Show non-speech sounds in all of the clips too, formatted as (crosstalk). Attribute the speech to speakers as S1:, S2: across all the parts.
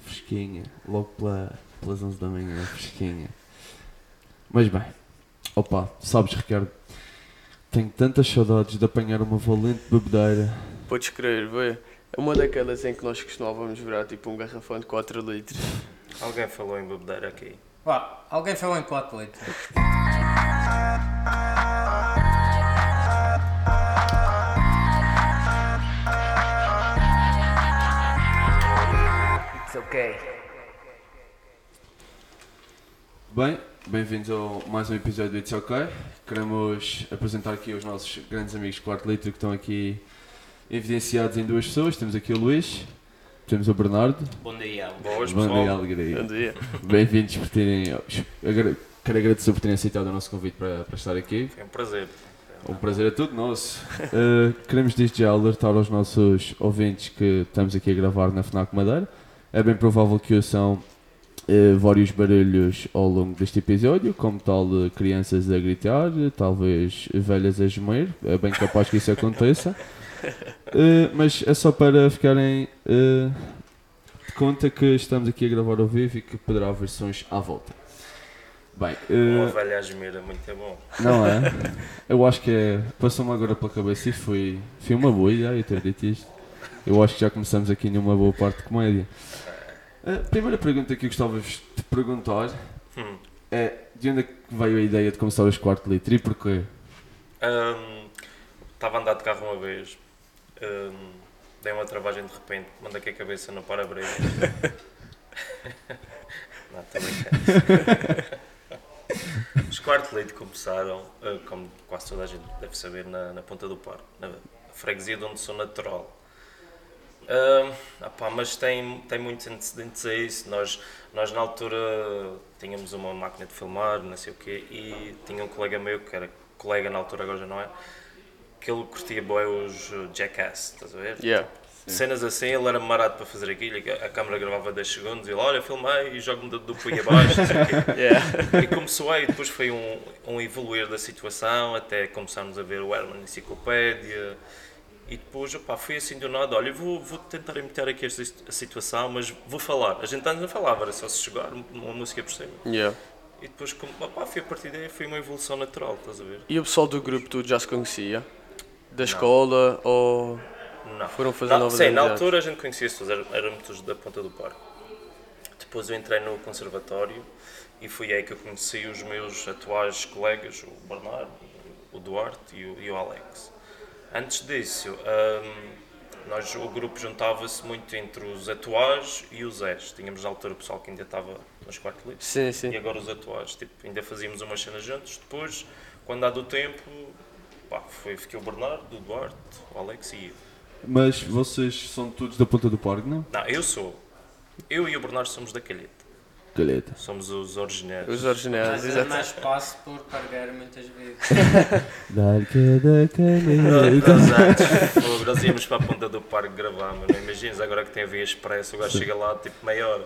S1: fresquinha. Logo pela, pelas 11 da manhã, fresquinha. Mas bem, opa, sabes, Ricardo, tenho tantas saudades de apanhar uma valente bebedeira.
S2: Podes crer, vê. É uma daquelas em que nós costumávamos virar tipo um garrafão de 4 litros.
S3: Alguém falou em bebedeira aqui.
S4: Vá, alguém falou em 4 litros.
S5: It's okay.
S1: Bem, bem-vindos a mais um episódio do It's OK. Queremos apresentar aqui os nossos grandes amigos de quarto litro que estão aqui evidenciados em duas pessoas. Temos aqui o Luís, temos o Bernardo.
S3: Bom dia.
S2: Boas,
S1: Bom dia,
S2: pessoal.
S1: alegria.
S2: (laughs) Bom dia.
S1: Bem-vindos por terem. agra- Quero agradecer por terem aceitado o nosso convite para, para estar aqui.
S3: Foi um prazer.
S1: O prazer é todo nosso. Uh, queremos desde já alertar aos nossos ouvintes que estamos aqui a gravar na FNAC Madeira. É bem provável que ouçam uh, vários barulhos ao longo deste episódio, como tal uh, crianças a gritar, uh, talvez velhas a gemer, é bem capaz que isso aconteça. Uh, mas é só para ficarem uh, de conta que estamos aqui a gravar ao vivo e que poderá haver sons à volta. Bem,
S3: Uma
S1: uh,
S3: velha asmeira muito é bom.
S1: não é? Eu acho que é. Passou-me agora pela cabeça e foi, foi uma boa ideia eu ter dito isto. Eu acho que já começamos aqui numa boa parte de comédia. A primeira pergunta que eu gostava de vos de perguntar
S3: Hum.
S1: é de onde é que veio a ideia de começar os quarto litro e porquê?
S3: Ahm, Estava a andar de carro uma vez. ahm, dei uma travagem de repente. Mandei aqui a cabeça no para-brisa. Não, estou a brincar. Os quarto leite começaram, ah, como quase toda a gente deve saber, na, na Ponta do Parque, na freguesia de onde sou natural. Ahm, ah pá, mas tem, tem muitos antecedentes a isso. Nós, nós na altura tínhamos uma máquina de filmar, não sei o quê, e tinha um colega meu, que era colega na altura, agora já não é, que ele curtia bem os eh, Jackass, estás a ver?
S2: Yeah.
S3: Cenas assim, ele era marado para fazer aquilo, e a a câmera gravava 10 segundos e ele, olha, filmei e jogo-me do, do punho abaixo, não sei o quê.
S2: Yeah. (laughs)
S3: E começou aí, depois foi um, um evoluir da situação, até começámos a ver o Herman Enciclopédia. E depois, opá, fui assim do nada, olha, vou, vou tentar imitar aqui esta sit- situação, mas vou falar. A gente antes não falava, era só se jogar uma música por cima.
S2: Yeah.
S3: E depois, como- opá, foi a partir daí, foi uma evolução natural, estás a ver?
S2: E o pessoal do grupo tu já se conhecia? Da escola ou.
S3: Não.
S2: Foram fazer
S3: na,
S2: novas
S3: Sim, na
S2: amizades.
S3: altura a gente conhecia todos, era- éramos todos da Ponta do Parque. Depois eu entrei no conservatório e foi aí que eu conheci os meus atuais colegas, o Bernardo, o Duarte e o, e o Alex. Antes disso, hum, nós, o grupo juntava-se muito entre os atuais e os ex. Tínhamos na altura o pessoal que ainda estava nos quartos livros
S2: Sim,
S3: e
S2: sim.
S3: agora os atuais. Tipo, ainda fazíamos umas cenas juntos. Depois, quando há do tempo, pá, foi, fiquei o Bernardo, o Duarte, o Alex e eu.
S1: Mas vocês são todos da ponta do porco, não?
S3: Não, eu sou. Eu e o Bernardo somos da Calheta.
S1: Calheta.
S3: Somos os originários.
S2: Os originais,
S4: Mas há
S2: exato.
S4: mais espaço por carregar muitas vezes.
S1: Darca da
S3: Nós
S1: caleta.
S3: antes, fogo, nós íamos para a ponta do parque gravar, mas não imaginas agora que tem a via expresso, o gajo chega lá tipo meia hora.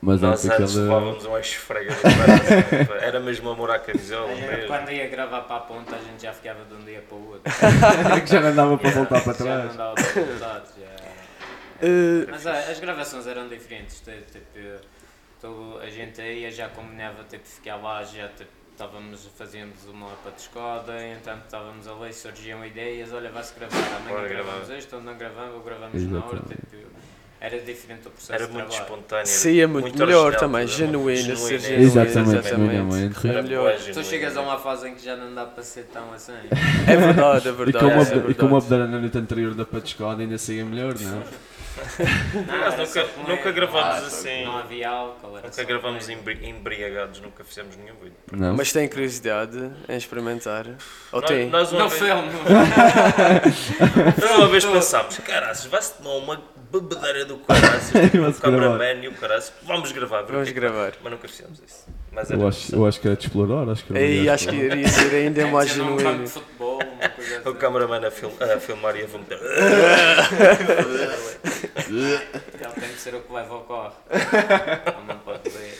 S1: Mas há
S3: Nós antes
S1: aquela.
S3: levávamos umas esfregas de braço, era mesmo amor à camisola
S4: Era
S3: mesmo.
S4: Quando ia gravar para a ponta, a gente já ficava de um dia para o outro.
S1: É que já não andava para (laughs) voltar para
S4: Já não
S1: trás.
S4: dava para voltar, já.
S2: Eh,
S4: Mas ah, as gravações eram diferentes, tu- tipo, eu- tu- a gente ia já combinava, tipo, ficar lá, já tipo, estávamos, fazíamos uma para de escoda, então estávamos ali, surgiam ideias, olha, vai-se gravar, amanhã
S3: Bora gravar.
S4: gravamos isto, ou não gravamos, ou gravamos na hora,
S1: Exatamente.
S4: tipo, era diferente o processo
S3: Era
S4: de
S3: muito
S4: trabalho.
S3: espontâneo.
S2: Seria muito melhor
S3: original,
S2: também,
S3: tudo, era muito
S2: genuíno, ser
S3: genuíno,
S2: genuíno,
S1: Exatamente,
S2: exatamente.
S1: genuinamente.
S3: Era
S2: Era
S3: bué
S2: melhor.
S3: genuíno.
S4: Tu chegas a uma fase em que já não dá para ser tão
S3: (laughs)
S4: assim.
S2: É verdade, é
S1: E
S2: verdade.
S1: como,
S2: é
S1: a, e como a
S2: verdade.
S1: na noite anterior da patiscada ainda saía melhor, não? é?
S4: Não,
S3: Mas
S4: era
S3: nunca-
S4: só comer,
S3: nunca gravamos
S4: não há-
S3: assim.
S4: Não havia álcool, era
S3: Nunca
S4: só
S3: gravámos
S4: comer.
S3: embri- embriagados, nunca fizemos nenhum vídeo.
S1: Não.
S2: Mas tem curiosidade em experimentar? Ou
S3: Nós-
S2: tem?
S3: Nós uma
S4: (laughs) Não
S3: vez-
S4: filme!
S3: Nós uma vez pensámos, caras, vai-se tomar uma bebedeira do caraças,
S1: (laughs)
S3: o
S1: Vai-se gravar.
S3: cameraman e o caraças, vamos gravar. ver o
S2: Vamos
S3: que é que
S2: gravar.
S3: Mas nunca fizemos isso. Mas era
S1: Eu acho,
S3: interessante.
S1: eu acho que era de explorar, acho que era
S2: Ei,
S1: melhor
S2: acho que
S1: explorar.
S2: iria ser
S4: (laughs)
S2: ainda mais
S4: Tinha um campo
S2: genuíno.
S4: de futebol, uma coisa
S3: o
S4: assim.
S3: cameraman a, fil a filmar e a vomitar.
S4: Ele tem que ser o que leva ao corre. Não pode ser.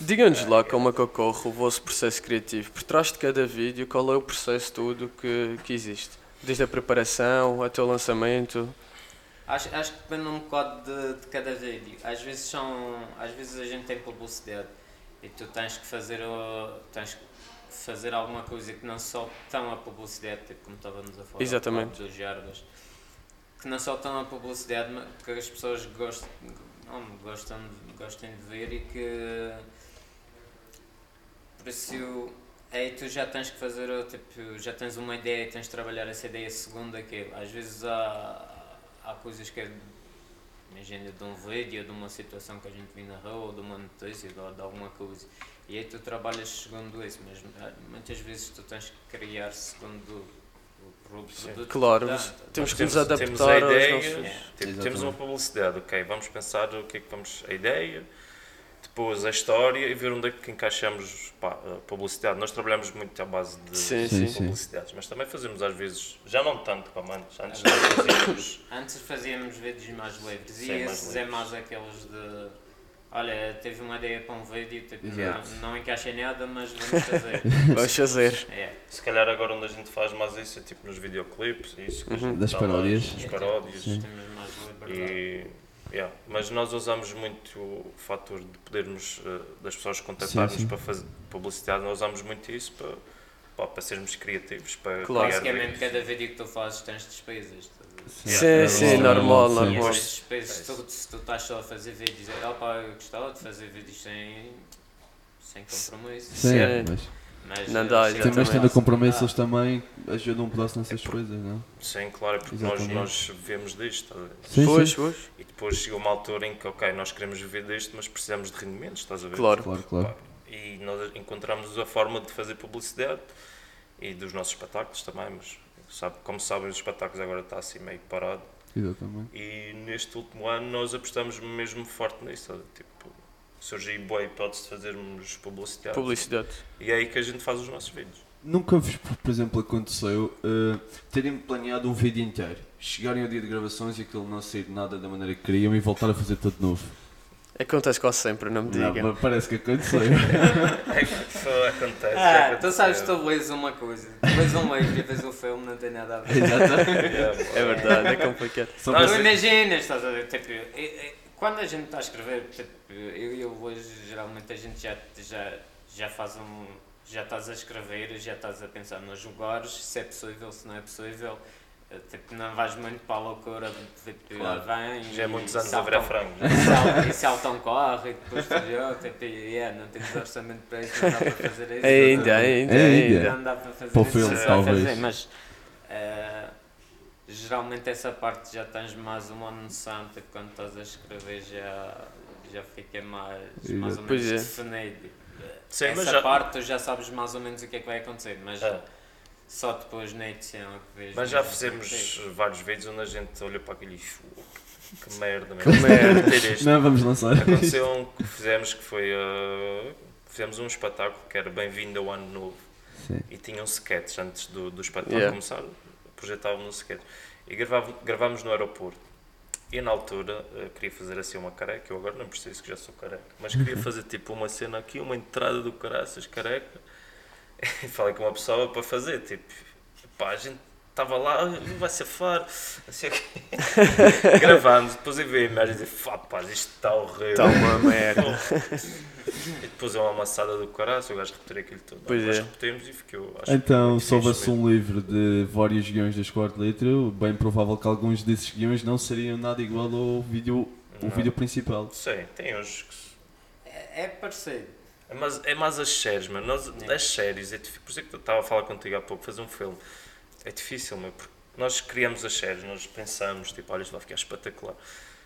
S2: Digam-nos lá como é que ocorre o vosso processo criativo. Por trás de cada vídeo, qual é o processo todo que, que existe? Desde a preparação até o lançamento.
S4: Acho, acho que depende um bocado de, de cada vídeo. Às vezes são. Às vezes a gente tem publicidade e tu tens que fazer o, tens que fazer alguma coisa que não só tão a publicidade, tipo como estávamos a falar
S2: Exatamente.
S4: dos Jardas, que não só tão a publicidade, mas que as pessoas gostam, não, gostam, de- gostem de ver e que por isso eu- aí tu já tens que fazer o tipo, já tens uma ideia, tens de trabalhar essa ideia segundo aquilo. Às vezes há, há coisas que é imagina de um vídeo, de uma situação que a gente viu na rua, ou de uma notícia, de, de alguma coisa. E aí tu trabalhas segundo isso, mas ah, muitas vezes tu tens que criar segundo o pro-
S3: Sim.
S4: produto.
S2: Claro,
S4: que
S2: mas
S4: dá.
S2: temos que nos
S3: Temos- temos a
S2: adaptar aos
S3: ideia,
S2: nossos.
S3: tipo, temos
S1: Exatamente.
S3: uma publicidade, ok, vamos pensar o que é que vamos, a ideia, depois a história e ver onde é que encaixamos pá, a publicidade. Nós trabalhamos muito à base de
S2: Sim,
S1: Sim,
S2: sim.
S1: sim.
S3: publicidades, mas também fazemos às vezes, já não tanto como antes,
S2: (coughs)
S3: antes nós fazíamos,
S4: Antes fazíamos vídeos mais livres e
S3: Sim, mais
S4: esses é
S3: livres.
S4: mais aqueles de. Olha, teve uma ideia para um vídeo, tipo, não,
S1: Exato.
S4: não encaixa em nada, mas vamos
S3: (laughs)
S4: fazer.
S2: Vamos fazer.
S4: é.
S3: se calhar agora onde a gente faz mais isso é tipo nos videoclipes, e isso que a
S2: Uhum.
S3: gente
S1: Das
S3: dá
S1: paródias.
S3: mais- das paródias.
S1: Sim.
S4: tipo, Temos mais liberdade.
S3: E, yeah, mas nós usamos muito o fator de podermos, eh, das pessoas contactarmos
S1: Sim, sim.
S3: para fazer publicidade, nós usamos muito isso para, pá, para sermos criativos, para
S2: Claro.
S3: criar
S4: Basicamente,
S3: vídeos.
S4: cada vídeo que tu fazes tens despesas. estás a ver?
S2: Sim,
S1: É,
S2: sim, normal,
S4: E
S2: normal.
S4: essas despesas, se tu, se tu estás só a fazer vídeos, é, opa, eu gostava de fazer vídeos sem, sem compromisso.
S1: Sim, é,
S2: Sim.
S1: mas
S4: Mas,
S2: Não
S4: eh,
S2: dá,
S4: chega
S2: Exatamente.
S1: também
S4: a
S1: tendo
S4: falar-
S1: compromissos também ajudam um pedaço nessas coisas, não?
S3: Sim, claro, é porque nós,
S1: Exatamente.
S3: nós vivemos disto. estás a ver?
S1: Sim,
S2: Pois,
S1: sim.
S2: pois.
S3: E depois chegou uma altura em que, ok, nós queremos viver disto, mas precisamos de rendimentos, estás a ver?
S2: Claro.
S1: Claro, claro.
S3: E nós encontramos a forma de fazer publicidade e dos nossos espetáculos também, mas sabe, como sabem, os espetáculos agora está assim meio parado.
S1: Exatamente.
S3: E neste último ano nós apostamos mesmo forte nisso. sabe? Tipo, surgiu boa hipótese de fazermos publicidade.
S2: Publicidade.
S3: E é aí que a gente faz os nossos
S4: (laughs)
S3: vídeos.
S1: Nunca vos, por exemplo, aconteceu eh, terem planeado um vídeo inteiro, chegarem ao dia de gravações e aquilo não sair nada da maneira que queriam e voltar a fazer tudo de novo.
S2: É Acontece quase sempre, não me digam.
S1: Não, mas parece que aconteceu. (laughs)
S3: É que só acontece.
S4: Ah, tu sabes que tu lês uma coisa, tu lês um livro e vês um filme, não tem nada a ver.
S1: Exato.
S2: É verdade, é complicado.
S1: Só
S4: Não,
S1: para
S4: tu
S1: ser-
S4: imaginas, estás a ver? Tipo, eu- eu- quando a gente está a escrever, tipo, eu e eu hoje, geralmente a gente já, já, já faz um. Já estás a escrever, já estás a pensar nos lugares, se é possível, se não é possível. Eh, Tipo, não vais muito para a loucura de tipo,
S1: Claro.
S4: vem.
S3: Já é
S4: e
S3: muitos anos a
S4: saltam-
S3: virar frango.
S4: (laughs) e sal- E saltam corre, e depois tu já, tipo, yeah, não tens orçamento para isso, não dá para fazer
S2: (laughs)
S4: isso.
S2: Ainda, ainda, ainda.
S4: Não dá para fazer
S1: É. Para o
S4: isso,
S1: filme,
S4: não dá
S1: talvez.
S4: fazer, mas eh, geralmente essa parte já tens mais uma noção de quando estás a escrever já, já fica mais, mais ou menos
S2: Pois é.
S4: definido.
S3: Sim,
S4: essa
S3: mas já,
S4: parte tu já sabes mais ou menos o que é que vai acontecer, mas
S3: Ah,
S4: só depois na edição é que vês.
S3: mas já
S4: mais o que
S3: fizemos
S4: acontece.
S3: vários vídeos onde a gente olha para aquilo e diz, "Fu, que merda, meu. (laughs)
S2: merda.
S3: Ter isto.
S1: Não, vamos lançar.
S3: Aconteceu um que fizemos que foi. eh, fizemos um espetáculo que era Bem-vindo ao Ano Novo.
S1: Sim.
S3: E tinha um sketch antes do, do espetáculo
S2: Yeah.
S3: começar, projetavam no sketch. E gravavam- gravámos no aeroporto. E na altura eh, queria fazer assim uma careca, eu agora não preciso que já sou careca, mas queria fazer tipo uma cena aqui, uma entrada do caraças careca. E falei com uma pessoa para fazer, tipo, pá, a gente estava lá, vai safar, não sei o quê. Gravámos, depois eu vi a imagem e disse, pá, pá, isto está horrível.
S2: Está Tá uma merda.
S3: E depois é uma amassada do caraças, o gajo repetir aquilo tudo.
S2: Pois
S3: Nós
S2: é.
S3: repetimos e ficou, acho que
S1: Então,
S3: muito
S1: se houvesse
S3: fixe mesmo.
S1: um livro de vários guiões das 4 letras, bem provável que alguns desses guiões não seriam nada igual ao vídeo, o
S3: Não.
S1: vídeo principal.
S3: Sim, tem uns que. se-
S4: É, é parecido.
S3: É mais, é mais as séries, mano. Nós,
S4: É.
S3: As séries, é difícil. Por isso é que eu estava a falar contigo há pouco, fazer um filme. É difícil, meu. Porque nós criamos as séries, nós pensamos, tipo, olha, isto vai ficar espetacular.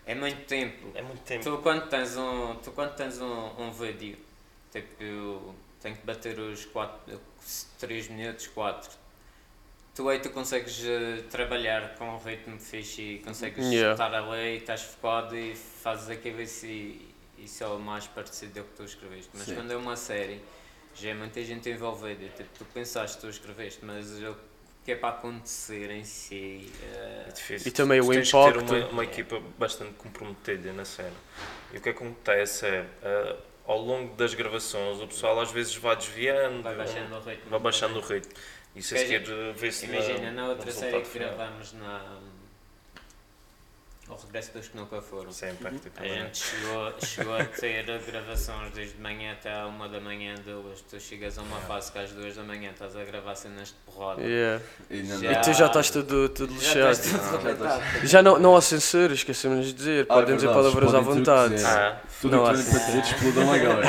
S4: É muito tempo.
S3: É muito tempo.
S2: Então,
S4: Tu quando tens um, tu quando tens um, um vídeo, tipo, tem que bater os 3 minutos, 4. Tu aí tu consegues eh, trabalhar com um ritmo fixe e consegues
S2: Yeah.
S4: estar ali, estás focado e fazes aquilo e se- isso é o mais parecido ao que tu escreveste. Mas
S1: Sim.
S4: quando é uma série, já é muita gente envolvida. Tipo, tu pensaste, tu escreveste, mas o que é para acontecer em si. eh,
S3: É difícil.
S2: E também
S3: Tu
S2: o
S3: tens que ter
S2: impacto.
S3: uma, uma equipa bastante comprometida na cena. E o que acontece é, ah, ao longo das gravações, o pessoal às vezes vai desviando,
S4: vai baixando o ritmo.
S3: vai baixando o ritmo. Isso é
S4: Porque a
S3: sequer vê-se na-
S4: Imagina, na
S3: no
S4: outra série
S3: resultado
S4: que
S3: final.
S4: gravámos na. Ao regresso dos que nunca foram.
S3: Sempre aqui
S4: A gente chegou, chegou a ter (laughs) gravações desde de manhã até à uma da manhã, duas. Tu chegas a uma fase que às duas da manhã estás a gravar cenas de porrada.
S2: Yeah.
S4: Já.
S2: E tu já estás tudo, tudo lixado.
S4: Já estás tudo arrebentado.
S2: Já não, não há censura, esquecemos de dizer.
S1: Ah,
S2: Podem dizer
S1: verdade,
S2: palavras à
S1: podem dizer o que
S2: vontade.
S1: quiserem.
S3: Ah,
S1: Tudo
S2: Não
S1: o
S2: há
S1: que tiverem para dizer, explodam agora.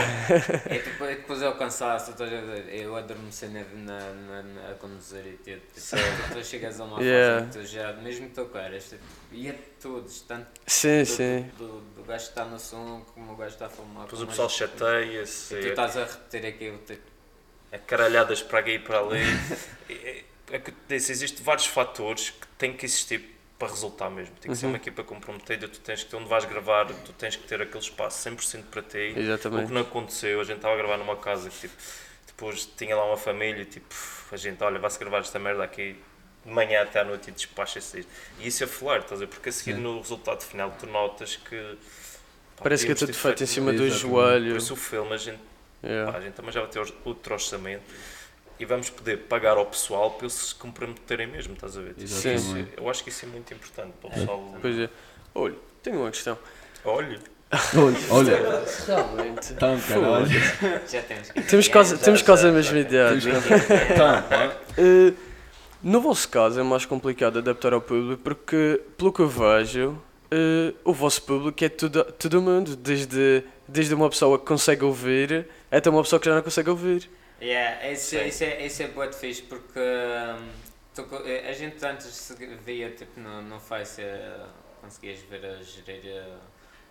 S4: É tipo, é depois é o cansaço, estás a ver? eu adormeci na, na, na, na- a conduzir e tipo, tu, tu chegas a uma
S2: Yeah.
S4: fase em que tu já, mesmo que tu queiras, tipo, e é de todos, tanto
S2: Sim,
S4: do,
S2: sim.
S4: do, do gajo que está no som como o gajo que está a filmar.
S3: depois
S4: como
S3: o pessoal é.
S4: as-
S3: chateia-se,
S4: E tu tá- estás a repetir aquilo, tipo,
S3: é caralhadas para aqui e para
S4: (laughs)
S3: ali. É- É que eu te disse, existem vários fatores que têm que existir para resultar mesmo. Tem que
S4: Uhum.
S3: ser uma equipa comprometida, tu tens que ter onde vais gravar, tu tens que ter aquele espaço 100% para ti. O que
S2: Exatamente.
S3: não aconteceu, a gente estava a gravar numa casa que tipo, depois tinha lá uma família e tipo, a gente, olha, vai-se gravar esta merda aqui de manhã até à noite e despacha-se isto. E isso é falar, estás a ver? Porque a seguir
S1: Sim.
S3: no resultado final tu notas que. pá,
S2: Parece que é
S3: podíamos
S2: tudo
S3: ter
S2: feito em cima É. do
S1: Exatamente.
S3: Por
S2: joelho.
S3: isso o filme, a gente, pá,
S2: Yeah.
S3: a gente também já vai ter outro orçamento e vamos poder pagar ao pessoal para eles se comprometerem mesmo, estás a ver? Tipo,
S1: Sim.
S3: isso é- eu acho que isso é muito importante para o pessoal.
S2: Pois é. Olha, tenho uma questão.
S3: Olha,
S1: Olha,
S2: Realmente.
S1: tão caralho.
S4: (laughs) já temos que.
S2: Temos quase, temos quase a mesma
S3: Tá
S2: ideia.
S1: Temos que- Tão, pá.
S2: Eh, no vosso caso é mais complicado adaptar ao público porque, pelo que eu vejo, eh, o vosso público é tudo, todo mundo, desde, desde uma pessoa que consegue ouvir até uma pessoa que já não consegue ouvir.
S4: (laughs) Yeah, isso,
S3: Sim.
S4: isso é, isso é bué de fixe porque hum, tu co- eh, a gente antes se via tipo no, no Face eh, conseguias ver a gerir eh,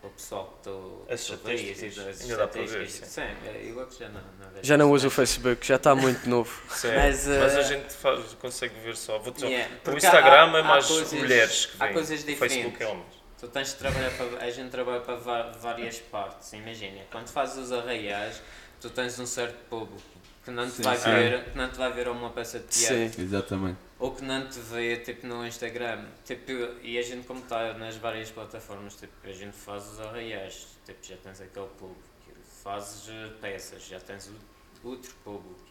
S4: o pessoal que tu,
S3: As
S4: que tu verias e
S3: estatísticas.
S4: das
S3: Ainda dá para ver,
S4: estatísticas. Sim, eh, eu que já não, não vejo
S2: Já não
S4: isso, né?
S2: usa o
S4: mas-
S2: Facebook, já está muito novo.
S3: sim,
S4: Mas,
S3: é, mas, a
S4: eh,
S3: gente faz- consegue ver só. Vou dizer,
S4: Yeah,
S3: O
S4: porque há-
S3: Instagram é
S4: há
S3: mais
S4: coisas-
S3: mulheres que vêm.
S4: Há coisas
S3: O Facebook é
S4: diferentes.
S3: homens.
S4: Tu tens de trabalhar para. A gente trabalha para va- várias partes. Imagina, quando fazes os arraiais, tu tens um certo público que não te,
S1: Sim,
S4: vai,
S1: sim.
S4: ver, que não te vai ver a uma peça de teatro.
S2: Sim.
S1: Exatamente.
S4: ou que não te vê tipo, no Instagram. Tipo, e a gente, como está nas várias plataformas, tipo, a gente faz os arraiais, tipo, já tens aquele público, fazes eh, peças, já tens o- outro público.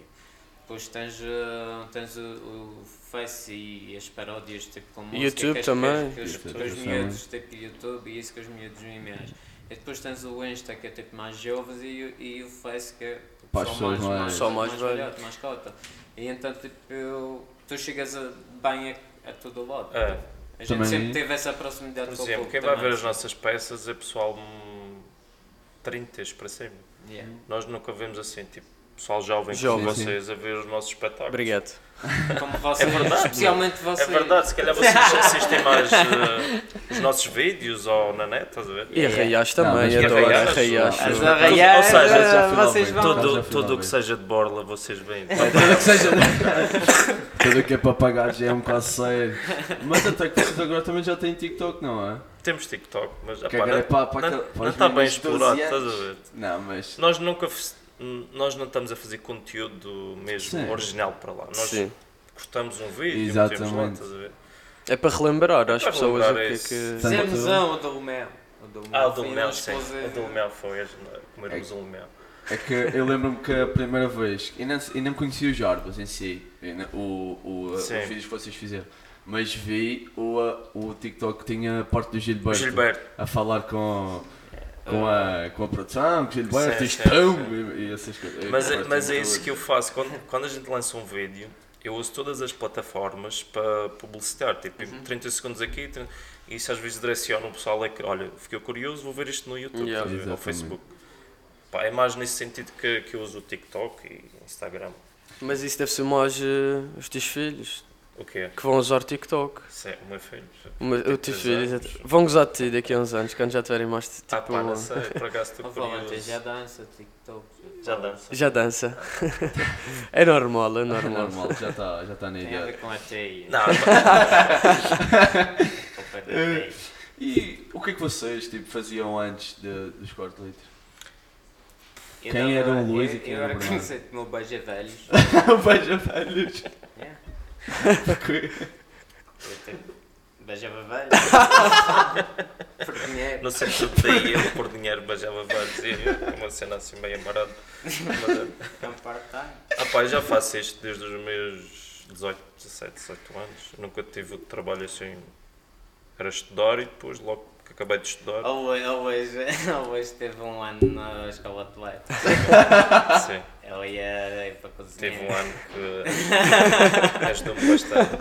S4: Depois tens, eh, tens o, o Face e as paródias, tipo, com música,
S2: YouTube
S4: que as-
S2: também.
S4: Que, as- que, os-
S1: YouTube
S4: que os
S1: também.
S4: miúdos, tipo, YouTube e isso que os miúdos me mais. E depois tens o Insta, que é tipo mais jovens, e, o- e o Face, que é
S1: Para as
S4: só
S1: pessoas
S4: mais,
S1: mais-
S4: mais,
S2: Só mais velho.
S4: velhote, mais cota. E então, tipo, eu- tu chegas a- bem a, a todo lado.
S3: É,
S4: A gente
S1: Também-
S4: sempre teve essa proximidade
S3: por
S4: com o
S3: exemplo,
S4: público
S3: quem vai
S4: também.
S3: ver as nossas peças é pessoal hum, 30 para cima.
S4: Yeah.
S3: Nós nunca vemos assim, tipo, pessoal jovem
S2: Jovem.
S3: como vocês a ver os nossos espetáculos.
S2: Obrigado.
S4: Como vocês,
S3: É verdade,
S4: especialmente
S3: É
S4: vocês.
S3: verdade, se calhar (laughs) vocês assistem mais eh, os nossos vídeos ou na net, estás a ver?
S2: E arraiais
S1: É. Não,
S2: também,
S1: mas
S2: adoro
S3: arraiais,
S2: arraiais.
S1: as
S4: As
S1: Ou
S4: arraiais,
S3: seja,
S1: já fui lá
S4: vocês
S1: bem.
S4: vão.
S1: Mas
S3: Tudo,
S1: afinal,
S3: tudo o que
S1: bem.
S3: seja de borla vocês (laughs) veem.
S1: Tudo que seja. Tudo o que é para pagar já é um bocado sério. Mas até que vocês agora também já têm TikTok, não é?
S3: Temos Tiktok, mas
S1: Que
S3: epá,
S1: agora é
S3: não-
S1: para, para,
S3: não-
S1: para
S3: não
S1: os
S3: está bem
S1: meninos de 12
S3: explorado, estás a
S1: anos.
S3: ver?
S1: Não, mas.
S3: Nós nunca. f- Nós não estamos a fazer conteúdo mesmo
S1: Sim.
S3: original para lá. Nós
S2: Sim.
S3: cortamos um vídeo e metemos lá,
S1: Exatamente.
S3: estás a ver?
S2: É para relembrar às
S3: É para
S2: pessoas o
S3: relembrar
S2: que é
S3: esse-
S2: que.
S1: Tanto-
S4: Zemzão, o do Mel. O do Mel
S3: Ah, o do
S4: foi um
S3: Mel, sim.
S4: explosivo.
S3: O do Mel foi, nós comermos um Mel.
S1: É que eu lembro-me que a primeira vez, eu não, eu não conhecia os Jarbas em si, eu não- o, o, os
S3: Sim.
S1: vídeos que vocês fizeram, mas vi o, a- o TikTok que tinha a parte do Gilberto,
S3: Gilberto,
S1: a falar com, com, a, com a produção, com o
S3: Sim,
S1: Gilberto,
S3: sim,
S1: isto e, e essas coisas.
S3: mas, é- mas é isso que eu faço. Quando, quando a gente lança um vídeo, eu uso todas as plataformas para publicitar. Tipo, 30 segundos aqui, 30 e isso às vezes direciona o pessoal. É que, olha, fiquei curioso, vou ver isto no YouTube,
S2: Yeah.
S3: estás a ver? ou
S1: Exatamente.
S3: Facebook. Pá, é mais nesse sentido que, que eu uso o TikTok e Instagram.
S2: Mas isso deve ser mais eh, os teus filhos
S3: O que é?
S2: que vão usar TikTok.
S3: Isso é o meu filho.
S2: Mas os teus
S3: Exato.
S2: filhos até- vão gozar de ti daqui a uns anos, quando já tiverem mais tipo.
S3: Ah, pá, não sei, por acaso (laughs) estou
S4: Vou falar,
S3: curioso.
S4: já dança, TikTok.
S3: Já dança.
S2: Já dança. (laughs) é normal, é
S1: É
S2: normal.
S1: (laughs) normal, já está já tá na
S4: Tem a
S1: ideia.
S4: ver com a teia.
S3: Não,
S4: (laughs)
S3: pá,
S4: Com o pé da teia.
S1: E o que é que vocês tipo, faziam antes de, dos 4 litros? (laughs)
S4: Eu
S1: Quem era o Luís
S4: eu-
S1: e quem
S4: eu
S1: era o Bernardo?
S4: comecei com o meu beijo é
S3: (laughs)
S4: velhos.
S1: Veja velhos.
S4: Yeah.
S1: Porque-
S4: Eu tipo, beijava (laughs) velhos. Por dinheiro.
S3: No sentido daí ele por dinheiro beijava vários e eu, uma cena assim meio amarada. Mas,
S4: É um part-time.
S3: ah, pá, eu já faço isto desde os meus 18, 17, 18 anos. Nunca tive outro trabalho assim Era estudar e depois, logo que acabei de estudar,
S4: Always, always, always teve um ano na escola de leite. Oh.
S3: sim,
S4: Ela ia ir para a cozinha.
S3: teve um ano que
S4: (laughs)
S3: ajudou-me bastante.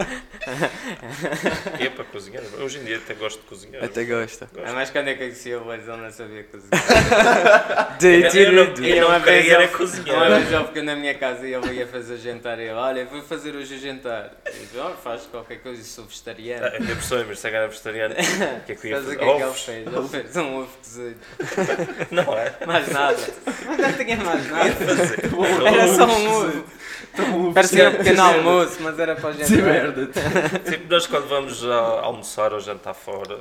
S3: Ia para cozinhar. Hoje em dia até gosto de cozinhar.
S2: Até gosta.
S3: (laughs) um-
S4: Ah, mas quando eu conheci o Always, ele não sabia cozinhar.
S2: Date
S3: Eu não-
S2: it.
S3: eu
S4: E uma
S3: não queria
S4: vez
S3: era
S4: ele-
S3: cozinhar.
S4: Uma vez ele ficou na minha casa e ele ia fazer jantar e eu, olha, vou fazer hoje o jantar. Eu disse, oh, faz qualquer coisa, sou vegetariano.
S3: Ah, A minha é pessoa, mas se agora vegetariano,
S4: (laughs)
S3: o que é que eu ia
S4: Sabes o
S3: fazer?
S4: que é que ele
S3: Ovos?
S4: fez? Ele fez um ovo cozido.
S3: (laughs) Não é?
S4: Mais
S3: (laughs)
S4: nada. Mas não tinha mais nada.
S3: Fazer.
S4: Era só um ovo. Parecia um pequeno almoço, mas era né? para o
S1: Se
S4: jantar.
S1: merda. tá,
S3: Tipo, nós quando vamos a- almoçar ou jantar fora,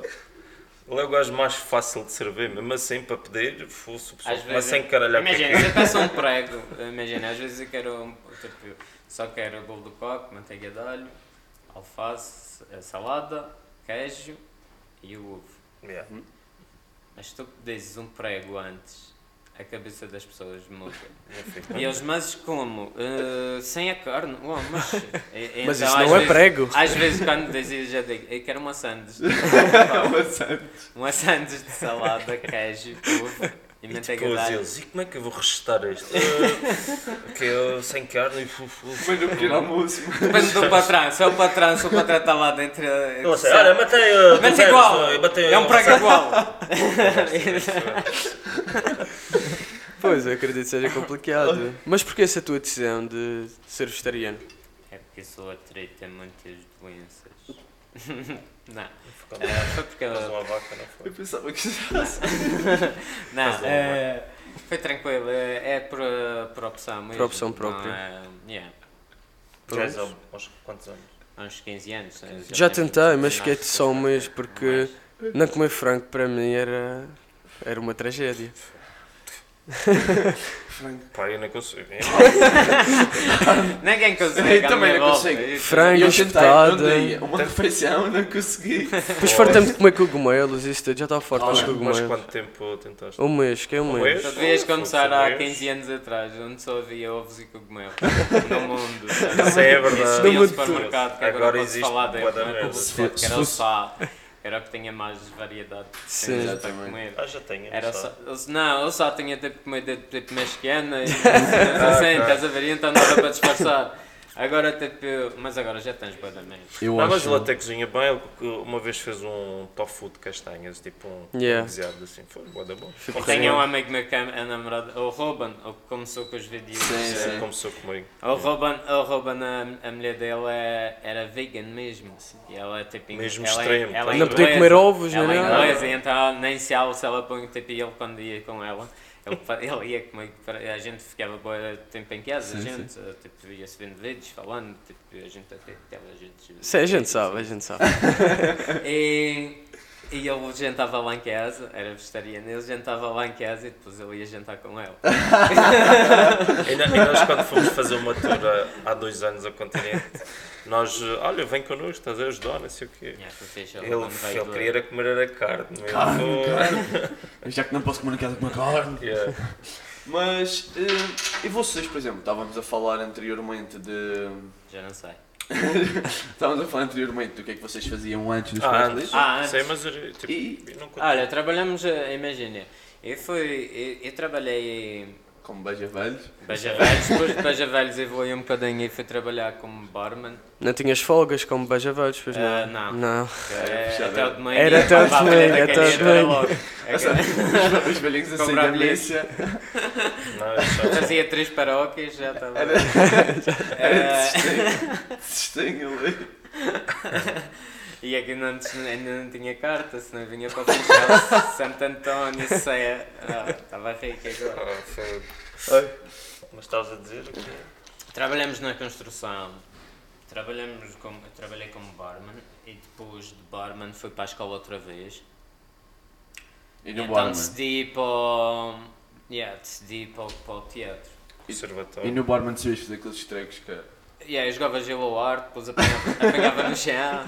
S3: ele é o gajo mais fácil de servir, mesmo assim para pedir, fosse o pessoal,
S4: Às
S3: mas
S4: vezes-
S3: sem caralhar é para
S4: Imagina,
S2: (laughs)
S4: eu peço um prego. Imagina, às vezes eu quero, um- tipo, só quero bolo do coco, manteiga de alho, alface, eh, salada, queijo e o ovo.
S3: Yeah.
S4: Mas tu que dizes um prego antes, a cabeça das pessoas muda.
S3: Enfim.
S4: E eles, mas como? Eh, sem a carne? Uau, mas e-
S2: Mas
S4: então,
S2: isso
S4: às
S2: não é
S4: vezes-
S2: prego.
S4: Às vezes quando dizes, eu já digo, eu quero uma sandes.
S2: (laughs)
S1: é,
S4: uma sandes Um de salada, queijo, ovo e
S3: E
S4: manteiga de
S3: depois
S4: alho.
S3: eles, e como é que eu vou restar
S4: (laughs)
S3: isto? Ah, que eu sem carne e fofo.
S1: Mas um pequeno almoço.
S4: Depende do patrão, se é o patrão, se o patrão está lá dentro... eh,
S3: Não sei, olha, matei ah,
S4: Mas
S3: do
S4: igual,
S3: verso, eu matei
S4: é
S3: o
S4: um prego
S3: verso. (laughs)
S4: igual.
S2: Pois, eu acredito que seja complicado. Mas porquê essa tua decisão de ser vegetariano?
S4: É porque sou atrito a muitas doenças. (laughs) não, eh, foi porque...
S3: Mas (laughs)
S4: eu-
S3: uma vaca, não foi?
S1: Eu pensava que
S4: Não,
S3: Mas,
S4: eh, foi tranquilo, eh, é por, por opção mesmo.
S2: opção
S4: não
S2: própria.
S4: é- yeah.
S3: Já és há uns quantos anos?
S4: Há uns 15 anos. eh,
S2: Já
S4: tenho
S2: tentei, mas
S4: 19,
S2: fiquei-te só um mês, porque
S4: mas-
S2: não comer frango para mim era, era uma tragédia.
S3: Pá, eu nem consigo.
S4: Ninguém consegue.
S1: Eu
S4: à
S1: também
S4: minha
S1: não
S4: volta.
S1: consigo.
S4: Eu-
S2: Frango,
S1: eu tentei um
S2: espetada.
S1: dia, uma refeição, não consegui.
S2: Depois fartei-me de comer cogumelos, isso tudo, já estava forte aos
S3: Mas
S2: cogumelos.
S3: quanto tempo tentaste?
S2: Um mês, que é um
S3: Um
S2: mês.
S4: Tu devias começar há
S3: Cogumelos.
S4: 15 anos atrás, onde só havia ovos e
S3: (laughs)
S4: cogumelos. no mundo.
S3: Isso é verdade.
S4: Esses
S3: No
S4: vinham ao
S2: mundo
S4: supermercado, que agora
S3: Agora
S4: posso
S3: existe
S4: falar
S3: bué da
S4: dentro na
S3: merda.
S4: publicidade, que
S1: Se
S4: era o
S1: fosse-
S4: sá. Era o que tinha mais variedade. de
S2: Sim.
S4: coisas para
S1: Exatamente.
S4: comer.
S3: Ah, já tenho. não
S4: Era
S3: sabe.
S4: só, eu s- não, eu só tinha tipo comida
S1: (laughs)
S4: tipo mexicana e cenas assim, estás a ver? Então não era para disfarçar. Agora tipo. Mas agora já tens boa da merda.
S1: Eu
S3: Não, mas ele até cozinha bem. Ele co- uma vez fez um tofu de castanhas, tipo um
S2: Yeah.
S3: cozinhado assim. Foi boa da bom.
S4: Eu
S2: Ficou
S4: tenho
S2: bem.
S4: um amigo meu que é a namorada, o Ruben, o que começou com os vídeos.
S1: Sim,
S3: É,
S1: sim.
S3: Começou comigo.
S4: O Ruben, o Ruben a, a mulher dele é- era vegan mesmo. E ela é tipo inglesa.
S3: Mesmo
S4: ela, é-
S3: extremo,
S4: Ela é
S2: Não podia
S4: inglesa.
S2: comer ovos,
S4: ela
S2: nem
S4: é
S2: nada.
S4: inglesa, e então nem se ela, se ela põe tipo e ele quando ia com ela. Ele, fa- (laughs) ele ia comigo, para- a gente ficava boa tempo em casa, a gente eh, tipo, ia-se vendo vídeos, falando, tipo, a gente até tela, a gente.
S2: Sim, é, a gente sabe, a gente sabe.
S4: assim. E, e ele jantava lá em casa, era vegetariano, ele jantava lá em casa e depois eu ia jantar com ela.
S3: E, na- e nós, quando fomos fazer uma tour eh, há- há dois anos ao continente, nós, eh, olha, vem connosco, estás a ajudar, não sei o quê.
S4: Yeah, foi fixe,
S3: Ele,
S4: quando veio
S3: ele
S4: do-
S3: queria era comer era carne. mesmo.
S1: Carne,
S3: Oh,
S1: Já que não posso comer naquela com uma carne.
S3: yeah.
S1: Mas, eh, e vocês, por exemplo, estávamos a falar anteriormente de...
S4: Já não sei.
S1: Estávamos a falar anteriormente do que é que vocês faziam antes dos
S3: Ah,
S1: ah,
S3: antes.
S4: Ah, antes.
S3: Sei, mas eu, tipo,
S1: E-
S3: eu não conto.
S4: Olha, trabalhamos, eh, imagina, eu fui, eu, eu trabalhei em
S1: Como beija velhos.
S4: Beja Velhos, depois de Beja Velhos evoluí um bocadinho e fui trabalhar como barman,
S2: Não tinhas folgas como beijavelhos, pois
S4: Ah,
S2: não?
S4: não.
S2: Não.
S4: que é,
S1: puxado,
S4: até o de manhã.
S2: Era até o de manhã, até o de manhã.
S1: (laughs) Os velhinhos assim
S4: É Comprar
S1: da milícia.
S3: Não, eu só-
S4: Fazia três paróquias, já Eh, estava...
S1: Era, (laughs) era
S4: É.
S1: de cestinho. de cestinho ali.
S4: E aqui não, ainda não tinha carta, senão vinha para o Funchal, Santo António, Ceia. Ah, Estava rico agora.
S3: Ah, foi- Mas estavas a dizer o quê?
S4: Trabalhamos na construção. Trabalhamos como, eu trabalhei como barman e depois de barman fui para a escola outra vez.
S1: E no
S4: então
S1: barman.
S4: decidi ir para o, yeah, decidi ir para, o- para o tipo teatro.
S3: Conservatório.
S1: E no barman sabias fazer aqueles trecos que...
S4: Yeah, eu jogava gelo ao ar, depois apanhava, apanhava no chão.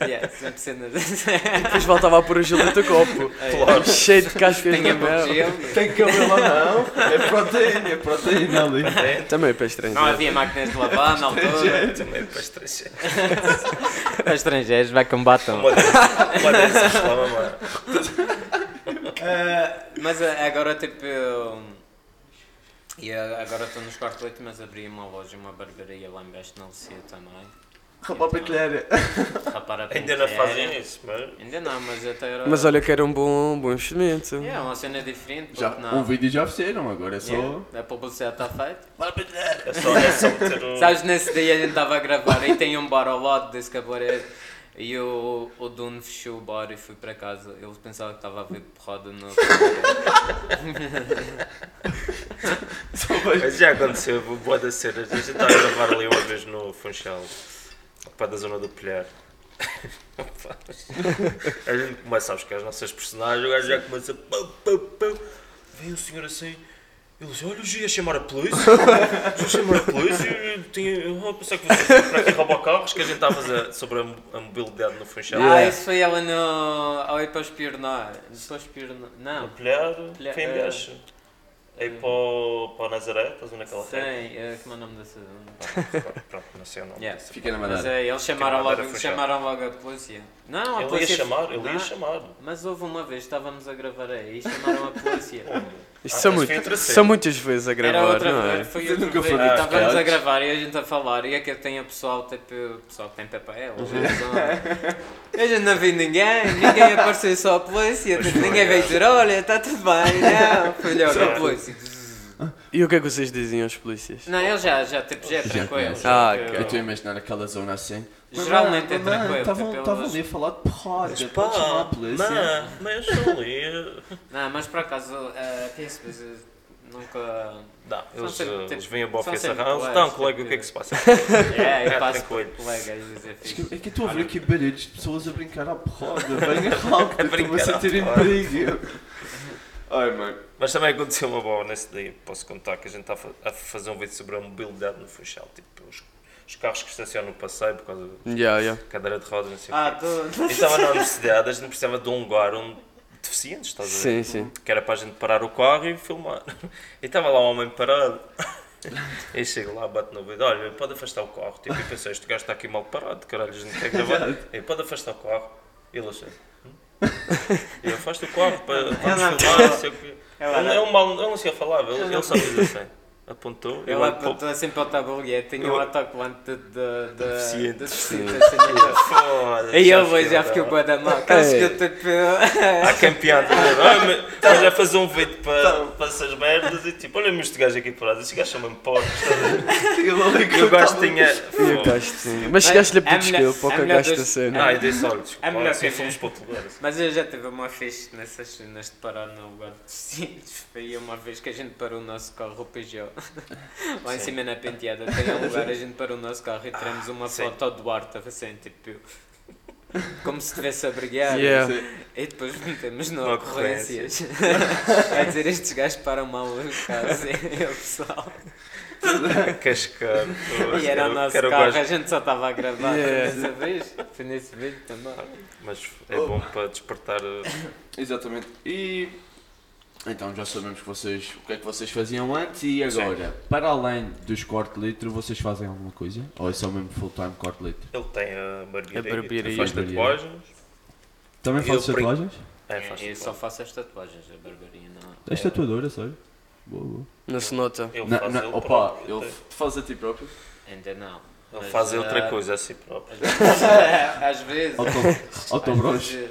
S4: Yeah, sempre cenas.
S2: Depois voltava a pôr o gelo no teu copo. Oh,
S3: Claro.
S2: Cheio de cascas de
S4: Tinha pouco
S2: mel.
S4: gelo.
S1: Tem cabelo ou não? É proteína, é proteína ali.
S3: É,
S2: Também para estranho.
S4: Não havia máquinas de lavar na altura.
S3: também é para estrangeiro.
S4: Para estrangeiros, vai que me batam.
S3: Uma dessas, uma dessas, lá, mamãe.
S4: Ah, mas ah, agora tipo. eu- E ah, agora estou nos quartos leite, mas abri uma loja, uma barbearia lá em Baixo na Lucia também.
S1: Rapaz, petelheira.
S4: Rapar a
S3: Ainda não
S4: pentear.
S3: fazem isso, mas.
S4: Ainda não, mas até era.
S2: Mas olha que era um bom, bom investimento.
S4: É, uma cena diferente,
S1: Já,
S4: porque não.
S1: um vídeo já ofereceram, agora é só.
S4: Yeah, A publicidade está feita.
S3: É só, é só meter um.
S4: tá Sabes, nesse dia a gente estava a gravar e tem um bar ao lado desse cabareiro. E o, o dono fechou o bar e fui para casa. Ele pensava que estava a ver porrada
S1: (laughs)
S4: no.
S3: Mas já aconteceu, boa da cena. A gente está a gravar ali uma vez no Funchal, para da zona do Pilhar. Opa. a gente começa a buscar as nossas personagens, o gajo já começa. Pum, pum, pum. Vem o senhor assim. Ele diz: Olha, eu já ia chamar a polícia. Já ia chamar a polícia. Eu, tinha, eu pensei que você ia para aqui roubar carros, que a gente estava a fazer sobre a, mo- a mobilidade no Funchal.
S4: Ah, isso foi ela no. Ao ir para os Pionar. Para os Pionar.
S3: No
S4: Não.
S3: Pilhar,
S4: Pilhar,
S3: foi em
S4: eh,
S3: Biacho. Aí para, o- para o Nazaré, estás a ver naquela
S4: É. Sim,
S3: reta?
S4: eh, como é o nome dessa. (laughs)
S3: Pronto, não sei o nome.
S4: Yeah.
S1: Fica na
S4: Mas
S1: madeira.
S4: é, eles chamaram
S3: Quem mandara
S4: logo,
S3: foi
S4: chamaram logo a polícia. Não, a
S3: Ele ia
S4: polícia.
S3: chamar, ele ia
S4: Não.
S3: chamar.
S4: Mas houve uma vez, estávamos a gravar aí e chamaram a polícia.
S3: (laughs)
S2: Isto
S3: Ah,
S2: são,
S3: mas
S2: muito-
S3: foi outra cena.
S2: são muitas vezes a gravar,
S4: Era outra
S2: não
S4: vez,
S2: é?
S4: foi
S1: Vocês
S4: outra
S1: nunca
S4: vez.
S1: foram
S4: Estávamos a
S1: educados?
S4: gravar e a gente a falar. E é que tem a pessoal, tipo, pessoal que tem papel. Eu já não vi ninguém, ninguém apareceu só a polícia. tipo, ninguém veio dizer, olha, está tudo bem. Não, foi logo a polícia.
S2: E o que é que vocês diziam aos polícias?
S4: Não, ele já, já, tipo, já é
S1: Já
S4: tranquilo.
S1: conhece.
S2: Ah,
S4: tipo,
S1: Eu estou a imaginar aquela zona assim.
S4: Geralmente é tranquilo,
S1: Estavam
S4: tipo,
S1: estavam
S4: elas-
S1: ali a falar de porrada,
S3: Pá,
S1: pode chamar a polícia.
S3: não, mas eh, não li.
S4: Não, mas por acaso, eh, quem se nunca...
S3: Não, eles,
S4: sempre,
S3: eh,
S4: tipo,
S3: eles vêm a
S4: são
S3: bofe essa
S4: sempre
S3: ranço.
S4: colegas,
S3: Então, colega, o
S4: tipo,
S3: que é que se passa?
S4: É,
S3: (laughs)
S4: eu
S3: É,
S4: passo por
S3: tranquilo.
S4: colegas, isso é fixe.
S1: É que eu estou a ver aqui barulhos de pessoas a brincar à porrada. Venha rápido, estou-me
S3: brincar
S1: a
S3: à
S1: sentir em
S3: porrada.
S1: perigo. Ai, mano.
S3: Mas também aconteceu uma boa nesse dia. Posso contar que a gente está a fa- a fazer um vídeo sobre a mobilidade no Funchal. Tipo, os, os carros que estacionam no passeio por causa da
S2: Yeah, yeah.
S3: cadeira de rodas, não sei o
S4: Ah,
S3: quê.
S4: tu...
S3: Eu estava na universidade, a gente precisava de um lugar onde deficientes, estás a
S2: Sim,
S3: ver?
S2: sim.
S3: que era para a gente parar o carro e filmar. E estava lá um homem parado. E chego lá, bato no vidro, olha, pode afastar o carro. Tipo, e pensei, este gajo está aqui mal parado, caralho, a gente quer gravar. E pode afastar o carro. E ele achou. "Hum?" E afasta o carro para, para
S4: Ela-
S3: nos filmar, não sei o quê.
S4: Ela-
S3: Ele, ele mal, ele não se falava, ele, ele só fez assim. Apontou, eu
S4: Ela
S3: olho para o
S4: apontou sempre ao tabuleiro e tinha
S3: Eu-
S4: um autocolante de- de- de-
S3: Deficiente.
S4: de
S3: (laughs)
S4: deficiente. assim,
S3: Foda-se,
S4: E eu vejo, já fiquei
S3: dá.
S4: bué da mal. Aqueles que eu tipo... (laughs)
S3: Há campeão, tá ligado? Ah, mas estás a fazer um vídeo para, para essas merdas e tipo, olha-me este gajo aqui parado, estes gajos são mesmo porcos, estás a ver? Eu gosto tinha.
S2: E o gajo, sim. Mas chegaste-lhe a
S4: É
S2: pedir
S4: melhor-
S2: desculpa ao
S4: é
S2: que
S4: melhor
S2: gajo da
S4: dois-
S2: cena.
S3: Ai, dei olhos.
S4: É melhor que-
S3: assim fomos para outro lugar. assim.
S4: Mas eu já tive uma fixe nessas cenas de parar no lugar de deficientes. (laughs) Foi uma vez que a gente parou o nosso carro, o Peugeot. (laughs) Lá
S3: Sim.
S4: em
S3: Ah,
S4: cima na penteada tem um lugar, a gente parou o nosso carro e tiramos uma
S3: sim.
S4: foto ao Duarte, assim, tipo... Como se estivesse a brigar.
S2: Yeah.
S4: E depois metemos no
S3: Uma
S4: ocorrências. (laughs) a dizer estes gajos param mal os carros. E (laughs) o pessoal.
S3: Cascado.
S4: E era o nosso
S3: Quero
S4: carro,
S3: gosto.
S4: a gente só estava a gravar
S2: Yeah.
S4: dessa vez. Foi nesse vídeo também.
S3: Mas é bom para despertar. uh,
S1: Exatamente. E então já sabemos que vocês, o que é que vocês faziam antes e agora, para além dos corte de litro, vocês fazem alguma coisa? Ou é só mesmo full time corte de litro?
S3: Ele tem a
S2: A barbearia.
S3: barbearia, faz
S1: Barbearia.
S3: tatuagens.
S1: Também
S3: Eu
S1: fazes
S3: brin-
S1: tatuagens?
S3: É, faz
S4: eu só
S3: tatuagens.
S4: faço as tatuagens, a barbaria não.
S3: É.
S4: É,
S1: És tatuadora, sério? Boa, boa.
S2: Não se nota.
S3: Ele
S1: Não,
S3: faz
S1: não,
S3: ele
S1: opa,
S3: próprio.
S1: ele faz a ti próprio.
S3: (laughs)
S4: Ainda não.
S3: Ele
S4: Mas,
S3: faz
S4: ah,
S3: outra coisa a si próprio.
S4: (laughs) Às vezes. às vezes-
S1: Auto- Autobroche.
S4: (laughs)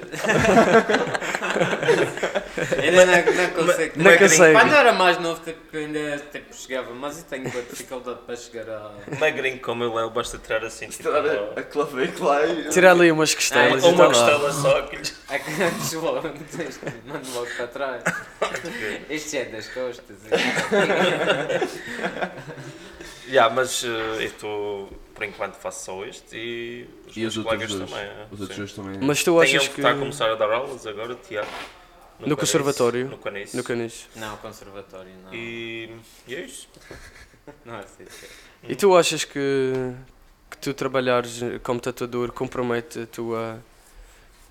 S4: ainda não, não
S3: é
S4: consigo.
S2: Não é consegue.
S4: Quando era mais novo, tipo, ainda tipo, chegava, mas eu tenho boa dificuldade para chegar a. (laughs)
S3: Magrinho como ele é, ele basta tirar assim. Tipo,
S1: Tirar a, a então
S3: uma-
S1: clavícula aí.
S2: Tirar ali umas costelas
S4: Ah,
S2: e
S3: uma
S2: tá lá.
S3: costela só que lhe-
S4: a que este mando logo para trás.
S1: (laughs)
S4: Este é das costas.
S3: Ya, mas uh, eu tô- por enquanto faço só este e os
S1: E
S3: meus
S1: os outros
S3: colegas
S1: dois?
S3: também. é,
S1: Os
S3: sim.
S1: outros dois também.
S2: Mas tu
S3: Tem
S2: achas
S3: ele que tá
S2: que.
S4: tá
S3: está a começar a dar aulas agora, Tiago.
S2: No
S3: Caniço,
S2: conservatório.
S3: No Caniço.
S2: No caniço.
S4: Não, conservatório não.
S3: E, e é isso.
S4: Não, assim. sei. sei.
S2: E tu achas que, que tu trabalhares como tatuador compromete a tua.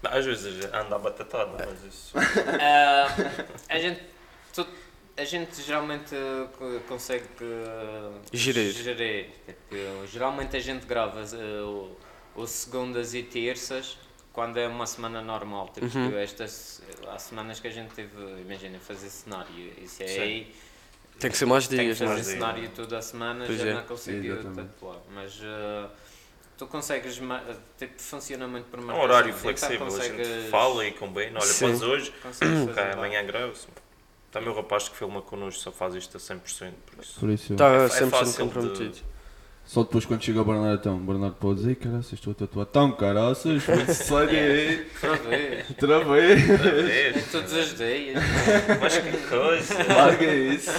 S3: Não, Às vezes anda a batatada, mas isso. é
S4: Ah, a gente. tu- a gente geralmente eh, co- consegue eh,
S2: Gerir.
S4: gerir. Tipo, eu- geralmente a gente grava eh, o, o segundas e terças quando é uma semana normal. Tipo,
S2: Uhum.
S4: que estas, há semanas que a gente teve, imagina, fazer cenário. Isso é
S3: Sim.
S4: aí
S2: Tem que ser mais
S4: Tenho que
S2: dias,
S4: fazer
S2: não
S3: mais
S2: é?
S3: dias.
S4: cenário toda a semana,
S2: Pois
S4: já
S2: é.
S4: não consegui
S1: Exatamente.
S4: tatuar. Mas eh, tu consegues, ma- tipo, funciona muito por
S3: É
S4: marcação.
S3: um horário
S4: Então
S3: flexível, a gente
S4: consegues-
S3: fala e combina. Olha,
S2: Sim.
S3: faz hoje, (coughs)
S4: consegues fazer
S3: cá
S4: lá.
S3: amanhã grava-se. Também o rapaz que filma connosco só faz isto a 100%, por isso.
S1: Por isso,
S2: Está
S3: É
S2: Tá sempre
S3: fácil de-
S2: comprometido.
S1: só depois quando chega o Bernardo, então, o Bernardo pode dizer, caraças, estou a tatuar. Então, caraças,
S3: (laughs)
S1: muito sério aí,
S4: Outra vez.
S1: travei,
S4: (laughs) É todos
S3: (laughs)
S4: os dias.
S3: Mas que coisa!
S1: larga isso,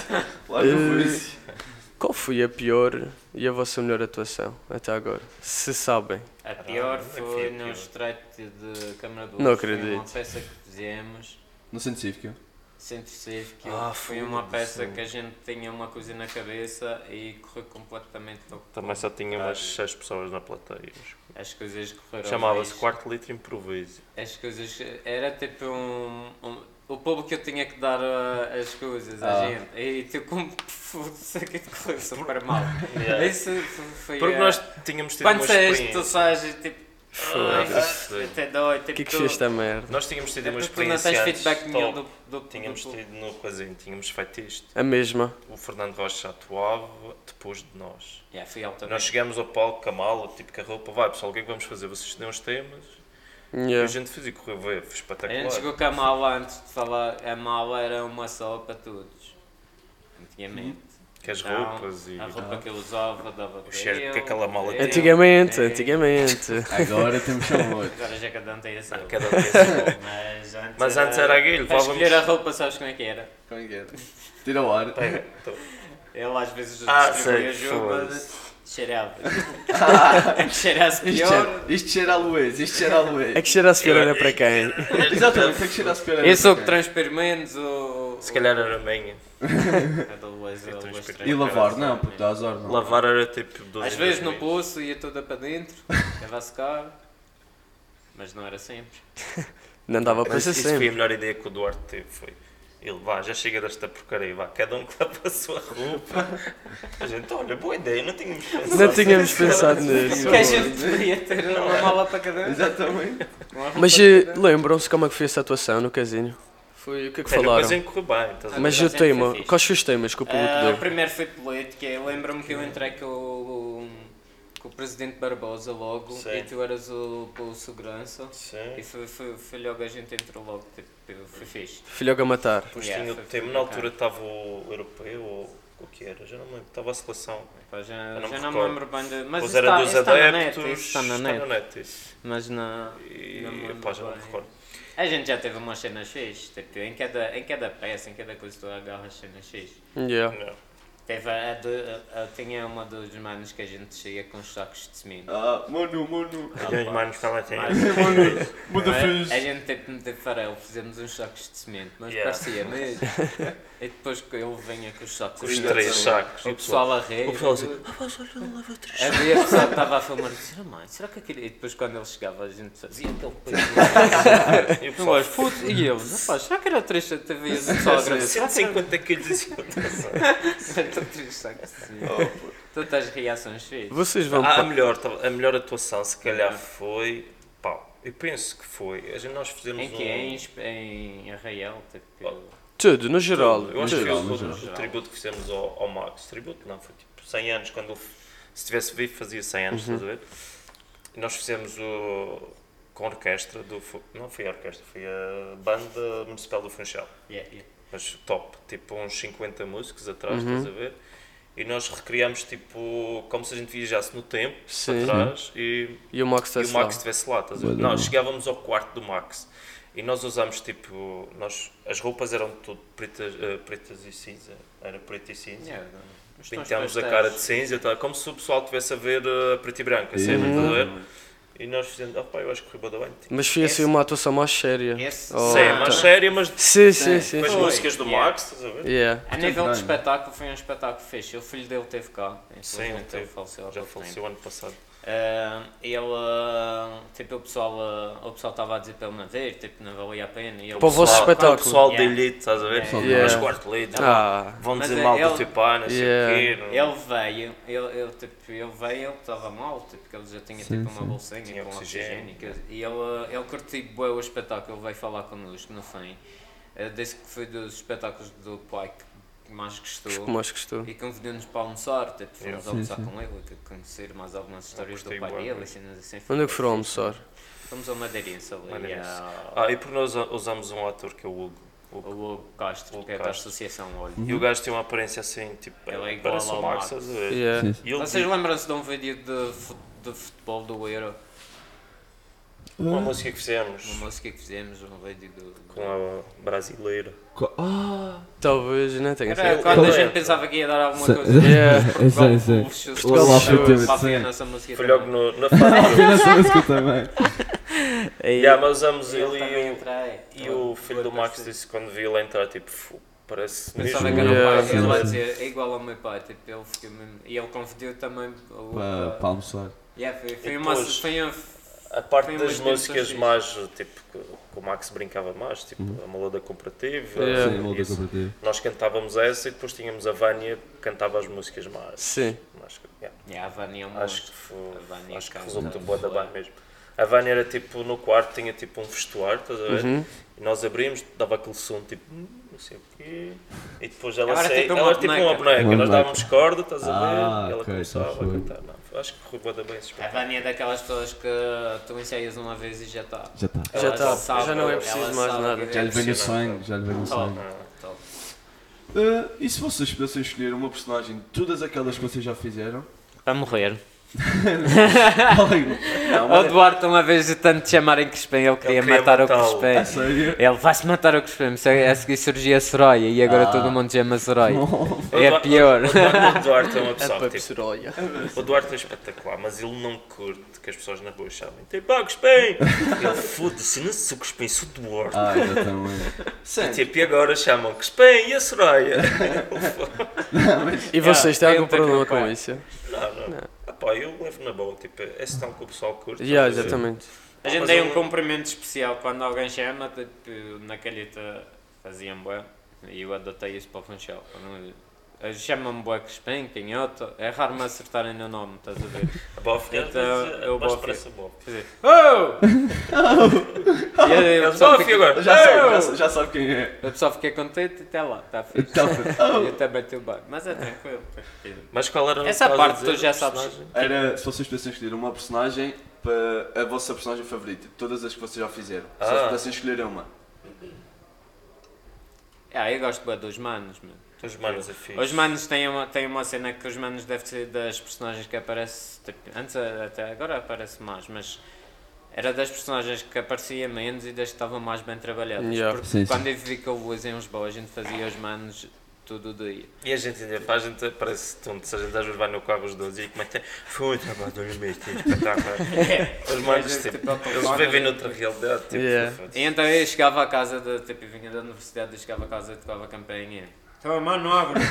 S1: larga por
S3: Eh,
S1: isso.
S2: Eh, Qual foi a pior e a vossa melhor atuação até agora? Se sabem.
S4: A
S3: Caralho,
S4: pior
S3: onde é que foi
S4: foi
S3: a
S4: no
S3: pior?
S4: estreito de Câmara do
S2: Não
S4: Ouro. Foi Uma
S2: acredito.
S4: peça que fizemos.
S1: No centro cívico,
S4: Centro Cívico,
S3: Ah,
S4: foi uma
S3: foda-se.
S4: peça que a gente tinha uma coisa na cabeça e correu completamente ao-
S3: Também só tinha umas 6 pessoas na plateia.
S4: As coisas correram
S3: Chamava-se
S4: bem.
S3: Quarto Litro Improviso.
S4: As coisas. Era tipo um. um- o povo que eu tinha que dar uh, as coisas à
S1: Ah.
S4: gente. E tu como. (laughs) Foda-se, que te correu
S2: (laughs)
S4: super mal. Isso foi.
S3: Porque
S4: uh,
S3: nós tínhamos tido uma
S4: Quando saíste, tu
S3: experiência.
S4: sais e tipo.
S3: Foda-se.
S4: "Ai, Até dói. Tipo,
S2: O que é que
S4: tu-
S2: fizeste a merda?
S3: Nós tínhamos tido uma
S4: É tu- Tu não
S3: experiência.
S4: tens
S3: antes
S4: feedback nenhum do,
S3: top.
S4: do, do
S3: Tínhamos
S4: do-
S3: tido no coisinho, tínhamos feito isto.
S2: A mesma.
S3: O Fernando Rocha atuava depois de nós.
S4: Yeah, fui altamente.
S3: Nós chegámos ao palco com a mala, tipo com a roupa, vai pessoal, o que é que vamos fazer? Vocês têm os temas? E a
S2: Yeah.
S3: gente fez e correu, veio, foi
S4: É. A
S3: espetacular.
S4: gente chegou com a mala antes de falar. A mala era uma só para todos. Antigamente.
S3: Com as
S4: Então,
S3: roupas e
S4: A roupa que eu usava dava para
S3: o cheiro que
S4: ele, É.
S3: aquela mala
S4: para
S3: tinha.
S2: Antigamente,
S4: eu-
S2: antigamente.
S1: agora temos só outro.
S4: Agora já cada um tem a sua.
S3: Ah, cada um tem a sua roupa.
S4: Mas antes,
S3: Mas antes era aquele,
S4: Para
S3: levávamos-
S4: escolher
S3: (laughs)
S4: a roupa, sabes como é que era?
S1: (laughs) Como é que era? Tira o ar.
S3: Pega, tô.
S4: Ele às vezes
S3: Ah,
S4: distribuía
S3: sei,
S4: as roupas,
S3: foda-se. (laughs)
S4: cheirava. Cheirasse
S1: Isto
S4: pior.
S1: cheira, isto cheira a Luiz, isto cheira a Luiz.
S2: É que cheira a senhora olha para quem?
S1: Exatamente, tem que cheirar a esperança.
S4: Eu sou que transpiro menos ou.
S3: Se calhar era meia.
S1: E lavar, não, porque dá azar, não.
S3: Lavar era tipo 12
S4: Às vezes no poço ia toda para
S2: (laughs)
S4: dentro, estava a secar. Mas não era sempre.
S2: Não dava para
S3: Mas
S2: ser
S3: isso foi a
S2: sempre.
S3: melhor ideia que o Duarte teve. Foi. Ele, vá, já chega desta porcaria, vá, cada um que (laughs) leva a sua roupa. A gente, olha, boa ideia, não tínhamos pensado.
S2: Não tínhamos
S4: (laughs)
S2: pensado nisso.
S4: Que a gente podia ter
S3: é.
S4: uma mala para cada um. (laughs)
S1: Exatamente.
S4: Uma roupa
S2: Mas
S4: para
S2: eh,
S4: cada um.
S2: lembram-se como é que foi essa atuação no casino? Foi o que é que
S3: Sério,
S2: falaram?
S3: Mas em correu bem, estás a ver?
S2: Mas
S4: Ah,
S2: o
S4: sempre
S2: tema,
S4: foi fixe.
S2: quais foi os temas que o público
S4: Ah, o
S2: deu?
S4: primeiro foi política. Eu Lembro-me que eu entrei com o, com o presidente Barbosa logo
S3: Sim.
S4: e tu eras o, o segurança.
S3: Sim.
S4: E foi, foi, foi logo a gente entrou logo. Tipo, foi fixe.
S2: Filhoga matar.
S3: Depois
S4: Yeah,
S3: tinha o
S4: foi-
S3: tema,
S4: foi
S3: na
S4: bacana.
S3: altura estava o europeu ou o que era, já não me lembro, estava a seleção.
S4: Pá, já
S3: Eu
S4: não,
S3: não
S4: já
S3: me
S4: não me
S3: recordo.
S4: lembro bem de. Mas
S3: Pois
S4: isso
S3: era
S4: está,
S3: dos
S4: isso está na net.
S3: adeptos,
S4: Isso está na net.
S3: isso.
S4: Mas na.
S3: E
S4: Não me lembro
S3: pá, já não me
S4: bem.
S3: recordo.
S4: A gente já teve umas cenas fixes. Tipo, em cada, em cada peça, em cada coisa, tu agarras cenas fixes.
S2: Yeah.
S3: Não.
S4: Teve a, a, do- a, a, tinha uma dos manos que a gente cheia com os sacos de cimento.
S1: Ah, mano,
S4: (laughs)
S1: mano.
S3: Os meus manos estavam assim.
S1: Muda
S4: Não é? A
S1: fez.
S4: gente teve que meter farelo, fizemos uns sacos de cimento, mas
S3: Yeah.
S4: parecia mesmo. e depois que ele venha com os sacos
S3: Os três sacos.
S4: O pessoal a rir.
S3: O pessoal assim,
S4: rapaz, olha, ele leva três sacos. Havia pessoal que estava a filmar, será mãe, será que aquele. E depois quando ele chegava, a gente fazia
S3: (laughs)
S4: aquele (laughs) peito.
S3: E É, o
S4: Não
S3: pessoal
S4: gosto, puto. E ele, rapaz, será que era três sacos? Havia um pessoal a gravar, será que
S3: 150 quilos e 50
S4: era três sacos de cimento? Todas as reações fez.
S2: Vocês vão.
S3: Ah, a,
S2: pa-
S3: melhor, a melhor atuação, se
S4: Uhum.
S3: calhar, foi. Pá, eu penso que foi. A gente, nós fizemos
S4: Em que? Em,
S3: um.
S4: Esp- em Arraial, tipo.
S2: Tudo, no geral.
S3: Eu acho que foi
S2: tudo.
S1: geral,
S3: o,
S1: no
S3: o
S1: geral.
S3: tributo que fizemos ao, ao Max. Tributo não, foi tipo 100 anos. Quando ele, se tivesse vivo, fazia 100 anos, estás a ver? E nós fizemos o, com a orquestra do. Fu- Não foi a orquestra, foi a banda municipal do Funchal.
S4: Yeah, yeah.
S3: Mas top, tipo uns 50 músicos atrás, estás a ver? E nós recriámos tipo como se a gente viajasse no tempo
S2: Sim.
S3: atrás e
S2: E o Max
S3: e o
S2: está lá.
S3: Max estivesse lá. Estás a ver?
S1: Boa
S3: Nós
S1: ideia.
S3: chegávamos ao quarto do Max e nós usámos tipo. Nós, as roupas eram tudo pretas, eh, pretas e cinza. Era preto e cinza.
S4: Yeah, os tons
S3: Pintámos a
S4: pastéis.
S3: cara de cinza, e tal, como se o pessoal estivesse a ver eh, preto e branco, assim,
S1: Uhum.
S3: estás a ver? E E nós fizemos, opá, eu acho que correu bué da bem. Tipo,
S2: Mas foi assim
S4: Esse-
S2: uma atuação mais séria.
S4: Esse
S2: Oh.
S3: séria, mas séria, mas
S2: Sim, sim, sim.
S3: com as
S4: Foi.
S3: músicas do
S4: Yeah.
S3: Max, estás a ver?
S2: Yeah.
S4: A nível de
S1: bem.
S4: espetáculo, foi um espetáculo fixe. O filho dele teve cá. Infelizmente
S3: teve.
S4: ele faleceu há
S3: Já
S4: pouco tempo.
S3: faleceu ano passado.
S4: Ah, ele, ah, tipo, o pessoal, ah, o pessoal estava a dizer para ele não ver, tipo, não valia a pena. E ele-
S2: Para o vosso
S3: Pessoal-
S2: espetáculo.
S3: O pessoal
S4: Yeah.
S3: da elite, estás a ver?
S4: Yeah.
S3: Yeah. Mas
S2: Yeah.
S3: quarto elite,
S2: Ah.
S3: vão
S4: Mas
S3: dizer
S4: é-
S3: mal
S4: ele-
S3: do teu pai, não sei
S2: Yeah.
S3: o quê. não-
S4: Ele veio, ele, ele, tipo, ele veio, ele estava mal, tipo, que ele já tinha
S1: Sim,
S4: tipo, uma
S1: sim.
S4: bolsinha
S3: Tinha
S4: com
S3: oxigênio. né?
S4: oxigênio. que- E ele, ele curtiu bué o espetáculo, ele veio falar connosco no fim. Eh, Disse que foi dos espetáculos do pai que mais gostou.
S2: Ah, Como acho que estou.
S4: E convidou-nos para almoçar, tipo, fomos
S1: Sim,
S4: almoçar
S1: sim.
S4: com ele, tipo, conhecer mais algumas histórias do
S3: gostei
S4: pai
S3: bué,
S4: dele,
S3: velho.
S4: e cenas assim.
S2: Onde é que
S4: foi
S2: foram
S4: fixe.
S2: almoçar?
S4: Fomos ao Madeirense ali,
S3: Madeirense.
S4: ao-
S3: Ah, e porque nós usamos um ator que é o Hugo.
S4: ao
S3: Hugo.
S4: Hugo Castro,
S3: Hugo
S4: que é da
S3: Castro.
S4: associação, olha.
S2: Uhum.
S3: E o gajo tem uma aparência assim, tipo,
S4: Ele é igual
S3: parece
S4: ao
S3: o Max,
S4: Max.
S3: estás a ver?
S2: Yeah.
S1: Sim, sim.
S3: E ele
S4: Vocês
S3: diz
S4: lembram-se de um vídeo de, fu- de futebol do Euro?
S3: uma música que fizemos
S4: Uma música que fizemos, um vídeo do.
S3: com a brasileira.
S4: (laughs)
S1: Co- Ah!
S2: Talvez, não tenho
S4: Era
S2: certeza.
S4: quando a
S3: Qual é?
S4: gente pensava que ia dar alguma
S1: Sei-
S4: coisa.
S2: Yeah.
S4: Portugal,
S1: Sei, sei.
S4: os seus-
S1: Olá,
S4: os seus-
S1: Filipe,
S4: pá, foi a
S1: sim.
S4: nossa música
S3: Foi
S4: também.
S3: logo no,
S2: (laughs)
S3: na fada.
S1: Eu não sou música também.
S3: yeah, mas usamos
S4: Ele
S3: ele
S4: também
S3: e,
S4: entra aí.
S3: o- e o filho do Max disse que quando vi ele entrar, tipo, "Fu, parece
S4: Pensava
S3: mesmo. um
S4: que era o
S2: Yeah.
S4: pai, ele vai
S1: Sim, sim.
S4: dizer, é igual ao meu pai, tipo, ele ficou mesmo. E ele convidou também o.
S1: Para para almoçar.
S4: Yeah, foi, foi
S3: E
S4: uma.
S3: depois-
S4: Foi um.
S3: A parte
S4: Foi
S3: das
S4: umas
S3: músicas
S4: danças
S3: mais, tipo, que, que o Max brincava mais, tipo, a Malada Comparativa,
S2: Uhum.
S4: É,
S3: assim,
S2: Yeah.
S1: Sim, outra
S3: isso.
S1: cooperativa.
S3: Nós cantávamos essa e depois tínhamos a Vânia que cantava as músicas mais.
S2: Sim.
S3: mais yeah.
S4: Yeah, a Vânia é um
S3: Acho que,
S4: monstro.
S3: foi,
S4: A Vânia
S3: acho que
S4: canta
S3: resultou
S4: de
S3: boa da
S4: fora.
S3: bem mesmo. A Vânia era tipo no quarto, tinha tipo um vestuário, estás a ver?
S1: Uhum.
S2: Uhum.
S3: E nós abrimos, dava aquele som tipo, "Hum, não sei o quê. E depois ela,
S4: Ela era
S3: saía,
S4: tipo uma
S3: ela era tipo
S4: boneca.
S3: uma boneca,
S1: Uma
S3: nós
S1: boneca.
S3: dávamos corda, estás a ver?
S1: Ah,
S3: e ela
S1: ok,
S3: começava
S1: já foi.
S3: a cantar. Não, acho que correu bué da bem esse
S4: A
S3: (laughs) espetáculo.
S4: Vânia é daquelas pessoas que tu ensaias uma vez e já está.
S1: Já está.
S2: Já tá,
S4: sabe-
S2: já não é
S4: ela
S2: preciso
S4: sabe
S2: mais
S4: que
S2: nada.
S4: é Tá
S1: Já lhe veio o
S4: possível.
S1: sangue, já lhe veio o
S4: Top,
S1: sangue.
S4: top.
S1: Ah, e se vocês pudessem escolher uma personagem de todas aquelas que vocês já (laughs) fizeram?
S4: Para morrer.
S1: qual é uma? Não,
S4: O
S1: mas
S4: Duarte, uma vez de tanto chamarem Crispim, ele queria
S3: queria
S4: matar o
S3: matá-lo.
S1: é
S4: Crispim.
S1: sério.
S4: Ele vai-se matar o Crispim, se- a seguir surgia a Soraya e agora todo mundo chama Soraya. É
S3: Duarte-
S4: pior.
S3: O
S4: (laughs)
S3: Duarte, o Duarte é uma
S2: É
S3: pessoa
S2: para
S3: que tipo,
S2: Pessoa.
S3: O Duarte é espetacular, mas ele não curte que as pessoas na rua chamem. Tipo,
S1: (laughs)
S3: ah, cuspem! Ele foda-se, não sou cuspem, sou Duarte.
S1: (laughs) Ah, eu também.
S3: e, tipo, e agora chamam cuspem e a Soraya.
S4: (laughs)
S2: E vocês têm
S4: Yeah,
S2: algum
S4: eu tenho
S2: problema
S4: que
S2: com
S4: comprar.
S2: isso?
S3: não, não. Ah, pá, eu levo na boa, tipo, é esse tal que o pessoal curte.
S2: Yeah,
S3: estás a ver?
S2: exatamente.
S4: A
S3: Mas
S4: gente tem
S3: eu-
S4: um cumprimento especial quando alguém chama, tipo, na calheta faziam bué, e eu adotei isso para o Funchal. para não- Eles Chamam-me bué Crispim, Pinhoto, é raro-me acertarem no nome, estás a ver?
S3: eh, A bofe, às
S4: Então,
S3: vezes,
S4: eu
S3: eu gosto
S4: bofe.
S3: para essa bofe.
S4: Quer dizer, (laughs) oh! E aí, o
S3: Eles
S4: pessoal
S3: bofe
S4: fica-
S3: agora.
S1: Já
S4: Oh!
S3: "Ei!"
S1: sabe, já sabe- já sabe quem é.
S4: A pessoa fica contente e até lá, está
S1: (laughs)
S4: fixe.
S1: Tá bem. Oh.
S4: Eu também estou bem, mas é tranquilo.
S3: Mas qual era o
S4: Essa
S3: que estavas a
S4: parte tu
S3: dizer,
S4: já
S3: o
S4: sabes.
S3: personagem?
S1: Era se vocês pudessem escolher uma personagem para a vossa personagem favorita, de todas as que vocês já fizeram. Se vocês
S3: Ah.
S1: pudessem escolher uma.
S4: Ah, eu gosto bué dos manos, mano.
S3: Os manos é fixe.
S4: Os manos têm uma, têm uma cena que os manos deve ser das personagens que aparece. Tipo, antes a- até agora aparece mais, mas era das personagens que aparecia menos e das que estavam mais bem trabalhadas.
S2: Yeah.
S4: Porque
S1: Sim, sim.
S4: quando eu vi que eu usei uns boas, a gente fazia os manos todo o dia.
S3: E a gente ainda pá, a gente parece tonto, se a gente às vezes vai no carro os dois e é comenta Foda-se, pá, dou-lhe mesmo, este espetáculo. tipo, tá, Os manos,
S4: Mas,
S3: tipo,
S4: tipo, ao
S3: eles
S4: telefone,
S3: vivem noutra realidade, tipo,
S2: Yeah.
S3: foda-se.
S4: E então eu chegava à casa, de, tipo, eu vinha da universidade, eu chegava à casa e tocava a campainha. Então, mano, não abre.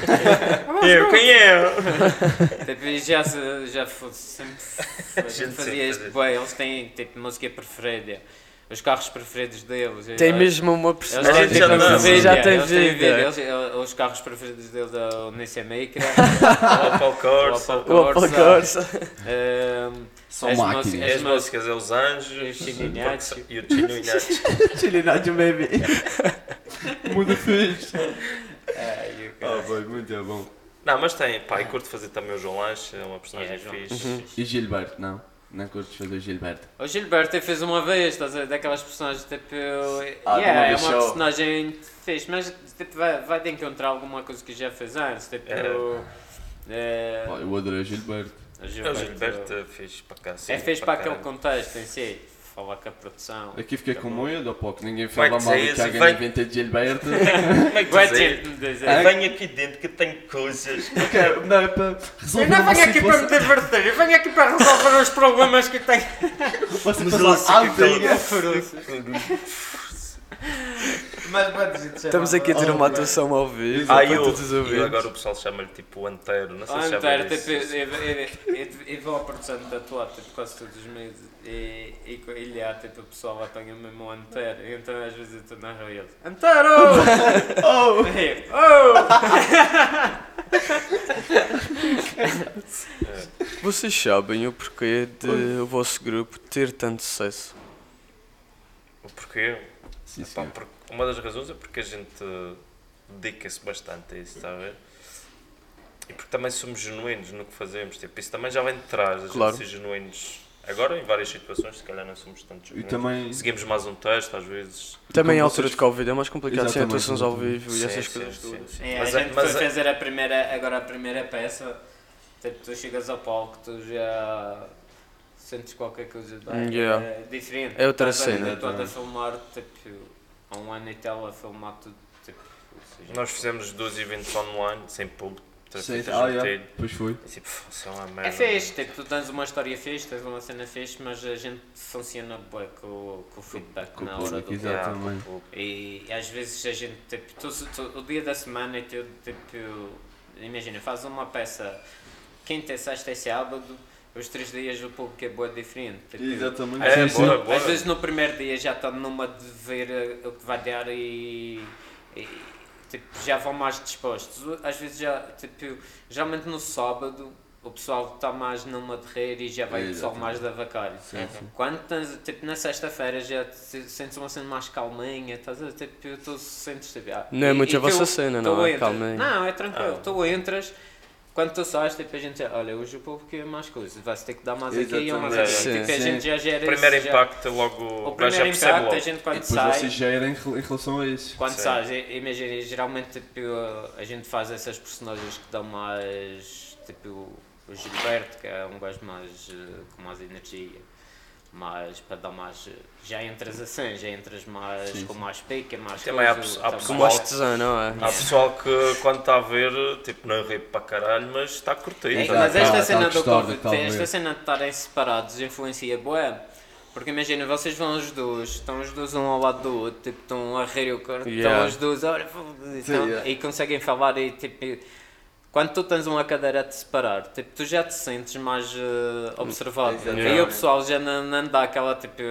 S4: Ah,
S3: Eu, quem
S4: (laughs)
S3: é?
S4: Tipo, e já, se- já fo- sempre a gente
S3: Gente
S4: fazia
S3: sempre
S4: isto
S3: fazia.
S4: bem. Eles têm tipo música preferida, os carros preferidos deles.
S2: Tem
S4: eu-
S2: mesmo uma
S4: Eles
S2: personagem.
S4: têm,
S3: gente já
S4: tipo,
S3: dança.
S4: vida,
S2: já tem
S4: eles têm vida.
S2: vida.
S4: Eles, eles- os carros preferidos deles é da Onissia
S2: (laughs)
S4: Maker,
S3: Olá, Paul Corsa.
S2: O Opel Corsa.
S4: ehm,
S1: São
S4: as
S1: máquinas.
S4: músicas-
S3: As músicas é Os Anjos
S4: E o Chino Inácio.
S3: porque- e o Chino Inácio.
S1: Chilidade (laughs) baby. Muito fixe.
S4: ai, eu-
S1: Ah, bem, muito é bom.
S3: Não, mas tem, pá, e curto fazer também o João Lanche, é uma personagem
S4: É, João.
S3: fixe.
S2: Uhum.
S1: E Gilberto, não? Não curtes fazer o Gilberto?
S4: O Gilberto fez uma vez, estás a ver? Daquelas personagens tipo.
S1: Ah, de uma
S4: yeah, é
S1: vez
S4: uma
S1: só.
S4: personagem fixe, mas tipo, vai, vai de encontrar alguma coisa que já fez antes. Tipo.
S3: É.
S4: eh,
S1: Pá, eu adorei o Gilberto.
S4: o
S3: É o Gilberto, é fixe para cá. sim,
S4: É fez para
S3: para
S4: aquele
S3: caralho.
S4: contexto em si. falar com a produção.
S1: Aqui fiquei com moeda, pô, que ninguém fala
S3: Vai
S1: mal
S3: dizer
S1: do
S3: isso,
S1: Thiago
S3: vai-
S1: na venta de (laughs) Gilberto.
S3: Como é que
S4: Vai
S3: tu dizes? Ah,
S4: ter de dizer.
S2: É.
S3: Venho aqui dentro que tenho coisas.
S2: (laughs)
S1: Quero- não, é para
S4: Eu
S1: resolver
S4: não
S1: uma
S4: venho aqui para me
S1: situação.
S4: divertir, eu venho aqui para resolver os problemas que tenho.
S1: Uma
S3: Mas ele
S1: situação
S3: fica
S1: alvinha.
S3: (laughs)
S4: Mas vai dizer
S2: Estamos aqui a ter uma atuação ao vivo
S3: Ah,
S2: para
S3: eu,
S2: todos os
S3: eu
S2: ouvintes.
S3: agora o pessoal chama-lhe tipo o Antero, não sei se já
S4: Antero,
S3: viram
S4: tipo,
S3: isso.
S4: eu, eu, eu, eu vou à produção de tatuar tipo, quase todos os meses e, e com ele há tipo, o pessoal apanha mesmo o Antero, então às vezes eu estou na rua e ele Antero! oh! E eu, oh!
S2: Vocês sabem o porquê de o vosso grupo ter tanto sucesso?
S3: Porquê?
S1: Sim,
S3: Pá,
S1: senhor.
S3: porque- uma das razões é porque a gente dedica-se bastante a isso, está a ver? E porque também somos genuínos no que fazemos. Tipo, isso também já vem de trás, a gente
S2: Claro.
S3: ser genuínos. Agora, em várias situações, se calhar não somos tanto
S1: E
S3: genuínos.
S1: também
S3: Seguimos mais um texto, às vezes.
S2: Também
S1: Como
S2: a altura
S1: vocês-
S2: de Covid é mais complicado sem
S1: Exatamente,
S2: atuações ao vivo e
S3: Sim,
S2: essas
S3: sim,
S2: coisas
S3: sim,
S2: todas.
S3: sim.
S4: É,
S3: Mas,
S4: a
S3: é-
S4: gente
S3: mas
S4: foi
S3: é-
S4: fazer a primeira, agora a primeira peça, tipo, tu chegas ao palco, tu já sentes qualquer coisa bem,
S2: Yeah.
S4: é diferente.
S2: É outra
S4: Estás a-
S2: cena.
S4: Estás a filmar, tipo, há um ano e tal a filmar tudo, tipo, ou seja,
S3: nós fizemos dois eventos online, sem público,
S1: Sim,
S3: transmitidos
S1: ah,
S3: no
S1: yeah.
S3: telho.
S1: Pois foi.
S3: E tipo, "Pff, isso é uma merda.
S4: É fixe, tipo, tu tens uma história fixe, tens uma cena fixe, mas a gente funciona bem com, com o feedback
S1: Com o
S4: na hora
S1: público,
S4: do
S1: exato.
S4: yeah.
S1: Exatamente.
S3: com o público.
S4: e, e às vezes a gente, tipo, tu, tu- o dia da semana e tu, tipo, imagina, fazes uma peça quinta, sexta e sábado, os três dias o público é boa diferente. tipo,
S1: Exatamente.
S3: É,
S1: Sim,
S3: bora,
S1: sim.
S3: bora.
S4: Às vezes no primeiro dia já está numa de ver eh, o que vai dar e, e, tipo, já vão mais dispostos. Às vezes já, tipo, geralmente no sábado o pessoal está mais numa de rir e já vai o pessoal mais
S1: Exatamente.
S4: de avacalho. Uhum.
S1: Sim, sim.
S4: Quando tens, tipo, na sexta-feira já te sentes uma cena mais calminha, estás a tipo, tu sentes tipo, ah,
S2: Não é
S4: e-
S2: muito
S4: e
S2: a vossa
S4: tu-
S2: cena,
S4: tu
S2: não é?
S4: entras-
S2: Calminha.
S4: Não, é tranquilo,
S3: Ah.
S4: tu entras, quando tu sais, tipo, a gente já, olha, hoje o povo quer mais coisas, vai-se ter que dar mais aqui e mais
S1: Exatamente.
S4: ali.
S2: Sim,
S4: Tipo, a
S1: sim.
S4: gente já gera
S3: O primeiro
S4: isso, já-
S3: impacto é logo.
S4: O
S3: O gajo já
S4: primeiro
S3: percebe
S4: impacto,
S3: logo.
S4: a gente
S1: E
S4: quando
S1: depois
S4: sai,
S1: vocês já eram em rel- em relação a isso.
S4: quando
S3: Sim.
S4: sais, i- imagina, geralmente tipo, a gente faz essas personagens que dão mais, tipo, o Gilberto, que é um gajo mais, eh, com mais energia, mas para dar mais, eh, já entras assim, já entras mais,
S1: Sim,
S4: com
S1: sim.
S4: mais pica, mais
S3: Também há
S4: coisa,
S3: pesso- há
S4: também.
S2: Com
S3: pessoal-
S2: mais tesão, não é?
S3: Há pessoal que quando está a ver, tipo, não ri para caralho, mas está a curtir.
S4: É,
S3: tá?
S4: mas esta
S1: tá,
S4: cena
S1: tá
S4: do
S1: gostado,
S4: Covid,
S1: talvez.
S4: esta cena de estarem separados influencia bué. Porque imagina, vocês vão os dois, estão os dois um ao lado do outro, tipo, estão a rir o corpo,
S2: Yeah.
S4: estão os dois, olha, foda-se, estão-
S1: yeah.
S4: e conseguem falar e tipo. Quando tu tens uma cadeira a te separar, tipo, tu já te sentes mais eh, observado.
S1: Exatamente.
S4: E o pessoal já não, não dá aquela tipo.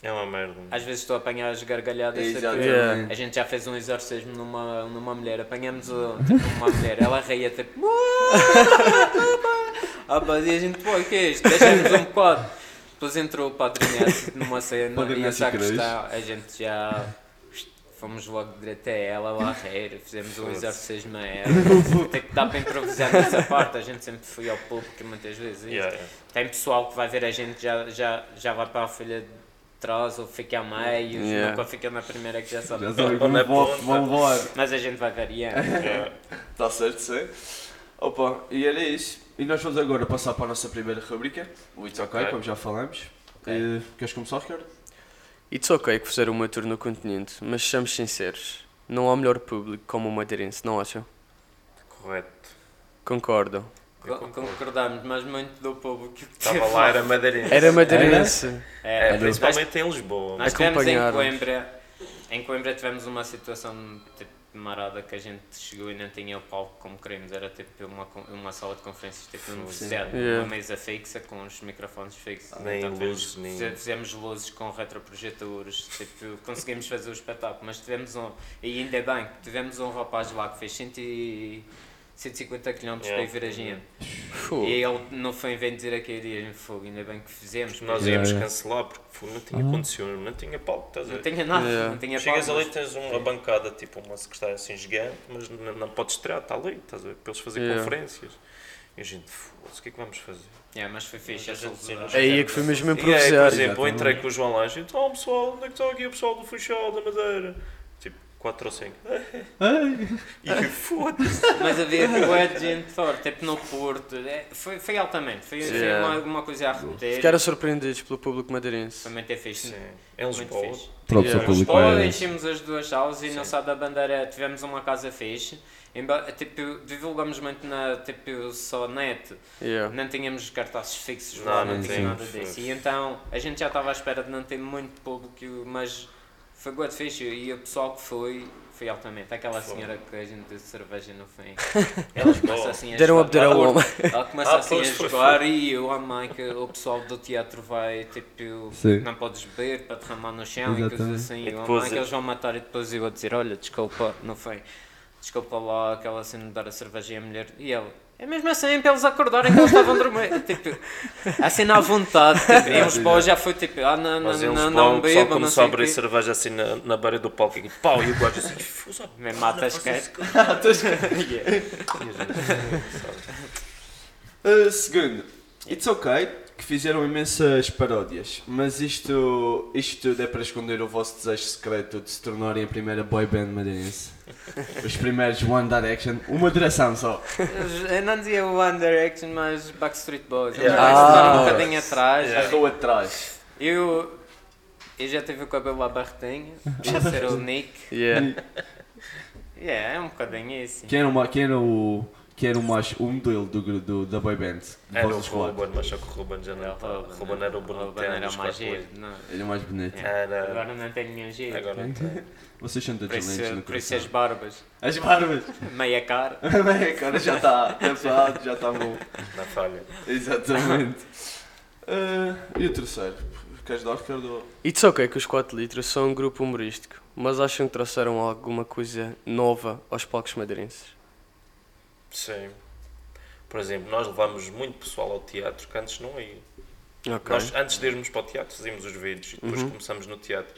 S3: É uma merda.
S4: Às vezes estou a apanhar as gargalhadas. tipo,
S1: Exatamente.
S2: Yeah.
S4: a gente já fez um exorcismo numa, numa mulher, apanhamos uh, tipo, uma mulher, ela ria tipo. ah, pá, e a gente, pô, o que é isto? Deixamos um bocado. Depois entrou o Padre Inácio numa cena
S1: Padre
S4: e a
S1: Inácio
S4: sacristão, a gente já. Fomos logo direto até ela lá a rir, fizemos um exorcismo a ela. Tem que dar para improvisar nessa parte, a gente sempre foi ao público muitas vezes. é
S3: Yeah,
S4: (laughs)
S3: yeah.
S4: Tem pessoal que vai ver a gente já, já, já vai para a folha de trás ou fica a meio,
S2: Yeah.
S4: nunca fica na primeira que já sabe.
S1: Já sabem
S3: Onde é
S1: como
S3: ponta?
S1: vão embora.
S4: Mas a gente vai variando.
S3: Yeah.
S5: Tá certo, sim. Opa, e era isso. E nós vamos agora passar para a nossa primeira rubrica, o It's OK,
S3: Ok.
S5: como já falamos.
S4: Ok.
S5: Eh, queres começar, Ricardo?
S2: It's ok que fizeram uma tour no continente, mas sejamos sinceros, não há melhor público como o madeirense, não acham?
S4: (laughs)
S3: Correto.
S2: Concordam?
S4: Co- Concordamos, mas muito do povo que
S3: Estava lá, era madeirense.
S2: Era madeirense.
S4: É,
S3: É,
S4: nós-
S3: principalmente em Lisboa.
S4: Nós tivemos em
S2: Acompanharam-nos.
S4: Coimbra, em Coimbra tivemos uma situação tipo, marada que a gente chegou e não tinha o palco como queríamos, era tipo uma, con- uma sala de conferências tipo na universidade,
S2: Yeah.
S4: uma mesa fixa com os microfones fixos. Então,
S3: Nem luzes,
S4: fizemos,
S3: nem-
S4: fize- fizemos luzes com retroprojetores, tipo, conseguimos fazer o espetáculo, mas tivemos um, e ainda bem, que tivemos um rapaz lá que fez 100 e- 150 km para ir
S3: Yeah.
S4: ver a gente.
S2: Fogo.
S4: E ele não foi bem dizer aquele dia, fogo, ainda bem que fizemos.
S3: Nós
S4: porque
S1: Yeah.
S3: íamos
S1: Uhum.
S3: cancelar porque foi- não tinha condições, não tinha palco, estás a
S4: não
S3: ver?
S4: tinha nada,
S2: Yeah.
S4: não tinha
S3: Chegas
S4: palco,
S3: ali, tens uma bancada, tipo uma secretária assim gigante, mas n- não, podes tirar, está ali, estás a ver? Para eles fazerem
S2: Yeah.
S3: conferências. E a gente, foda-se, o que é que vamos fazer?
S4: É, mas foi fixe essa
S3: Sim,
S4: luz.
S3: sim.
S2: Aí é que foi mesmo
S3: E é, por
S2: improvisar.
S3: exemplo, eu entrei com o João Lange e disse: Oh pessoal, onde é que está aqui o pessoal do Funchal, da Madeira? Tipo, 4 ou 5.
S1: Ai,
S3: E eu, foda-se.
S4: Mas havia bué de gente fora, tipo no Porto. É, foi, foi altamente, foi, foi
S2: Yeah.
S4: uma, uma coisa a repetir.
S2: Ficaram surpreendidos pelo público madeirense.
S4: Também ter fixe.
S3: Sim. Em
S4: é Muito
S3: Lisboa.
S4: fixe.
S1: Próprio
S2: Yeah.
S1: seu público
S4: Lisboa
S1: é.
S4: enchemos as duas salas e no
S3: Sim.
S4: Sado da Bandeira tivemos uma casa fixe. Emba- Tipo, divulgamos muito na tipo, só net,
S2: Yeah.
S4: não tínhamos cartazes fixos
S3: Não,
S4: lá,
S3: não
S4: não
S1: tinha.
S4: tínhamos nada disso. E então a gente já estava à espera de não ter muito público, mas foi boa de fixe e o pessoal que foi, foi altamente. Aquela
S3: Foi.
S4: senhora que a gente disse cerveja no fim.
S3: Em
S4: Começa
S3: Lisboa.
S4: assim a
S2: Deram a
S4: jogar-
S2: beber ao homem.
S4: Ela começa
S3: Ah,
S4: assim a
S3: pois, foi,
S4: jogar e eu, oh mãe, que o pessoal do teatro vai, tipo,
S1: Sim.
S4: não podes beber para derramar no chão e coisas
S1: Exatamente.
S4: assim.
S3: E
S4: Eu, oh
S3: depois é-
S4: mãe, que
S3: eu-
S4: eles vão matar e depois eu vou dizer, olha, desculpa, não foi. Desculpa lá aquela cena de dar a cerveja e a mulher. E ela, é mesmo assim para eles acordarem que eles estavam a dormir. (laughs) tipo, assim na vontade. Tipo,
S2: É,
S4: em Lisboa já foi tipo, ah, não, não,
S3: Mas em
S4: não,
S3: Lisboa
S4: não
S3: o pessoal
S4: beba, não
S3: começou a
S4: sei o
S3: abrir
S4: quê.
S3: cerveja assim na, na beira do palco e pau, e o gajo assim,
S4: (laughs)
S3: fusa.
S4: Me mata as
S5: Uh, segundo, it's ok que fizeram imensas paródias, mas isto, isto é para esconder o vosso desejo secreto de se tornarem a primeira boy band
S3: (laughs)
S5: madeirense. Os primeiros One Direction, uma direção só.
S4: Eu não dizia One Direction, mas Backstreet Boys.
S3: Yeah.
S4: Eles estavam um
S2: Ah.
S4: bocadinho atrás.
S3: Yeah.
S5: Estou atrás.
S4: Eu, eu já tive o cabelo à
S3: (laughs)
S4: barretinha, ia ser o Nick.
S2: Yeah.
S4: Yeah, é um bocadinho isso.
S5: Quem era, uma, quem era o. Quem era o mais um modelo do, gru- do- da boy band? De
S3: Era o
S5: vocês quatro.
S3: É, Ruben, mas só que o Ruben já não estava. O Ruben era o bonitão
S4: Ruben era
S3: dos
S4: o mais
S3: quatro
S4: giro. não.
S5: Ele é o mais bonito.
S3: Era.
S4: Agora não tenho nenhum giro.
S3: Agora um não tem.
S5: (laughs) Vocês são todos
S4: Por isso,
S5: lindos no
S4: por isso as
S5: coração.
S4: barbas,
S5: é- As (laughs) barbas.
S4: meia cara.
S5: Bem, Agora já está pesado, já está (laughs) bom.
S3: Na falha.
S5: Exatamente. Ah, e o terceiro? Queres dar? Quero dar.
S2: It's ok que os 4 litros são um grupo humorístico, mas acham que trouxeram alguma coisa nova aos palcos madeirenses?
S3: Sim. Por exemplo, nós levámos muito pessoal ao teatro que antes não ia.
S2: Ok.
S3: Nós, antes de irmos para o teatro, fazíamos os vídeos e depois
S2: Uhum.
S3: começamos no teatro.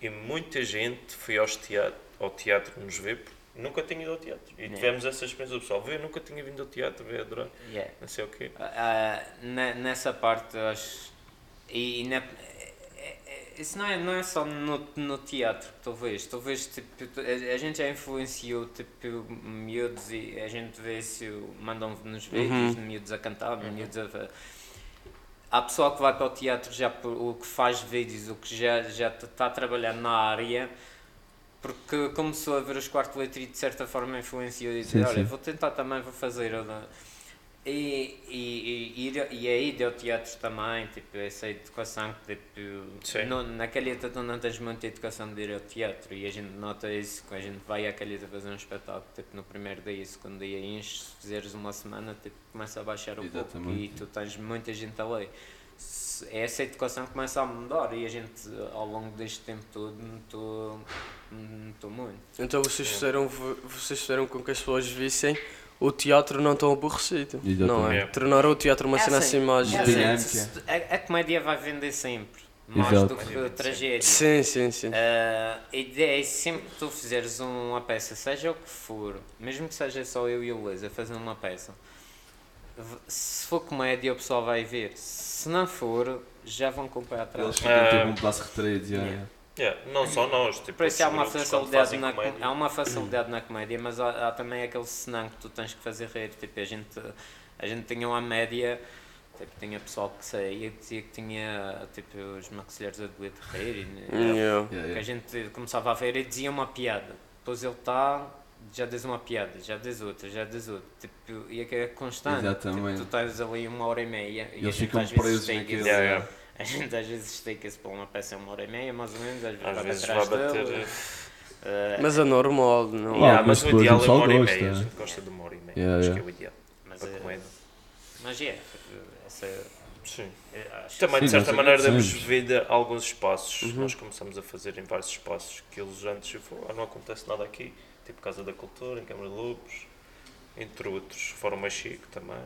S3: E muita gente foi aos teatro, ao teatro nos ver porque nunca tinha ido ao teatro. E
S4: Yeah.
S3: tivemos essa experiência do pessoal. Vê, eu nunca tinha vindo ao teatro, vê, adorar.
S4: Yeah.
S3: Não sei o quê.
S4: Ah, ne- nessa parte, eu acho. E, e na- é- é- é- isso não é, não é só no, no teatro que tu vês, tu vês tipo, tu- a, a gente já influenciou tipo, miúdos e a gente vê se mandam-nos vídeos de miúdos a cantar, de miúdos a. fa- Há pessoal que vai para o teatro já por- o que faz vídeos, o que já está já tá a trabalhar na área, porque começou a ver os quarto letra e de certa forma influenciou e disse,
S1: Sim,
S4: olha,
S1: sim.
S4: vou tentar também, vou fazer. eu não- E, e, e, ir, e aí deu teatro também, tipo, essa educação que tipo,
S3: Sim.
S4: não, na calheta tu não tens muita educação de ir ao teatro e a gente nota isso quando a gente vai à calheta fazer um espetáculo, tipo, no primeiro dia e segundo dia enches, se fizeres uma semana, tipo, começa a baixar um pouco
S5: Exatamente.
S4: e tu tens muita gente a ler. Se- é Essa educação começa a mudar e a gente ao longo deste tempo todo notou, notou muito.
S2: Então vocês fizeram, v- vocês fizeram com que as pessoas vissem o teatro não tão aborrecido,
S1: Exatamente.
S2: não é?
S3: É.
S2: Tornaram o teatro uma
S4: É
S2: cena
S4: assim,
S2: assim mais...
S4: é assim,
S5: Dinâmica.
S4: se- se- a, a comédia vai vender sempre, mais
S1: Exato.
S4: do
S3: Vai
S4: que
S3: vender
S4: a
S3: sempre.
S4: tragédia.
S2: Sim, sim, sim.
S4: Ah, a ideia é sempre que tu fizeres uma peça, seja o que for, mesmo que seja só eu e o Luís a fazer uma peça, v- se for comédia o pessoal vai ver, se não for, já vão comprar
S5: Eles
S4: atrás.
S5: ficam
S3: Ah.
S5: tipo um braço retraído. já,
S4: Yeah.
S3: Yeah, não só nós. Tipo,
S4: Por isso Uhum. há
S3: outros
S4: uma,
S3: grupos, quando
S4: facilidade
S3: fazem
S4: na,
S3: comédia,
S4: com- há uma facilidade na comédia, mas há, há também aquele senão que tu tens que fazer rir. Tipo, a gente, a gente tinha uma média, tipo, tinha pessoal que saía que dizia que tinha tipo, os maxilares a doer de rir. E,
S3: Hum,
S2: Yeah.
S3: é.
S5: yeah.
S4: que a
S5: Yeah,
S4: gente começava a ver e dizia uma piada. Depois ele está, já diz uma piada, já diz outra, já diz outra. Tipo, e é que é constante.
S5: Exatamente.
S4: Tipo, tu estás ali uma hora e meia e a
S5: Eles
S4: gente
S5: ficam
S4: às vezes
S5: presos
S4: estica-se.
S5: naquele-
S3: Yeah, yeah.
S4: A gente às vezes estica-se para uma peça é uma hora e meia, mais ou menos, às vezes
S3: Às
S4: vai
S3: vezes vai
S4: atrás
S3: bater.
S4: dele.
S3: eh,
S4: Eh,
S2: Mas é normal, não
S1: Yeah.
S3: yeah,
S1: algumas
S3: mas o
S1: coisas
S3: ideal é
S1: só
S3: uma hora e
S1: gosta,
S3: meia. A
S1: né?
S3: gente gosta de uma hora e meia.
S1: Yeah,
S3: Acho
S1: yeah.
S3: que é o ideal.
S4: mas,
S3: Para
S4: eh,
S3: comédia.
S4: mas é, essa,
S3: Sim.
S4: eh, acho
S3: Também, de
S1: Sim,
S3: certa
S1: nós
S3: maneira, demos
S1: agradecemos.
S3: vida a alguns espaços. Nós começamos a fazer em vários espaços que eles antes eu falo, ah, não acontece nada aqui. Tipo Casa da Cultura, em Câmara de Lobos, entre outros. Fórum Mais Chico também.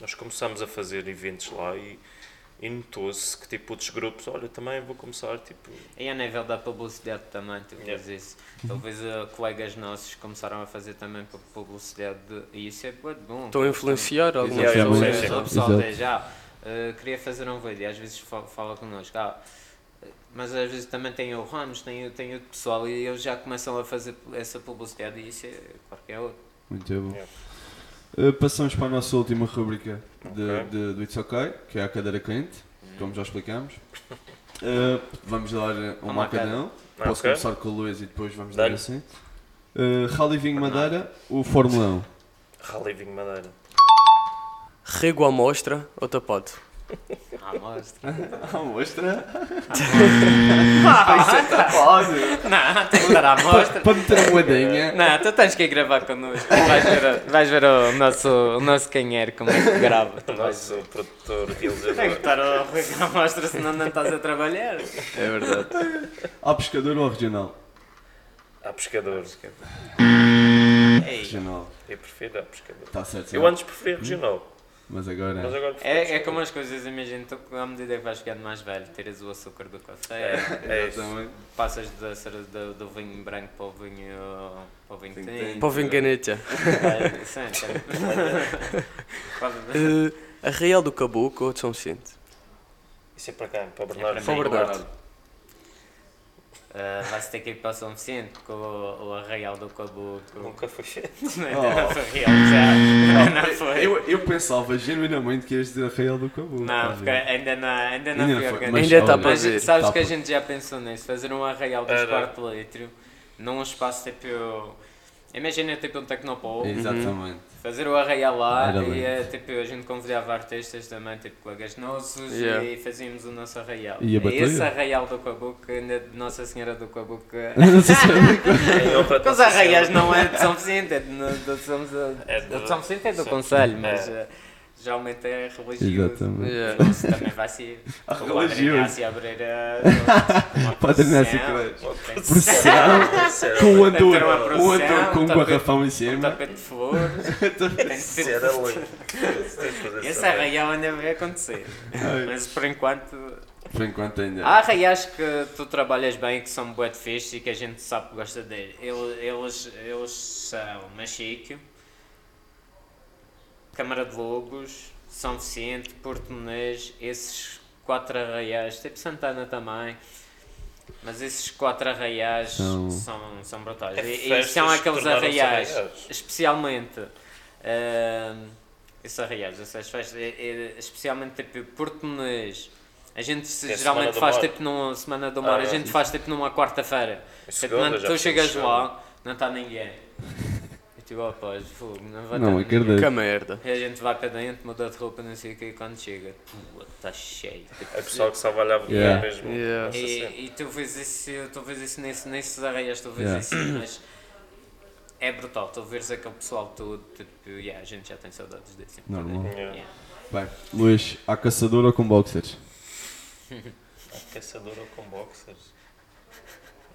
S3: Nós começamos a fazer eventos lá e, e notou-se que tipo outros grupos, olha, também vou começar, tipo,
S4: E a nível da publicidade também, talvez
S3: Yeah.
S4: isso. Talvez eh, colegas nossos começaram a fazer também pu- publicidade de- e isso é bué de bom.
S2: Estão a influenciar algumas
S3: Yeah, yeah,
S2: pessoas.
S3: sim,
S4: Sim,
S3: sim.
S4: O pessoal
S1: Exato.
S4: diz, ah, eh, queria fazer um vídeo, e às vezes fa- fala connosco, ah, eh, Mas às vezes também tem o Ramos, tem, o- tem outro pessoal e eles já começam a fazer essa publicidade e isso é claro que é outro.
S1: Muito bom.
S3: Yeah.
S1: Uh, passamos para a nossa última rubrica de-
S3: Ok.
S1: de- do It's OK, que é a cadeira quente, como já explicamos.
S3: Hum.
S1: Uh, vamos dar uh, uma
S4: Uma
S1: a cada um.
S3: Ah,
S1: Posso
S3: ok.
S1: começar com o Luís e depois vamos dar
S3: Dá-lhe.
S1: assim. Uh, Rally Vinho Madeira ou Fórmula um.
S3: Rally Vinho Madeira.
S2: Rego à mostra ou tapado?
S4: Ah, mas...
S1: 1? (laughs) mostra!
S4: (laughs) não, tem que estar à mostra.
S1: Para meter a moedinha.
S4: Não, tu tens que ir gravar connosco. Vais ver, o- vais ver o, nosso, o nosso canheiro como é que grava.
S3: O nosso produtor
S4: Tem que
S3: realizador.
S4: estar a arrancar a mostra, senão não estás a trabalhar.
S1: É verdade. Ao pescador ou ao regional?
S3: Há pescador.
S4: Ei,
S1: Regional.
S3: Eu prefiro a pescador.
S1: Está certo,
S3: Eu
S1: sim.
S3: antes preferia regional,
S1: Mas
S3: mas
S1: agora.
S3: agora prefiro
S4: é, é
S3: pescador.
S4: como as coisas, imagina, tu, à medida que vais ficando mais velho, tiras o açúcar do café,
S3: É, é isso.
S1: Exatamente.
S4: passas da cera- do, do vinho branco para o vinho, para o vinho
S1: Vinho
S4: tinto.
S2: Para o Vinganeta.
S4: É, sim, (laughs) sim. Pode-
S2: Uh, a Real do Caboclo ou de São Vicente?
S3: Isso é para quem? Para o
S4: É para
S3: Bernardo?
S4: mim,
S2: São Bernardo.
S4: Ah, Vai-se ter que ir para o São Vicente, porque o, o Arraial do Caboclo.
S3: Nunca fui.
S4: Não é
S1: Oh.
S4: Arraial, já. Não foi.
S1: Eu, eu pensava genuinamente que ias dizer a Real do Cabo.
S4: Não, porque é ainda não, ainda não
S1: Ainda
S4: fui
S1: foi,
S4: organizado.
S1: mas
S2: Ainda está
S1: olha,
S2: para
S4: Mas
S2: ver.
S4: sabes
S1: Tá
S4: que a
S1: por-
S4: gente já pensou nisso, fazer um arraial dos
S3: Era.
S4: 4 litros num espaço tipo. Imagina tipo um Tecnopol,
S1: Exatamente.
S4: fazer o arraial lá
S1: Era
S4: e
S1: lindo.
S4: eh, tipo, a gente convidava artistas também, tipo colegas nossos
S2: Yeah.
S4: e fazíamos o nosso arraial. É
S1: E a batalha?
S4: esse arraial do Cabuco, ainda de Nossa Senhora do Cabuco.
S1: (laughs) é
S3: Em outra
S4: Os
S3: Conceição.
S4: arraiais não é de São Vicente, é de, no- de São,
S3: É
S4: de,
S3: do-
S4: São Vicente é do
S3: Sim.
S4: Conselho, mas
S3: É.
S4: eh, geralmente é religioso.
S1: Exatamente.
S2: Yeah.
S4: Isso também vai ser.
S1: A
S4: O Padre
S1: religião.
S4: Inácio Abreira.
S1: (laughs) Padre Inácio
S3: Isso era
S1: Com o
S3: lindo.
S4: Tem que ter
S1: Andor. O
S4: uma procissão,
S1: Andor com um
S4: um tapete-
S1: garrafão em
S4: Um
S1: cima.
S4: tapete
S1: (laughs)
S4: de flores. Tem que
S3: Isso
S4: ter-
S3: era lindo.
S4: Esse arraial ainda vai acontecer.
S1: Ai.
S4: Mas por enquanto.
S1: Por enquanto ainda.
S4: Há arraiais Ah, que tu trabalhas bem, que são bué de fixe e que a gente sabe que gosta deles. Eles, eles, eles são Machique, Câmara de Logos, São Vicente, Porto Menês, esses quatro arraiais, tipo Santana também. Mas esses quatro arraiais
S1: São-
S4: são, são, brutais.
S3: É
S4: E- e
S3: festas
S4: são
S3: que
S4: aqueles
S3: tornaram-se
S4: arraiais,
S3: arraiais.
S4: especialmente. eh, ahm, esses arraiais, essas festas, é- é especialmente tipo Porto Menês. A gente se-
S3: É a Semana
S4: geralmente
S3: do
S4: faz
S3: Mar.
S4: tipo numa semana do mar,
S3: Ah,
S4: a
S3: é.
S4: gente faz tipo numa quarta-feira.
S3: É
S4: Tipo,
S3: segunda,
S4: quando
S3: já
S4: tu
S3: foi
S4: chegas
S3: segunda.
S4: lá, não está ninguém. E tipo, ó, pá, fogo, não vai
S1: Não,
S4: estar ninguém.
S1: acredito.
S2: Que merda.
S4: E a gente vai para dentro, muda de roupa, não sei o que, e quando chega, pua, está cheio. tipo,
S3: A pessoa que trabalhava
S1: Yeah.
S3: é mesmo.
S2: Yeah.
S3: Nossa Senhora.
S4: E, e tu vês isso, tu vês isso nesse, nesses arraias, tu vês
S1: Yeah.
S4: isso, mas é brutal, tu vês aquele pessoal todo, tipo, yeah, a gente já tem saudades desse.
S1: Normal.
S3: Yeah.
S4: Yeah.
S1: Bem, Luís, há caçador ou com boxers?
S3: Caçador ou com boxers?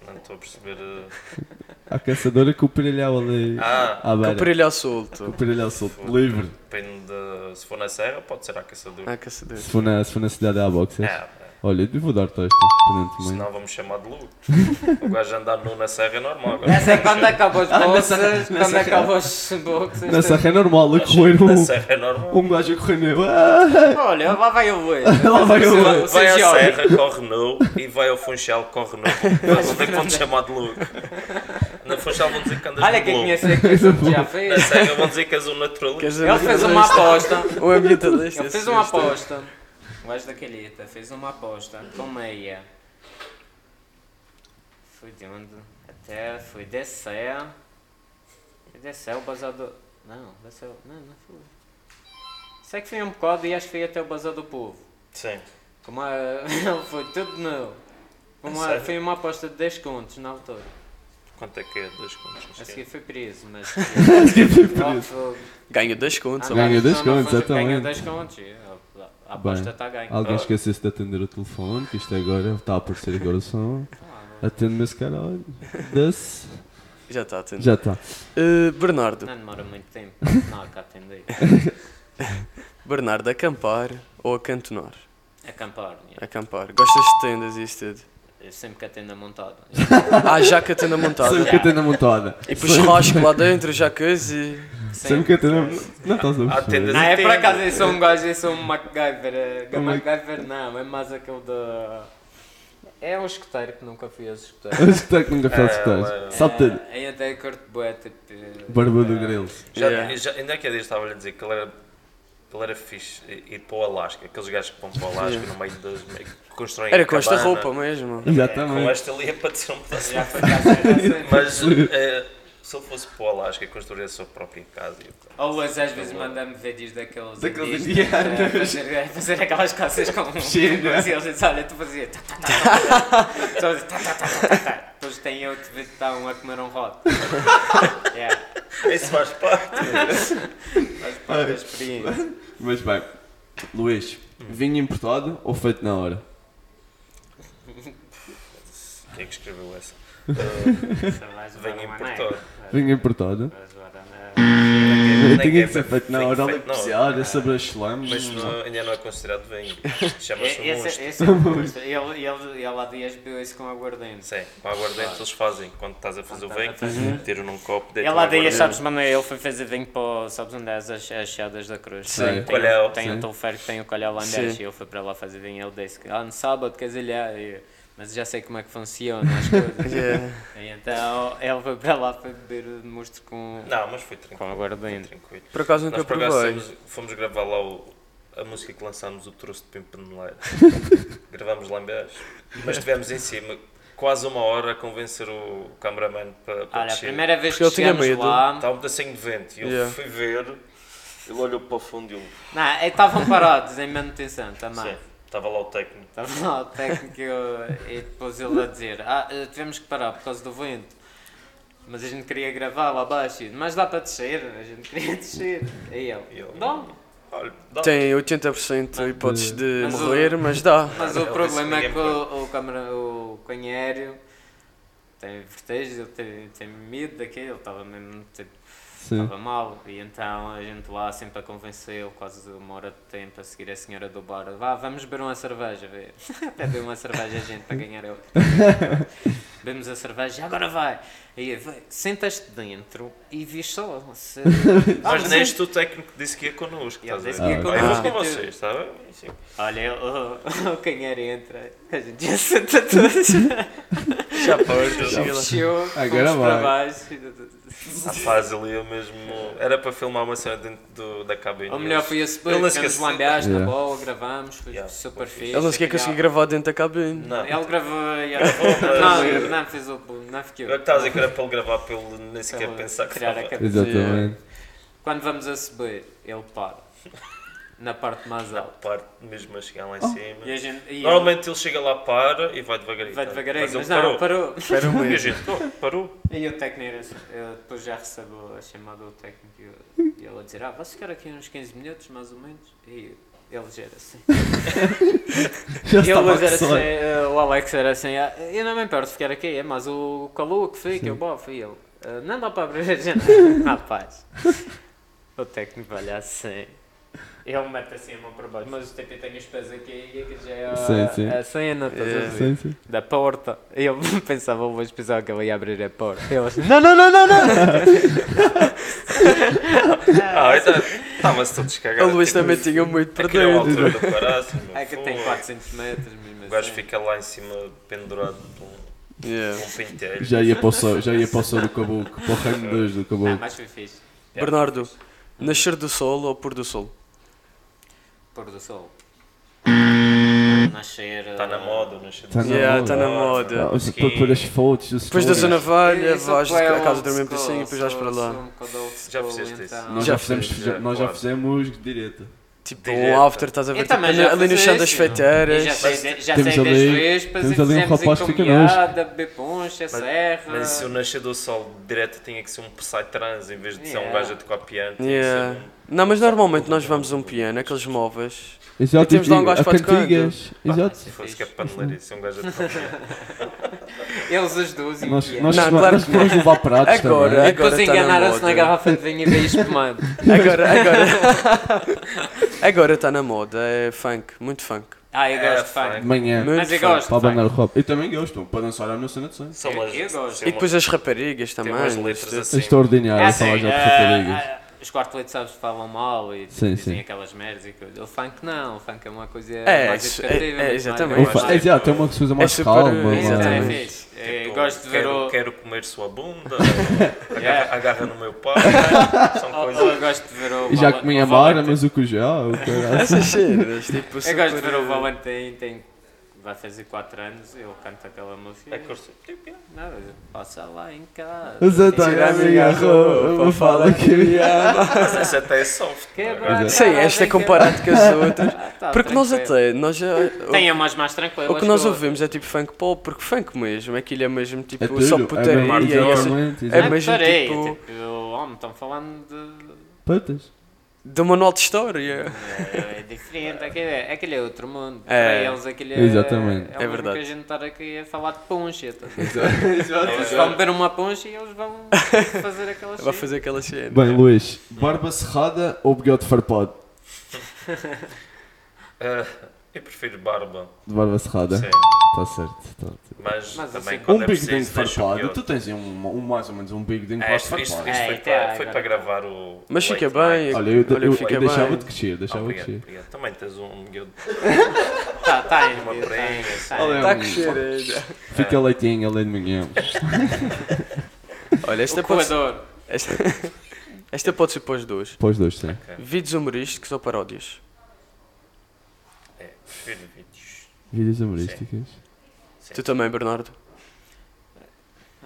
S3: Não estou a perceber. eh.
S1: Há caçadora com o pirelhau ali.
S3: Ah,
S1: à
S2: Com o
S1: beira.
S2: perilho solto.
S1: Com o pirelhau solto. Livre.
S3: depende de. Se for na serra, pode ser a caçador.
S2: Ah, caçador.
S1: Se for na, se for na cidade há
S3: É,
S1: boxers.
S3: é.
S1: Olha, eu vou dar-te esta. Perante também.
S3: senão vamos chamar de louco. o gajo andar nu na serra é normal. Agora,
S4: Essa é quando acabam os
S1: Ah, nessa-
S4: boxers, quando é
S1: nessa-
S4: acabam os boxers.
S1: Na serra é normal, a correr
S3: na
S1: um,
S3: serra é normal.
S1: um gajo a correr nele. Ah!
S4: Olha, lá vai
S1: (laughs)
S4: o Luís.
S1: Lá vai o Luís.
S3: Vai à
S4: Sergião.
S3: serra, corre nu e vai ao Funchal, corre nu. Onde é que vão te chamar de louco? Na Funchal vão dizer que andas
S4: Olha é
S3: de
S4: quem
S3: louco.
S4: conhece aqui, já
S3: Na
S4: fez.
S3: serra vão dizer que és um natural.
S2: Queres dizer-
S4: Ele
S2: Um
S4: fez uma
S2: (laughs)
S4: aposta.
S2: O ambientalista.
S1: é
S4: Ele fez uma aposta. O gajo da calheta fez uma aposta com meia. Foi de onde? Até foi descer. Foi descer o bazar do. Não, desceu. Não, não foi. Sei que foi um bocado e acho que foi até o bazar do povo.
S3: Sim.
S4: Como (laughs) a... Ele foi tudo meu. Como
S3: É
S4: a...
S3: sério?
S4: Foi uma aposta de 10 contos na altura.
S3: Quanto é que é? Dois contos.
S4: A seguir
S3: esquece.
S4: foi preso, mas.
S1: preso.
S4: Ó,
S2: Ganho 10 contos.
S4: Ah,
S1: Ganha
S4: não,
S1: dois
S4: não,
S1: contos,
S4: não, foi- Ganha
S1: exatamente.
S4: 10 contos. é, A a aposta
S1: Bem,
S4: está ganha.
S1: Alguém esqueceu-se de atender o telefone, que isto agora está a aparecer agora o som.
S4: Ah,
S1: Atende-me esse caralho. Desce.
S2: Já está atento.
S1: Já está.
S3: Tá
S2: Uh, Bernardo.
S4: Não demora muito
S1: (laughs)
S4: tempo. Não, cá atender.
S2: Bernardo, acampar ou acantonar?
S4: Acampar. yeah.
S2: Acampar. Gostas de tendas e isso tudo?
S4: É Eu sempre que a
S1: (laughs)
S4: tenda montada.
S2: Ah, já que a tenda montada.
S1: Sempre que atende a montada.
S2: E pus rasco lá dentro, já coisa e...
S1: Sempre que atende a Não estás a
S3: Há
S1: perceber.
S3: tendas
S4: Não, é por
S3: Entendo.
S4: acaso, eu sou um gajo, eu sou um MacGyver. eh,
S1: Um Mac-
S4: MacGyver não, é mais aquele da. É um escuteiro que nunca fui a esse
S1: (laughs)
S4: escuteiro.
S1: Os que nunca faz
S3: É, é.
S1: escutar. Salta
S4: Eh, Aí até curto bué, tipo... eh,
S1: Barba do
S4: eh,
S1: Grelos.
S3: Já,
S2: Yeah.
S3: já- ainda aqui há dias estava-lhe a dizer que ele era, que ele era fixe ir para o Alasca, aqueles gajos que vão para o Alasca no meio das. que constroem
S2: Era
S3: a
S2: com esta
S3: cabana.
S2: roupa mesmo.
S3: Com
S1: Exatamente.
S3: esta ali é para ter um pedaço.
S4: Já foi já
S1: (laughs)
S4: sei, já sei.
S3: Mas eh, se ele fosse para o Alasca, construiria a sua própria casa. e-
S4: Ou Luís às vezes manda-me vídeos daqueles
S5: Daqueles
S4: indígenas, eh,
S5: indianos.
S4: fazer, fazer aquelas calças com
S5: Chega.
S4: Mas eles dizem, olha, tu fazia... tá, tá, tá, tá, tá, tá, tá, tá, tá, tá, tá." Depois tem eu que está um a comer um hot. yeah,
S3: Isso faz parte.
S4: faz parte da experiência.
S1: Mas bem, Luís, vinho importado ou feito na hora?
S3: Quem é que escreveu essa?
S4: Isso é mais uma
S3: Venho
S4: maneira.
S3: importado.
S1: Vinho importado.
S4: Mas agora, né?
S1: Tinha que ser feito na
S3: Tem
S1: hora,
S3: é feito
S1: olha
S3: na hora.
S1: especial, é sobre as slams.
S3: Mas não- ainda não é considerado
S4: (laughs)
S3: vinho. Chama-se
S4: É-
S3: um monstro.
S4: Esse, esse é o monstro. Ele, ele, ele há dias bebeu isso com aguardente.
S3: Sim, com aguardente eles fazem. Quando estás a
S4: Tá,
S3: fazer o vinho,
S4: Uhum.
S3: tiro num copo,
S4: Ele
S3: deitam
S4: há dias,
S3: aguardente.
S4: é, sabes, mano, ele foi fazer vinho para, sabes onde é as, as Chadas da Cruz?
S1: Sim.
S4: Tem,
S3: Colhau.
S4: tem
S1: Sim.
S4: um teleférico que tem o colhau holandês
S2: Sim.
S4: e ele foi para lá fazer vinho. Ele disse que, ah, no sábado, queres olhar? E eu, mas já sei como é que funciona as coisas.
S2: (laughs) Yeah.
S4: E então ele foi para lá para beber o monstro com,
S3: Não, mas foi
S4: com
S3: tranquilo. Foi
S4: aguardente.
S3: tranquilo.
S2: Por acaso nunca
S3: Nós por acaso
S2: provei.
S3: fomos, fomos gravar lá o- a música que lançámos, o Troço de
S4: (laughs)
S3: Pimpineleiro. Gravámos lá em Beas. Mas estivemos em cima quase uma hora a convencer o cameraman para, para
S4: Olha, a
S3: descer.
S4: primeira vez
S2: Porque ele
S4: que
S2: tinha
S4: chegamos
S2: medo.
S4: lá...
S3: Estava um pedacinho de vento e eu
S2: Yeah.
S3: fui ver, ele olhou para o fundo e eu...
S4: Não, é, estavam parados em manutenção tá, também.
S3: Sim, estava lá o técnico.
S4: Estava lá o técnico e eu- e depois ele a dizer: Ah, eh, tivemos que parar por causa do vento. Mas a gente queria gravar lá abaixo. e, Mas dá para descer, a gente queria descer. E
S3: E
S4: ele:
S3: ele-
S4: Não.
S3: Olha, dá.
S2: Tem 80% hipóteses de
S4: Mas o-
S2: morrer, mas dá.
S4: Mas
S3: Ele
S4: o
S3: disse
S4: problema é
S3: ninguém
S4: que o, o, câmara, o canheiro tem vertigem, ele tem, tem medo daquilo. Estava mesmo tipo,
S1: Sim.
S4: estava mal. E então a gente lá sempre a convenceu, quase uma hora de tempo, a seguir a senhora do bar: Vá, vamos beber uma cerveja. vê." (laughs) Até deu uma cerveja a gente para
S1: (laughs)
S4: ganhar eu. Bebemos a cerveja, agora vai. Aí vai, sentas-te dentro e vês só. Se... Ah,
S3: um- Mas
S4: mas
S3: neste o técnico disse que ia connosco.
S4: Ele
S3: estás a
S4: disse
S3: ver?
S1: que ia
S3: Ah, Eu vou com
S4: connosco.
S3: vocês, está bem? Sim.
S4: Olha, (laughs) o, o canheiro entra, a gente já senta
S1: (laughs)
S4: todos.
S2: Já pode, chega lá.
S4: Fechou,
S1: Agora
S4: fomos para
S1: vai.
S4: baixo.
S3: A fase Ah, ali eu mesmo. Era para filmar uma cena dentro do- da cabine.
S4: Ou melhor, foi esse
S3: Ele
S4: split,
S3: não
S4: ficamos
S3: esqueceu.
S4: lá embaixo, na
S1: Yeah.
S4: bola, gravamos, foi
S3: Yeah, foi
S4: super
S3: fixe.
S4: fixe.
S2: Ele não sequer conseguiu gravar dentro da cabine.
S3: Não.
S4: Ele gravou, yeah.
S3: mas-
S4: não, não fez o não fiquei
S3: Eu que estava a dizer que era para ele gravar, para ele nem sequer
S4: Ele
S3: pensar que
S4: tirar a
S3: estava.
S4: cabeça.
S1: Exatamente.
S4: Quando vamos a subir, ele para, na parte mais
S3: Não,
S4: alta.
S3: parte mesmo a chegar lá em cima.
S4: Oh, E a gente, e ele
S3: Normalmente ele chega lá, para e vai devagarinho.
S4: vai
S3: tá?
S4: devagarinho,
S3: ele
S4: mas não, parou.
S2: Era
S4: (laughs)
S2: um
S3: E a
S2: erro.
S3: gente, pô, parou.
S4: E o técnico, assim, eu depois já recebo a chamada do técnico e eu- e ele a dizer, ah, vai ficar aqui uns 15 minutos, mais ou menos, e ele já era assim.
S1: Já
S4: Ele
S1: estava a
S4: era assim,
S1: coçar.
S4: eh, o Alex era assim, "Ah, eu não me importo de ficar aqui, é mais o calor que fica, eu bofo, e ele, "Ah, não dá para abrir a janela, (laughs) rapaz. O técnico olha assim, ele mete assim a mão para baixo, mas o TP tem os pés aqui, que já é a,
S1: Sim, sim. É.
S4: a cena, estás a ver?
S1: Sim, sim.
S4: da porta. E eu (laughs) pensava, o Luís pensava que ele ia abrir a porta. E ele assim, não, não, não, não, não! (laughs)
S3: Ah, então. Estava-se todos
S2: A
S3: cagados.
S2: Luís também tinha muito para
S3: Aquilo é uma
S2: dentro.
S3: altura do caraço.
S4: É que tem 400 metros mesmo
S3: O
S4: assim.
S3: gajo fica lá em cima pendurado por um, por
S2: Yeah.
S3: um pentelho.
S1: Já ia para o sol, já ia para o sol do Caboclo, para o reino 2 do
S4: Ah,
S1: Caboclo.
S4: mas foi fixe.
S2: Bernardo, nascer do sol ou pôr do sol?
S4: Pôr do sol. Nascer... eh,
S3: Está Hum. Tá na moda, não sei.
S1: Tá na
S2: Yeah,
S1: moda.
S2: está na
S1: Ah,
S2: moda.
S1: você Para pôr as fotos, os
S2: É, Depois das
S1: stories.
S2: navalha,
S4: é
S2: vais à casa dormir piscina e depois vais para lá.
S3: Já fizeste isso?
S1: Nós
S2: Já
S1: já fizemos,
S2: fez,
S1: já-
S3: já,
S1: nós já
S3: claro.
S1: fizemos direto.
S2: Tipo,
S3: Direto.
S2: um after, estás a ver?
S4: Eu
S2: tipo,
S4: também
S2: ali,
S4: já
S2: ali no
S4: fiz
S2: chão das
S4: isso. Eu já
S2: feiteiras.
S4: sei, já
S1: Temos
S4: sei das
S1: ali-
S4: vespas e
S1: temos ali um
S4: fizemos
S1: rapaz que fica
S4: encomiada, bepuncha,
S3: Mas-
S4: serra...
S3: Mas se o Nascer do Sol direto tinha que ser um psytrance em vez de ser um
S4: Yeah.
S3: gajo a tocar piano. tinha que
S2: Yeah.
S3: ser um-
S2: Não, mas normalmente nós vamos a um piano, aqueles
S4: (laughs)
S2: móveis.
S1: Exato,
S2: temos lá um
S1: digo,
S2: gajo
S1: a
S2: para tocar.
S1: cantigas. Exato.
S3: Se fosse que é paneleiro, isso é um gajo a tocar
S4: (laughs)
S3: piano.
S4: Eles os dois e
S1: Nós,
S4: o
S1: nós,
S2: Não,
S1: nós,
S2: claro
S1: nós
S2: que
S1: podemos levar pratos
S2: Agora.
S1: também.
S4: E depois
S2: tá na
S4: enganaram-se
S2: moda.
S4: na garrafa de vinho e veio espumando.
S2: Agora, agora. (laughs) agora está na moda, é funk, muito funk.
S4: Ah, eu
S3: É,
S4: gosto de
S1: De
S4: funk.
S1: manhã,
S2: Muito
S4: Mas eu
S2: funk.
S4: gosto
S1: para
S4: de funk.
S1: abandonar o copo. Eu também gosto, para dançar à minha cena de sonho.
S3: São
S4: Eu- eu gosto.
S3: são
S2: E depois as raparigas
S3: tem
S2: também.
S3: umas letras assim.
S1: Extraordinário,
S4: É
S1: essa
S4: assim,
S1: loja de
S4: eh,
S1: raparigas.
S4: eh, os quarteleiros, sabes, falam mal e tipo,
S1: Sim,
S4: dizem
S1: sim.
S4: aquelas merdas e coisas. O funk não, o funk é uma coisa
S2: É,
S4: mais
S2: isso- é-
S4: educativa.
S2: é,
S4: muito mais-
S2: exatamente.
S1: O fa- é, exato, é uma que se usa mais
S2: super-
S1: calma.
S4: É, exatamente.
S1: mais-
S4: É fixe. É,
S3: Tipo,
S4: gosto de ver
S3: quero,
S4: o.
S3: quero comer sua
S4: (laughs)
S3: bunda,
S4: Yeah.
S3: agarra, agarra no meu pau,
S4: (laughs)
S3: são
S4: Oh,
S3: coisas.
S4: eu gosto de ver o.
S1: E já
S4: Val-
S1: comi a
S4: o Valentim-
S1: Mara, mas o Cujá, o caralho.
S3: assim.
S2: Essas cenas, tipo,
S4: Eu gosto de ver o
S2: super-
S4: Valentim, tem, vai fazer 4 anos, eu canto aquela música.
S3: É curso. Tipo, yeah.
S4: Não, eu- passa lá em casa.
S2: é.
S1: Você
S4: Tem-
S1: tá a minha roupa, fala que
S4: é.
S1: me ama.
S3: Mas essa até é soft.
S4: Quebra
S3: não é?
S4: a
S2: Sim,
S4: cara,
S2: esta é
S4: vem cá.
S2: comparado com as outras.
S4: Ah, tá,
S2: Porque nós
S4: tranquilo.
S2: até, nós já. o-
S4: Tem a mais mais tranquila.
S2: O que nós ouvimos é tipo funk pop, porque funk mesmo, aquilo é mesmo tipo
S1: É
S2: só
S1: tudo, é
S2: putaria.
S1: bem-
S2: e é essa-
S1: exatamente,
S2: é
S4: É
S1: exatamente.
S2: mesmo
S4: mesmo putaria,
S2: tipo-
S4: tipo... homem, estão falando de...
S1: Putas.
S2: de uma nota de história.
S4: É, é diferente, aquele é, aquele é outro mundo.
S2: É.
S4: Para eles aquele é...
S1: Exatamente.
S4: É,
S2: É
S4: o mesmo
S2: verdade.
S4: que a gente estar aqui a falar de puncha. tá?
S5: Exato,
S4: Eles
S5: exato.
S4: vão beber uma puncha e eles
S2: (laughs)
S4: vão fazer aquela
S2: Vai
S4: coisa.
S2: fazer aquela cena.
S1: Bem, Luís, barba serrada ou bigode farpado?
S3: Ah, eu prefiro barba,
S1: De barba serrada.
S3: sim.
S1: Tá certo. Tá.
S3: Mas,
S4: Mas
S3: também
S4: assim,
S3: quando
S1: um
S3: é
S1: big dente
S3: preciso deixo o
S1: farpado.
S3: pior.
S1: Tu tens um, um- mais ou menos um big dente
S3: Ah,
S1: quase
S3: isto, isto,
S1: farpado.
S3: isto foi, para,
S4: É, até
S3: foi
S4: agora.
S3: para gravar o.
S2: Mas
S3: o
S2: fica
S3: late night.
S2: bem,
S1: Olha, eu,
S2: Olha,
S1: eu,
S2: fica
S1: eu deixava-te
S2: bem.
S1: crescer, deixava-te
S3: Obrigado,
S1: crescer.
S3: obrigado. Também tens um miúdo
S4: Tá, tá, aí,
S3: Uma
S4: tá, aí,
S3: prenha,
S4: tá,
S5: Olha,
S4: aí.
S2: Está a crescer ainda.
S1: Fica leitinho, além de manhã.
S2: Olha, esta
S4: O
S2: pode, ser-
S4: coador.
S2: esta, esta pode ser para os dois.
S1: Pós dois, sim.
S2: Vídeos humorísticos ou paródias?
S3: É, prefiro vídeos.
S1: Vídeos humorísticas.
S2: Tu também, Bernardo?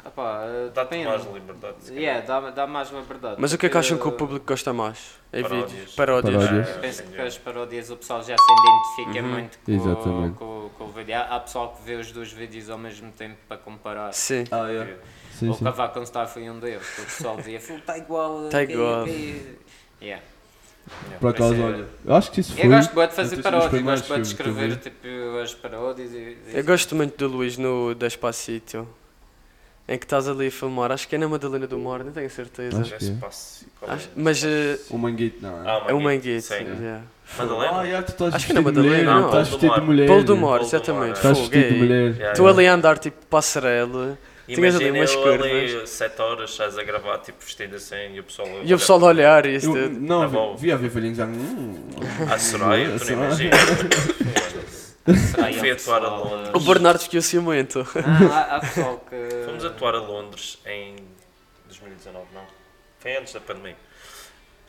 S4: Ah, pá, eh,
S3: Dá-te
S4: depende.
S3: mais é? liberdade. se calhar.
S4: Yeah, dá, dá mais liberdade.
S2: Mas o que é que acham que o
S4: Eh,
S2: público gosta mais? É
S3: Paródias.
S2: vídeos. Paródias.
S1: Paródias.
S4: Penso
S3: Ah,
S4: que as paródias o pessoal já se identifica
S2: Uhum.
S4: muito com,
S1: Exatamente.
S4: com, com o vídeo. Há, há pessoal que vê os dois vídeos ao mesmo tempo para comparar.
S2: Sim.
S5: Ah, yeah.
S1: Sim,
S4: o
S1: sim.
S4: Cavaco on Star foi um deles, que o pessoal dizia, está igual.
S2: Tá
S4: que-
S2: igual."
S4: que-" Yeah.
S1: Por acaso,
S3: Esse é-
S1: olha. Eu acho que isso foi.
S4: Eu gosto bué de fazer
S1: dos
S4: paródias,
S1: primeiros
S4: gosto bué
S1: filmes
S4: de
S1: que eu
S4: escrever tipo, as paródias e. e-
S2: Eu gosto muito do Luís no Despacito. Em que estás ali a filmar. Acho que é na Madalena do Mor, não tenho certeza.
S1: Acho
S3: Já
S1: que é.
S3: se passa. qual é?
S2: Acho- mas eh,
S1: O manguito, não é?
S3: Ah,
S2: é o Manguete.
S3: Sim.
S2: yeah.
S3: Madalena?
S5: Ah, yeah, tu estás
S2: Acho que não,
S5: vestido de mulher,
S2: Madalena,
S5: não.
S2: não.
S5: Estás vestido de mulher.
S2: Paulo do Mor,
S3: Paulo do Mor,
S2: exatamente.
S3: é.
S1: Estás
S2: Fogo,
S1: Tá vestido de
S2: é.
S1: mulher.
S3: Yeah,
S2: Tu
S3: yeah.
S2: ali a andar tipo passarela Tinhas ali
S3: Imagina
S2: umas
S3: eu ali
S2: curvas.
S3: 7 horas, estás a gravar, tipo vestido assim e o pessoal.
S2: e o pessoal a olhar e isso.
S1: Eu,
S2: tudo.
S1: não,
S3: Tá bom.
S1: vi- vi a ver velhinhos já. Hum, (laughs)
S3: A Soraya, tu
S1: Soraya.
S3: "Ah, não imaginas.
S4: Será
S3: Fui
S4: ele,
S3: atuar a
S4: pessoal,
S3: Londres.
S2: O Bernardo esqueceu muito.
S4: eh, ah, há, há pessoal
S3: (laughs)
S4: que.
S3: Fomos atuar a Londres em 2019, não. Foi antes da pandemia.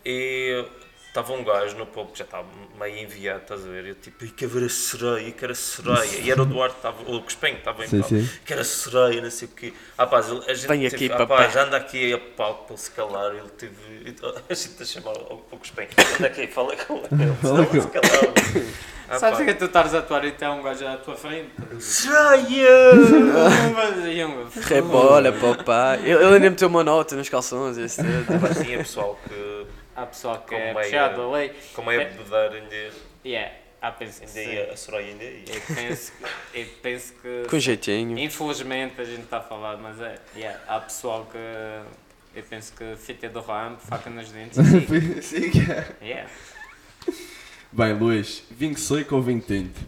S3: E estava um gajo no pub que já estava meio enviado, estás a ver? Eu tipo, e que era sereia, que era sereia. E era o Duarte, estava, o Cuspenho estava em
S1: Sim,
S3: palco.
S1: sim.
S3: Que era sereia, não sei o quê. Rapaz, ele- a gente
S2: Vem
S3: teve,
S2: aqui,
S3: rapaz,
S2: papai.
S3: já anda aqui a palco para ele se calar. Ele teve. (laughs) A gente a chamar o o Cuspenho. Anda aqui, fala com ele. (laughs) Fala com ele. Se calar.
S4: Sabes o que é que tu estás a atuar e tem um gajo à
S3: (laughs)
S4: tua frente?
S3: Sereia! (laughs)
S4: E um-
S2: Rebola, papai. Ele ele ainda meteu uma nota nos calções e isso. tudo.
S3: Mas sim, é pessoal que.
S4: Há pessoal que
S3: Como
S4: é
S3: meio-
S4: puxado a lei.
S3: Como é bebedeiro ainda.
S4: Yeah, há penso que
S3: Ainda
S4: sim.
S3: ia, a Soraya ainda ia.
S4: Eu penso, eu penso que.
S2: Com jeitinho.
S4: Infelizmente a gente está a falar, mas é. yeah, há pessoal que. Eu penso que fita do ramo, faca nos dentes.
S2: (laughs)
S4: e-
S5: Sim, que é.
S4: yeah.
S1: Bem, Luís, vinho seco ou vinho tinto?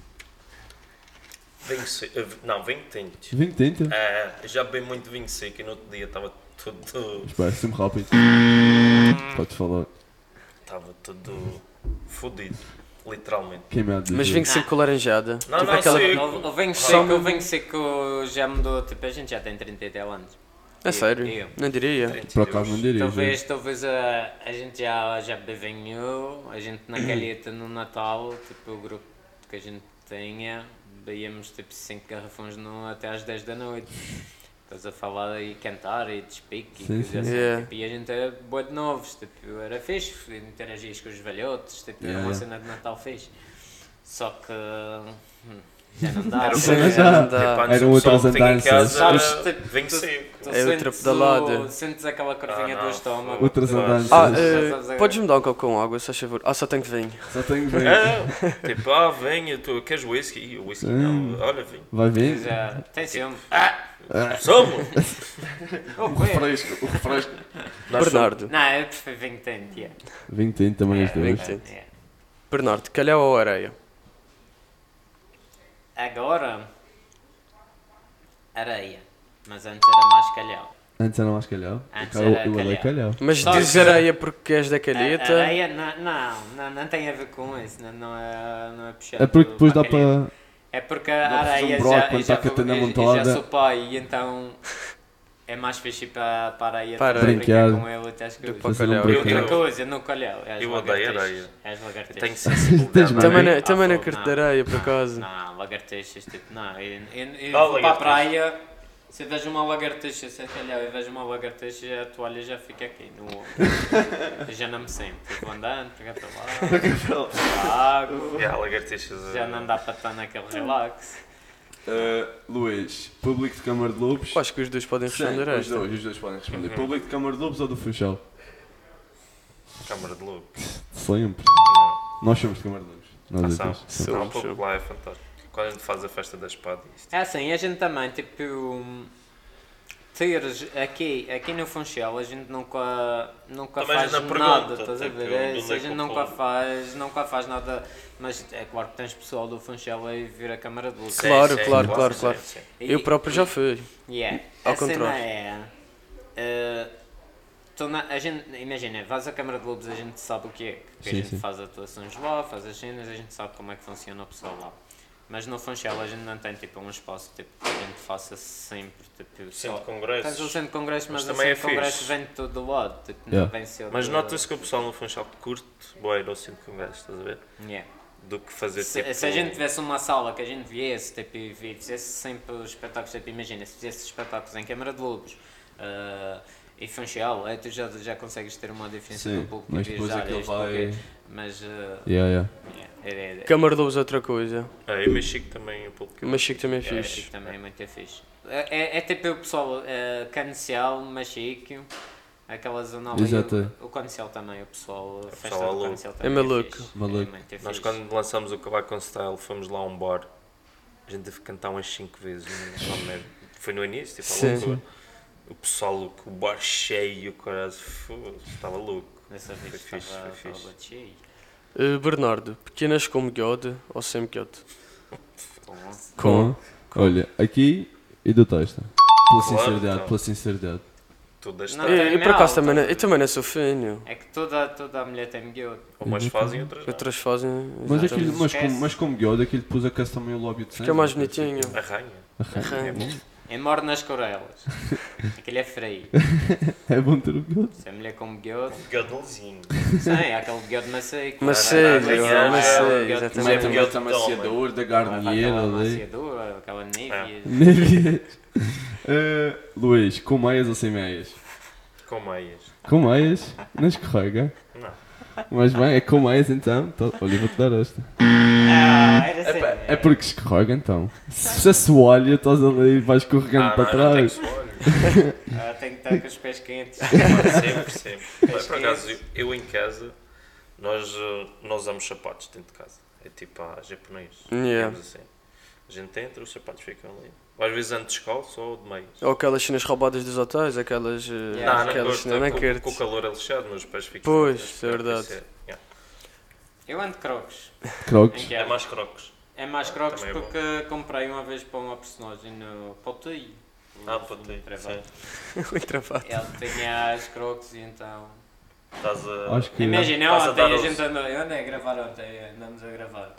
S3: Vinho seco. eh, vi- Não, vinho tinto.
S1: Vinho tinto?
S3: Ah, eu já bebi muito vinho seco e no outro dia estava todo.
S1: Espera, me rápido. Pode falar.
S3: Estava todo. fodido. Literalmente.
S1: Queimado.
S2: Mas vinho sempre com laranjada.
S3: Não,
S2: Tipo
S3: não,
S2: aquela. um
S3: sim.
S4: Eu, eu venho
S3: Só
S4: seco, eu venho seco, já mudou. Tipo, a gente já tem 30 e tal anos.
S2: É sério?
S4: Eu.
S2: Não diria.
S3: Trinta e
S1: Por
S3: dois.
S1: acaso não diria.
S4: Talvez, talvez a, a gente já, já bebenhou, a gente
S1: (clears throat)
S4: na calheta no Natal, tipo o grupo que a gente tinha, bebíamos tipo 5 garrafões no, até às 10 da noite. Estás a falar e cantar e despique e
S1: Sim,
S4: coisas
S1: sim.
S4: assim.
S2: Yeah.
S4: Tipo, e a gente era boa de novos, tipo, era fixe, interagias com os velhotes, tipo, era
S1: Yeah.
S4: uma cena de Natal fixe. Só que hum, já não dá.
S3: Era
S4: tipo,
S1: Sim,
S3: uma
S1: mas
S3: cena-
S1: já-
S3: tipo, antes
S1: eram
S3: o
S1: outras
S3: pessoal fica em
S1: andanças.
S3: casa, ah,
S4: Sabes, tu-
S3: Vinho
S4: tu-
S3: seco.
S4: tu
S2: É outra
S4: sentes
S2: pedalada.
S4: o- Sentes aquela corvinha
S3: Ah,
S4: do
S3: não,
S4: estômago.
S1: Outras
S3: Ah,
S1: andanças.
S2: Ah,
S4: Sim,
S2: eh,
S4: já sabes agora.
S2: podes-me dar um copo com água, se faz favor. Ah, só tenho vinho.
S1: Só tenho vinho.
S3: Ah, (laughs) tipo, ah, venha, tu queres whisky? Ih, whisky
S1: Hum.
S3: não, olha, vinho.
S1: Vai vir?
S4: Já, tem ciúme.
S3: Somos!
S4: Oh,
S5: O refresco, o refresco.
S2: Bernardo.
S4: Não, eu prefiro vinho tinto, yeah.
S1: Vinho tinto também
S4: É,
S1: os
S2: Vinho
S1: dois.
S2: tinto.
S4: Yeah.
S2: Bernardo, calhau ou areia?
S4: Agora, areia. Mas antes era mais calhau.
S1: Antes era mais calhau.
S4: Antes
S1: Eu-
S4: era
S1: eu odeio calhau.
S2: Mas
S4: Só
S2: dizes
S4: que-
S2: areia porque és da
S4: A- a
S2: calheta.
S4: areia não, não, não, não tem a ver com isso, não, não é, não é puxado.
S1: É porque depois dá
S4: a calheta.
S1: para.
S4: É porque
S1: Não
S4: a
S1: faz um
S4: areia
S1: broco
S4: já, eu
S1: quando
S4: já,
S1: tá com a
S4: fui-
S1: tenda
S4: eu- eu já
S1: montada.
S4: sou pai e então é mais fixe ir para, para a areia
S2: Para
S4: para brincar
S1: Brincar.
S4: com ele até as coisas.
S2: para o
S1: Fazer um
S2: Tipo, calhau.
S1: break.
S4: Outra
S3: Eu-
S4: coisa, não calhau, é as
S3: eu odeio areia.
S4: lagartixas. É as lagartixas.
S3: Tenho
S1: (laughs)
S3: sensibilidade.
S1: Tens mais?
S2: Também,
S1: Não,
S2: não, também não
S4: não.
S2: curto de areia, por acaso.
S4: Não, lagartixas, tipo, não. Eu, eu, eu
S3: Ah,
S4: vou para a
S3: lagartixas.
S4: praia, se eu vejo uma lagartixa, se é calhau, eu vejo uma lagartixa, a toalha já fica aqui
S3: (laughs)
S4: no ombro. Eu já não me sinto. Eu Vou andando, pegar para
S3: (laughs)
S4: lá, água.
S3: Yeah, lagartixas.
S4: Já não dá para estar naquele relax.
S5: Ah, Luís, público de Câmara de Lobos.
S2: Eu Acho que os dois podem
S5: Sim,
S2: responder a
S5: os
S2: esta.
S5: dois, os dois podem responder. Público de Câmara de Lobos ou do Funchal?
S3: Câmara de Lobo.
S1: Sempre.
S3: Yeah.
S1: Nós somos de Câmara de Luz.
S3: Ah,
S1: Nós é
S3: sabe.
S1: dois.
S2: Sim.
S3: Não, o
S2: Sim.
S3: povo lá é fantástico. Quando a gente faz a festa da espada, isto.
S4: É assim, a gente também, tipo, hum, teres aqui, aqui no Funchal, a gente nunca, nunca
S3: Também a
S4: faz
S3: gente não
S4: nada,
S3: pergunta,
S4: estás a
S3: tipo,
S4: ver?
S3: de
S4: É
S3: onde
S4: isso, a
S3: é que
S4: gente
S3: o
S4: nunca
S3: povo-
S4: faz, nunca faz nada, mas é claro que tens pessoal do Funchal aí vir a Câmara de Luz.
S2: Claro,
S3: Sim, sim,
S2: claro, claro,
S3: sim,
S2: claro.
S3: sim.
S4: E-
S2: Eu próprio já fui.
S4: Yeah.
S2: Ao
S4: a cena
S2: contrário.
S4: é. eh, tu na- a gente, imagina, vais à Câmara de Lobos, a gente sabe o que é.
S1: Sim,
S4: Porque a gente
S1: sim.
S4: faz atuações lá, faz as cenas, a gente sabe como é que funciona o pessoal lá. Mas no Funchal a gente não tem tipo um espaço tipo, que a gente faça sempre.
S3: Sempre
S4: Tipo, só- Tens o
S3: congressos.
S4: centro de congresso,
S3: Mas
S4: mas, o
S3: também é
S4: centro de congresso
S3: fixe.
S4: vem de todo lado. Tipo, não
S1: Yeah.
S4: vem só
S3: Mas
S4: de-
S3: nota-se que o pessoal no Funchal curte boa ir ao centro de congressos, estás a ver?
S4: Yeah.
S3: Do que fazer
S4: Se,
S3: tipo...
S4: se a gente tivesse uma sala que a gente viesse tipo, e vi- fizesse sempre os espetáculos, tipo, imagina, se fizesse espetáculos em Câmara de Lobos ah, e Funchal, aí tu já, já consegues ter uma diferença
S5: Sim,
S4: do público
S1: mas
S4: e
S1: depois é
S4: viajar,
S5: aquilo
S4: isto, porque-
S5: vai-
S4: Mas. é, ah,
S1: Yeah, yeah.
S4: yeah, era- era-
S2: Câmara de Lobos é outra coisa.
S3: Ah, e Mexico também, o público.
S2: Mas Chico também é
S4: era
S2: fixe.
S4: chique também é muito fixe. É, é, é tipo o pessoal ah, Canicial, Machique, aquela zona ali.
S1: Exato.
S4: O, o Canicial também, o pessoal. A festa
S3: pessoal
S4: do
S3: é louco.
S4: Canicial
S2: É
S4: também
S2: maluco.
S4: fixe,
S1: Maluco.
S4: É muito fixe.
S3: Nós quando lançamos o Cabaco com Style, fomos lá a um bar. A gente teve que cantar umas 5 vezes. não é? Ao menos. Foi no início, tipo,
S2: Sim.
S3: a loucura. O pessoal, louco, o bar cheio, o cara estava louco.
S4: Nessa
S3: Foi
S4: vez
S3: fixe,
S4: estava
S3: foi
S4: estava
S3: fixe.
S4: cheio.
S2: Uh, Bernardo, pequenas como God ou sem God?
S1: Com. Olha, aqui e do texto. Pela
S3: Claro,
S1: sinceridade,
S3: então.
S1: pela sinceridade.
S3: Tudo esta...
S4: Não,
S2: Eh, Eu, eu por acaso
S4: não,
S2: também, não- eu
S4: não.
S2: também não sou fino.
S4: É que toda, toda a mulher tem miúdo.
S3: Umas fazem, outras não.
S2: Outras fazem.
S1: Mas,
S2: exatamente.
S1: aquilo, é mas,
S4: Esquece.
S1: como, mas como Guild, aquilo depois aquece também o lobby de
S2: Fica mais
S1: assim.
S2: bonitinho.
S3: Arranha.
S2: Arranha.
S3: É bom.
S4: É moro nas corelas. Aquele é freio.
S1: É bom ter o Guild.
S4: Se a mulher com miúdo,
S3: (laughs) Gadolzinho.
S4: um sim, é aquele miúdo macio.
S2: Macego,
S3: é
S2: macego,
S4: é, é,
S5: Mas
S2: exatamente.
S5: é
S3: Também.
S5: porque ele está maciador, da
S1: é
S4: Aquela
S5: garniera
S4: um
S5: ali.
S4: maciadora, aquela névia.
S1: Eh, Luís, com meias ou sem meias?
S3: Com meias.
S1: Com meias, não escorrega.
S3: Não.
S1: Mas bem, é com meias então. Tá- Olha, eu vou-te dar esta.
S4: Ah, era assim.
S5: Epá,
S1: É porque escorrega então. Se a soalha, estás ali e vais escorregando
S3: Ah,
S1: para
S3: não, não tem
S1: trás.
S3: suor.
S4: Ah, tem que estar com os pés quentes.
S3: sempre, sempre. Mas, por acaso, eu, eu em casa, nós eh, não usamos sapatos dentro de casa. É tipo a japonês.
S2: Yeah.
S3: digamos assim. A gente entra, os sapatos ficam ali. Ou às vezes antes descalço ou de meias.
S2: Ou aquelas cenas roubadas dos hotéis, aquelas. eh,
S4: Yeah.
S3: Não, não
S2: aquelas
S3: gosto.
S2: cenas, não
S3: com,
S2: curto.
S3: com o calor é lixado, meus pés ficam...
S2: Pois,
S3: mas,
S2: é verdade.
S3: isso yeah.
S4: Eu ando crocs.
S1: Crocs.
S4: Em que
S3: assim, É mais crocos.
S4: é mais crocs
S3: Também é bom.
S4: porque comprei uma vez para uma personagem no Potei.
S3: Ah, pô, tem. sim.
S2: (laughs) Muito travado.
S4: Ele tinha as crocs e então.
S3: Estás a...
S1: Acho que.
S4: Imagina, é
S3: Estás a
S4: ontem
S3: dar
S4: a
S3: os-
S4: gente andou, eu andei a gravar ontem, andamos a gravar.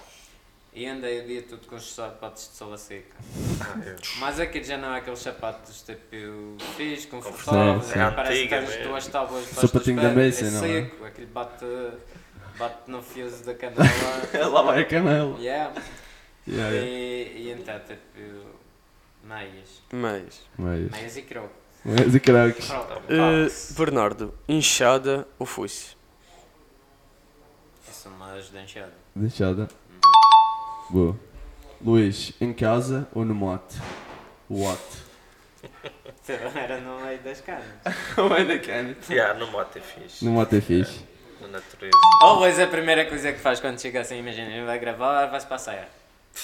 S4: E andei o dia todo com os sapatos de sola seca. Mas aqui já não é aqueles sapatos tipo fixe, confortáveis,
S1: Confortáveis,
S4: aquele
S3: é
S4: parece que
S3: antiga
S4: tens
S3: mesmo.
S4: duas tábuas debaixo
S1: Sapatinho
S4: dos
S1: da
S4: pés,
S1: Macy, não é?
S4: é seco, aquele bate, bate no fioso da
S1: (laughs)
S4: canela.
S1: Lá vai a canela.
S4: yeah.
S1: Yeah, yeah.
S4: E, e então tipo meias,
S2: Mas.
S1: Meias.
S4: meias e croco.
S1: Meias é e crocs.
S4: Croco,
S2: eh, Bernardo, inchada ou foice?
S4: Isso é uma ajudanchada.
S1: Deixada. Boa. Luís, em casa ou no mote? What?
S4: (laughs) Era no meio das canas.
S5: Não é da cana.
S3: Yeah, no moto é fixe.
S1: No mote é fixe.
S3: Na natureza.
S4: Always Oh, é a primeira coisa que faz quando chega assim, imagina, ele vai gravar, vai-se passar. é.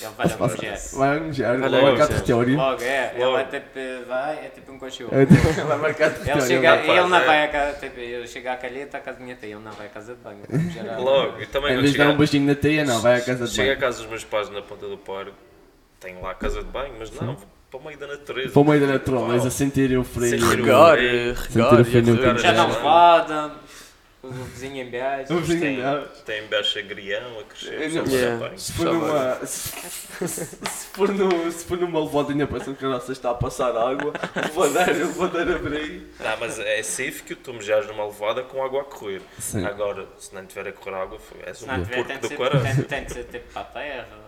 S4: Ele vai ao projeto.
S1: Vai arranjar,
S2: Olha
S1: vai
S2: aí,
S1: marcar
S2: Luís.
S1: território. (laughs)
S4: Logo, é, ele
S3: Logo.
S4: vai tipo, vai, é tipo um cochilo.
S1: É, assim,
S4: Ele
S5: Vai marcar território.
S4: chega,
S3: rapaz,
S4: ele não
S3: é.
S4: vai a casa, tipo, eu chego à calheta, à casinha ele não vai à casa de banho. tipo, geral.
S3: Logo, e também
S1: Em
S3: quando
S1: vez de dar
S3: chegar,
S1: um beijinho na teia, não, vai à casa de
S3: chego
S1: banho.
S3: à casa dos meus pais na Ponta do Par, tenho lá a casa de banho, mas não, para o meio da natureza.
S1: Para o meio da natural,
S3: Uau.
S1: mas a sentirem o freio.
S3: Sentir o-
S2: Regar,
S3: Sem
S2: regar,
S1: ter ofendido
S2: regar.
S1: quem
S4: Já
S3: não.
S4: não roda, o vizinho em Biás.
S1: O vizinho-
S3: Tem-
S1: Ah,
S3: Tem baixa grião a crescer.
S1: Não,
S3: sabe,
S2: yeah.
S3: bem.
S1: Se for numa. Se, se for num- se for numa levadinha, parece que a nossa está a passar água. Levadeira, levadeira por aí.
S3: Não, mas é safe que tu mejas numa levada com água a correr.
S1: Sim.
S3: Agora, se não tiver a correr água, foi- és
S4: Se
S3: um
S4: não tiver, tem
S3: porco
S4: de
S3: do
S4: ser,
S3: caralho.
S4: tem, tem de ser tipo para a terra.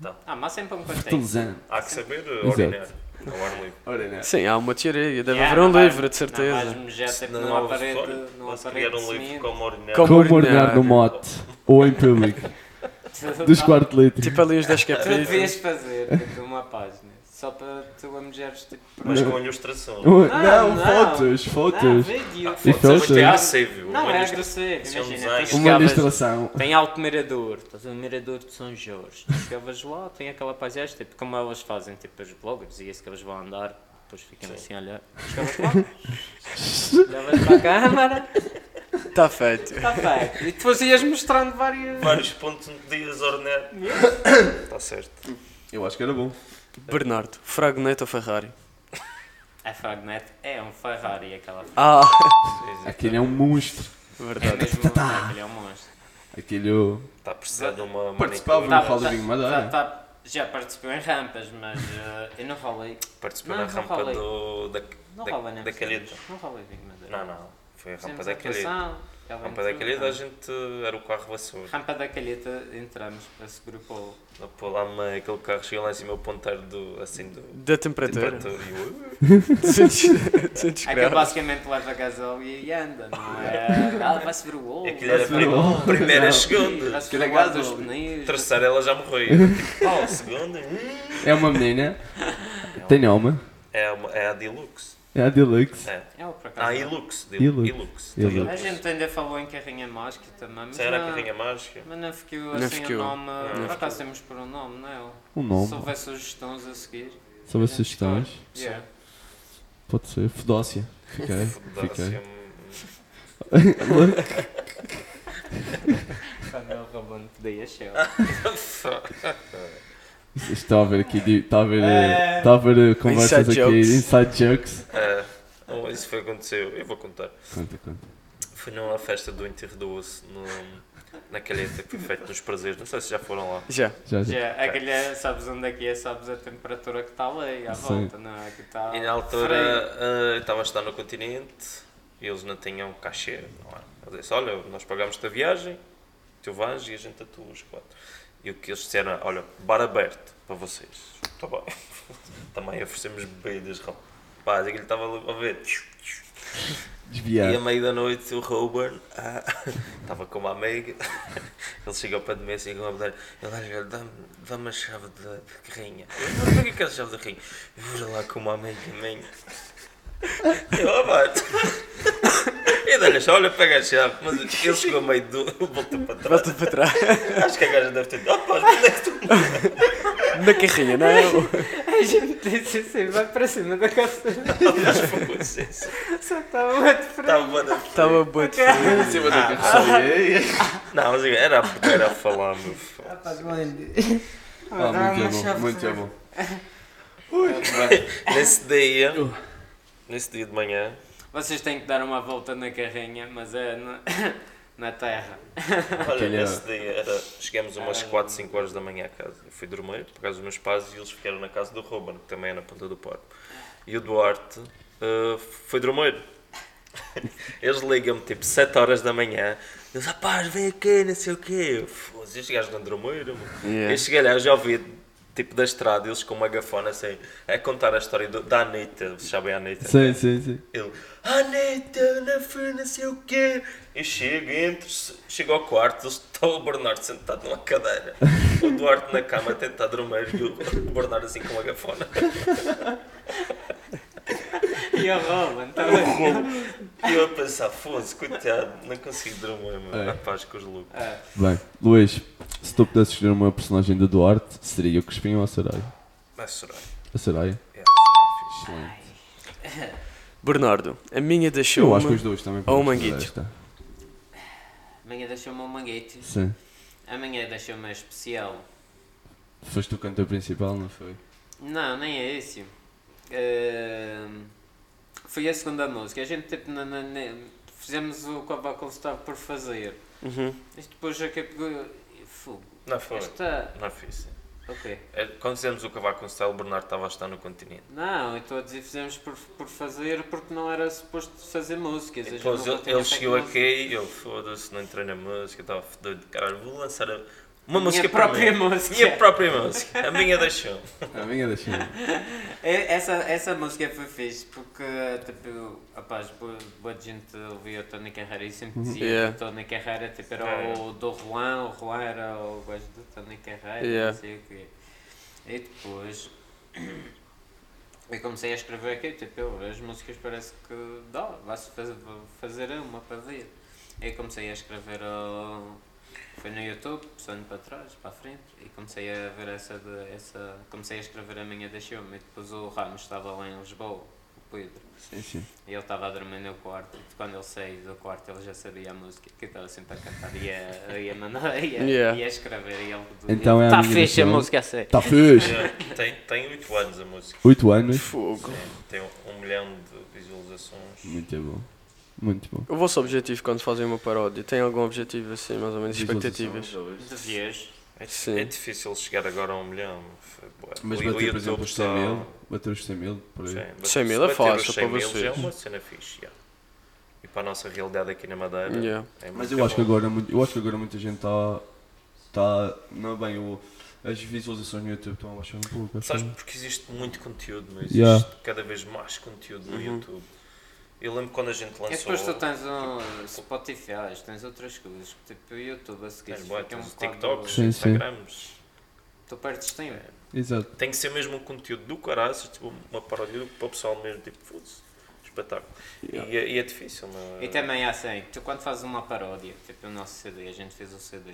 S3: Tá.
S4: Ah, mas sempre um contexto.
S1: Tulzano.
S3: Há que saber eh,
S1: Exato.
S3: orinar ao ar livre.
S1: Ora, né?
S2: Sim, há uma teoria, deve
S4: Yeah,
S2: haver um
S4: não vais-
S2: livro, de
S4: Não
S2: certeza.
S4: (laughs) vais mejar tipo
S3: Não,
S4: numa
S3: não,
S4: parede,
S3: olha,
S4: numa
S3: posso
S4: parede
S3: criar
S4: de
S3: um livro
S4: cimento.
S3: como orinar.
S2: Como-
S1: Como ordenar no
S2: ordenar.
S1: mote ou em público
S4: (laughs)
S1: dos 4 litros.
S2: Tipo ali uns 10
S4: Tu
S2: capítulos.
S4: devias fazer tipo, uma página, só para tu a mejares tipo para
S3: Mas com ilustração.
S1: Um-
S4: Ah,
S1: não,
S4: não.
S1: fotos,
S4: Não,
S1: fotos.
S4: vídeo.
S3: Ah, fotos,
S1: fotos?
S3: mas tem a save.
S4: Não,
S3: uma
S4: é
S3: ilustra-
S4: agressivo.
S3: Isso é um
S4: Imagina, tu
S3: design.
S1: Uma
S4: chegavas-
S1: ilustração.
S4: Tem Alto Mirador, estás a ver, Mirador de São Jorge. Tu Chegavas lá, tem aquela paisagem, tipo como elas fazem, tipo as bloggers, e isso que elas vão andar, depois ficam assim a olhar. Chegavas lá, olhavas para a câmara,
S2: Está Tá feito.
S4: está feito. E depois ias mostrando várias.
S3: Vários pontos onde podias ordenar. Está Tá certo.
S5: Eu acho que era bom.
S2: Bernardo, Frago Neto ou Ferrari?
S4: A Fragnet é um Ferrari, aquela.
S2: Ah, (laughs)
S1: Aquele é um monstro.
S4: É
S2: verdade.
S1: Tá,
S4: mesmo um ele é um monstro.
S1: Aquele. o-
S3: Está Tá precisando de uma
S5: Participava
S3: manicure.
S5: no
S4: Tá,
S5: Hall de
S4: tá,
S5: Vinho
S4: Já,
S5: Madeira.
S4: tá- já participou em rampas, mas eh, eu não rolei.
S3: Participou
S4: Não,
S3: na
S4: não
S3: rampa
S4: falei.
S3: do, da,
S4: Não
S3: da-
S4: rolei nem
S3: da calheta.
S4: Não rolei bem, mas.
S3: Não, não. Foi a rampa
S4: Fizemos
S3: da
S4: a
S3: calheta.
S4: atuação, ela
S3: Rampa é da
S4: entrou,
S3: calheta a
S4: não.
S3: gente era o carro vassoura.
S4: Rampa da Calheta, entramos para esse grupo.
S3: Pô, lá me- aquele carro chegou lá em cima, o ponteiro do, assim, do
S2: Da (laughs) temperatura.
S3: temperatura. E eu,
S2: Sentes
S4: Aquele
S2: graus.
S4: É basicamente leva gasóleo e anda, não
S3: (laughs)
S4: é? Ah, vai-se ver o gol.
S3: Aquilo era a
S4: vai-se ver
S3: prim-
S4: o gol.
S3: (laughs) primeira,
S4: Vai
S3: segunda.
S4: se ver o gol dos pneus.
S3: Terceira ela já morreu. Oh, segunda. hum.
S1: É uma menina. Tem nome.
S3: É, uma, é a Deluxe.
S1: É a Deluxe.
S3: É.
S4: É, por acaso.
S3: Ah, Hilux. Dil-
S1: Hilux.
S3: Hilux.
S1: Hilux.
S4: A gente ainda falou em carrinha mágica também, mas.
S3: Será
S4: não-
S3: que tinha mágica?
S4: Mas não ficou
S2: Não
S4: assim
S2: ficou.
S4: o nome.
S3: Não
S4: Por acaso temos por um nome, não é?
S1: Um nome.
S4: Se houver sugestões a seguir.
S1: Sobre as sugestões.
S4: Yeah.
S1: Pode ser. Fedócia. Fiquei.
S3: Foda-se.
S1: Fiquei.
S3: hum,
S4: Quando ele roubou, não podia achar.
S1: Está a ver aqui. de- Está a ver.
S5: É.
S1: eh, Está a ver eh, conversas
S2: Inside
S1: aqui.
S2: jokes.
S1: Inside jokes.
S3: é. Oh, isso foi aconteceu. Eu vou contar.
S1: Conta, conta.
S3: Foi numa festa do enterro do osso no, na calheta que foi feito nos prazeres. Não sei se já foram lá.
S2: Já.
S1: Já, já.
S4: Já, aquele, sabes onde é que é, sabes a temperatura que está ali à
S1: Sim.
S4: volta, não é? Que está
S3: E na
S4: frio.
S3: altura ah, eu estava a estar no continente e eles não tinham cachê. Não é? Eu disse: Olha, nós pagámos-te a viagem, tu vais e a gente atua os quatro. E o que eles disseram: é, Olha, bar aberto para vocês. Está bem. (laughs) Também oferecemos bebidas, rapaz. Aquilo estava ali a ver. E a
S1: Desviar.
S3: meio da noite o Ruben ah, (laughs) estava com uma amiga, (laughs) ele chega ao pé de mim assim com uma mulher, ele olha, dá-me dá a chave da da carrinha. Eu, "Mas Para que é que queres a chave da carrinha? Eu vou lá com uma amiga minha. (laughs) Eu abato. (laughs) E dá-lhe, a chave, olha, pega a chave. Mas ele chegou a meio do. (laughs) voltou para trás.
S2: Volta para trás.
S3: Acho que a gaja deve ter dito, opa, onde é que tu
S2: Na carrinha, não é?
S4: (laughs) A gente disse assim, vai para cima da casa.
S3: (laughs) mandas para vocês?
S4: Só estava muito frio.
S3: Estava na
S2: Estava Tá boa de
S5: Em cima
S1: Ah.
S5: da
S1: (laughs)
S5: carroceria.
S3: Não, mas era a mulher a falar, meu filho.
S4: Rapaz, mãe.
S5: Ah, muito bom, muito bom.
S3: Nesse dia, nesse dia de manhã,
S4: Vocês têm que dar uma volta na carrinha, mas é na, (coughs) na terra.
S3: Olha,
S1: Aquele era-
S3: nesse dia era. Chegámos umas
S4: Era-
S3: 4, 5 horas da manhã à casa. Eu fui dormir por causa dos meus pais e eles ficaram na casa do Ruben, que também é na Ponta do Porto. E o Duarte eh, foi dormir. (laughs) Eles ligam-me tipo 7 horas da manhã. Eles, rapaz, vem aqui, não sei o quê. Eu, "Foda-se, Estes gajos não dormiram. mano."
S2: Yeah.
S3: Eu cheguei lá, eu já ouvi tipo da estrada, eles com uma gafona assim, a contar a história do- da Anitta. Vocês sabem a Anitta?
S1: Sim, sim, sim.
S3: Ele, Anitta, na fé, não sei o quê. Eu chego, entro, chego ao quarto, está o Bernardo sentado numa cadeira, o Duarte na cama a tentar dormir e o Bernardo assim com uma gafona.
S4: E a rouba, então.
S3: E eu a pensar, foda-se, coitado, não consigo dormir, meu. rapaz, com os loucos.
S4: Ah,
S1: Bem, Luís, se tu pudesses escolher uma personagem do Duarte, seria o Crespim ou a Saraya?
S3: Mas Soraya,
S1: A Saraya?
S3: é, Soraya, fixe.
S1: Excelente.
S2: Bernardo, a minha
S1: Eu
S2: deixou
S1: acho que
S2: uma...
S1: os dois também.
S2: ou um
S1: podemos fazer
S2: manguito.
S1: esta.
S4: amanhã deixou-me um manguete.
S1: Sim.
S4: Amanhã deixou-me especial.
S1: Foste o cantor principal, não foi?
S4: Não, nem é isso. Ehm, foi a segunda música. A gente tipo, na- na- na- fizemos o que a Bacal estava por fazer.
S2: Uhum.
S4: Mas depois já que pegou. Fogo.
S3: Não foi.
S4: Esta.
S3: Não fiz. sim.
S4: Ok.
S3: É, Quando fizemos o cavaco com o Style, o Bernardo estava a estar no continente.
S4: Não, eu estou a dizer fizemos por, por fazer porque não era suposto fazer músicas.
S3: E
S4: A gente
S3: depois Então,
S4: nunca
S3: ele,
S4: tinha
S3: ele
S4: feito
S3: chegou
S4: música.
S3: aqui e eu foda-se, não entrei na música, estava doido de caralho, vou lançar a- uma
S4: Minha
S3: música para
S4: própria
S3: mim.
S4: música.
S3: Minha própria música, a minha (laughs) deixou.
S1: (laughs) A minha deixa.
S4: É, Essa, essa música foi fixe porque, tipo, rapaz, boa, boa gente ouvia o Tony Carreira e sempre dizia
S2: Yeah.
S4: que o Tony Carreira tipo, era
S3: Yeah.
S4: o do Juan, o Juan era o gajo do Tony Carreira,
S2: Yeah.
S4: não sei o quê. E depois (clears throat) eu comecei a escrever aqui, tipo, eu, as músicas parece que dá, vai-se fazer, vou fazer uma para ver. Eu comecei a escrever ó, Foi no YouTube, passando para trás, para a frente, e comecei a ver essa. De, essa comecei a escrever a minha da Xioma, e depois o Ramos estava lá em Lisboa, o Pedro,
S1: Sim, sim.
S4: e ele estava a dormir no quarto, e quando ele saiu do quarto ele já sabia a música, que eu estava sempre a cantar e a, e a mandar e a,
S2: Yeah.
S4: e a escrever, e ele.
S1: Então é a
S4: Está
S1: minha
S4: Tá fixe a
S1: versão.
S4: música, a sério.
S1: Tá fixe.
S3: É, tem, tem 8 anos a música,
S1: 8 anos.
S2: Fogo.
S3: tem um, um milhão de visualizações.
S1: Muito bom. Muito bom.
S2: O vosso objetivo quando fazem uma paródia, tem algum objetivo assim, mais ou menos, expectativas?
S4: Devias.
S3: É,
S2: Sim.
S3: é difícil chegar agora a um milhão. foi bué.
S1: Mas
S3: O- o
S1: bater, por
S3: YouTube
S1: exemplo, os 100
S3: está-
S1: mil. Bater os 100 mil, por aí.
S3: Sim,
S2: 100 mil é
S3: bater os
S2: fácil
S3: 100
S2: para
S3: mil já É
S2: vocês.
S3: uma cena fixe, já. E para a nossa realidade aqui na Madeira.
S2: Yeah.
S3: é
S1: Mas
S3: muito
S1: eu acho, que
S3: bom.
S1: agora, muito- eu acho que agora muita gente está. Tá, não é bem, o, as visualizações no YouTube estão a baixar um pouco.
S3: Sabes
S1: assim.
S3: porque existe muito conteúdo, não existe
S1: Yeah.
S3: cada vez mais conteúdo no
S2: Uhum.
S3: YouTube. Eu lembro quando a gente
S4: E
S3: lançou.
S4: É depois tu tens um
S3: tipo,
S4: Spotify, tens outras coisas, tipo o YouTube a seguir.
S3: Tens
S4: fica
S3: bué,
S4: um
S3: tens os
S4: bocado-
S3: TikToks, É,
S1: Sim, sim.
S3: Instagrams.
S4: Tu perdes tempo.
S1: Exato.
S3: Tem que ser mesmo um conteúdo do caraças, tipo uma paródia do- para o pessoal mesmo, tipo, foda-se, espetáculo. E, é- e é difícil, não é?
S4: E também é assim, tu quando fazes uma paródia, tipo o nosso CD, a gente fez o CD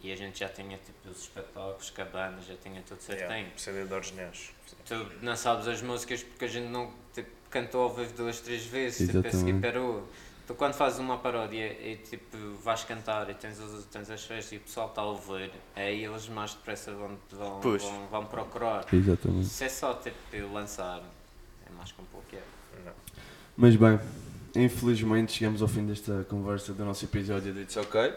S4: e a gente já tinha tipo os espetáculos, cabanas, já tinha tudo certinho.
S3: Yeah, CD um de originais. Sim.
S4: Tu não sabes as músicas porque a gente não tipo, cantou ao vivo duas, três vezes, tipo, a
S1: Exatamente.
S4: seguir parou. Tu quando fazes uma paródia e tipo vais cantar e tens, os- tens as festas e o pessoal está a ouvir, é aí eles mais depressa vão, vão,
S2: Pois.
S4: vão, vão procurar.
S1: Exatamente.
S4: Se é só tipo eu lançar, é mais que um pouco. É.
S3: Não.
S1: Mas bem, infelizmente chegamos ao fim desta conversa do nosso episódio de It's OK.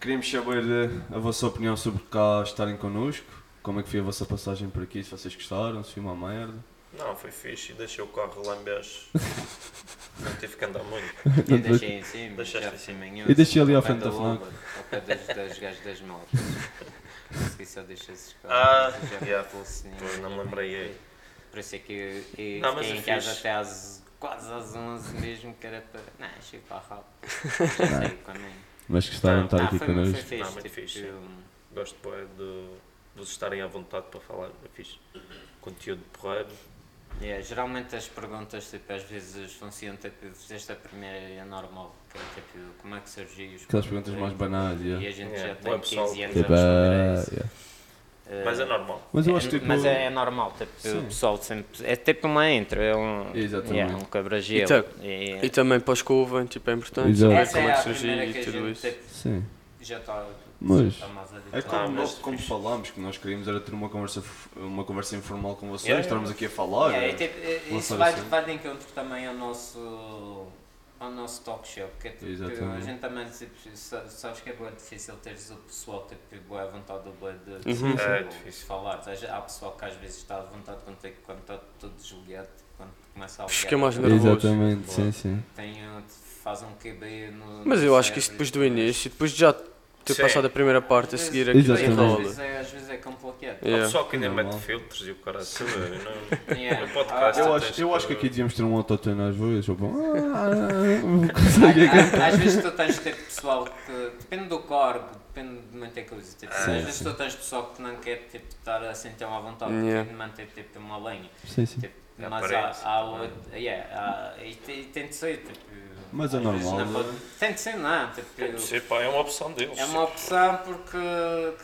S1: Queríamos saber eh, a vossa opinião sobre cá estarem connosco. Como é que foi a vossa passagem por aqui? Se vocês gostaram, se foi uma merda.
S3: Não, foi fixe e deixei o carro lá em Beja. Não tive que andar muito.
S4: Eu deixei em cima,
S3: Deixaste
S4: já
S3: em
S4: fui manhoso.
S1: Eu deixei ali à
S4: Ao pé
S1: frente da
S4: Uber,
S1: Fnac.
S4: Ao pé dos, dos gajos das
S1: (laughs)
S4: motos. Consegui só deixar esses carros.
S3: Ah,
S4: já me
S3: yeah.
S4: pulso nenhum.
S3: Pois, não me lembrei aí.
S4: Por isso é que eu, eu
S3: Não, mas
S4: fiquei
S3: é
S4: em casa
S3: fixe.
S4: até às quase às 11 mesmo, que era para. Não, chego para a
S3: (laughs)
S4: rabo. Sei quando é.
S1: Mas gostaram de estar
S4: Ah,
S1: Tá aqui
S4: foi, foi
S1: connosco.
S4: fixe.
S3: Não, muito
S4: tipo,
S3: fixe, sim.
S4: eu-
S3: Gosto bué de, de os estarem à vontade para falar. É fixe. Conteúdo porreiro.
S4: Yeah, geralmente as perguntas tipo, às vezes funcionam tipo, fizeste a primeira e é normal, que é tipo, como é que surgiu? os
S1: Aquelas perguntas mais banais, yeah.
S4: E a gente
S3: Yeah,
S4: já
S3: bom,
S4: tem 15
S3: pessoal,
S4: anos a
S1: Tipo,
S4: responder a
S1: ah,
S4: isso.
S1: yeah.
S4: Eh,
S3: Mas é normal.
S1: Mas eu acho que
S4: é,
S1: tipo,
S4: mas é, é normal, tipo,
S1: Sim.
S4: o pessoal sempre. É tipo uma intro, é um.
S1: Exatamente.
S4: Yeah, um quebra-gelo.
S2: E tá-
S4: E-
S2: E também para os que ouvem, tipo, é importante
S1: Exato.
S2: saber
S4: Essa
S2: como
S4: é
S2: é que
S4: a
S2: surgiu
S4: primeira que
S2: e
S4: a
S2: tudo
S4: gente
S2: isso.
S4: tipo,
S1: sim.
S4: já está
S1: Mas
S4: tá mais
S1: é
S4: habituado.
S1: como,
S3: mas
S1: como
S3: fixe.
S1: falámos, que nós queríamos era ter uma conversa, f- uma conversa informal com vocês,
S3: Yeah, yeah.
S1: estarmos aqui a falar.
S4: Yeah, e,
S1: eh,
S4: tipo, eh,
S1: Uma
S4: isso vai,
S1: solução.
S4: vai de encontro também ao nosso, ao nosso talk show, porque tipo, a
S1: Exatamente.
S4: gente também tipo, sa- sabes que é bem difícil teres o pessoal tipo, boa à vontade ou boa de, de,
S2: Uhum.
S4: de-
S3: É
S4: de
S3: difícil.
S4: falar. Às- Há pessoal que às vezes está à vontade contigo quando está todo desligado, quando começa a
S2: Fica
S4: ligar,
S2: é mais
S4: tem-
S2: nervoso.
S1: É, Exatamente, sim, sim.
S4: tem, um- faz um QB no.
S2: Mas
S4: no
S2: eu acho que isso
S4: cérebro
S2: depois
S4: e
S2: do
S4: tudo.
S2: início, depois de já ter
S3: Sim.
S2: passado a primeira parte, a seguir
S1: Mas-
S2: aquilo
S4: Às
S2: que
S1: Exatamente.
S2: rola.
S4: vezes é- às vezes é
S3: (laughs)
S4: complicado.
S3: Há
S2: Yeah.
S3: pessoal que ainda
S1: Normal.
S3: mete filtros e o cara sabe.
S4: (laughs)
S3: Não...
S4: Yeah.
S3: No podcast
S4: Ah,
S1: Eu
S3: tu
S1: acho,
S3: tens
S1: eu acho que aqui devíamos ter um autotune às vezes, ou bom, ah, não
S4: Há-
S1: consegue cantar.
S4: há- Às vezes tu tens tipo pessoal que. Depende do corpo, depende de muita coisa. Tipo, às
S1: Sim,
S4: vezes tu tens pessoal que não quer tipo, estar assim tão à vontade,
S2: Yeah.
S4: yeah. de manter tipo, uma lenha.
S1: (laughs) Sim, sim.
S4: Tipo,
S3: Na
S4: mas há,
S3: aparência,
S4: há
S3: não é?
S4: outro. Yeah, há, e, te- e tem de ser, tipo.
S1: Mas é
S4: às vezes
S1: normal,
S4: não
S1: não é?
S4: pode- Tem de ser, não.
S3: Tem de
S4: Tipo,
S3: ser, pá, é uma opção deles.
S4: é uma opção porque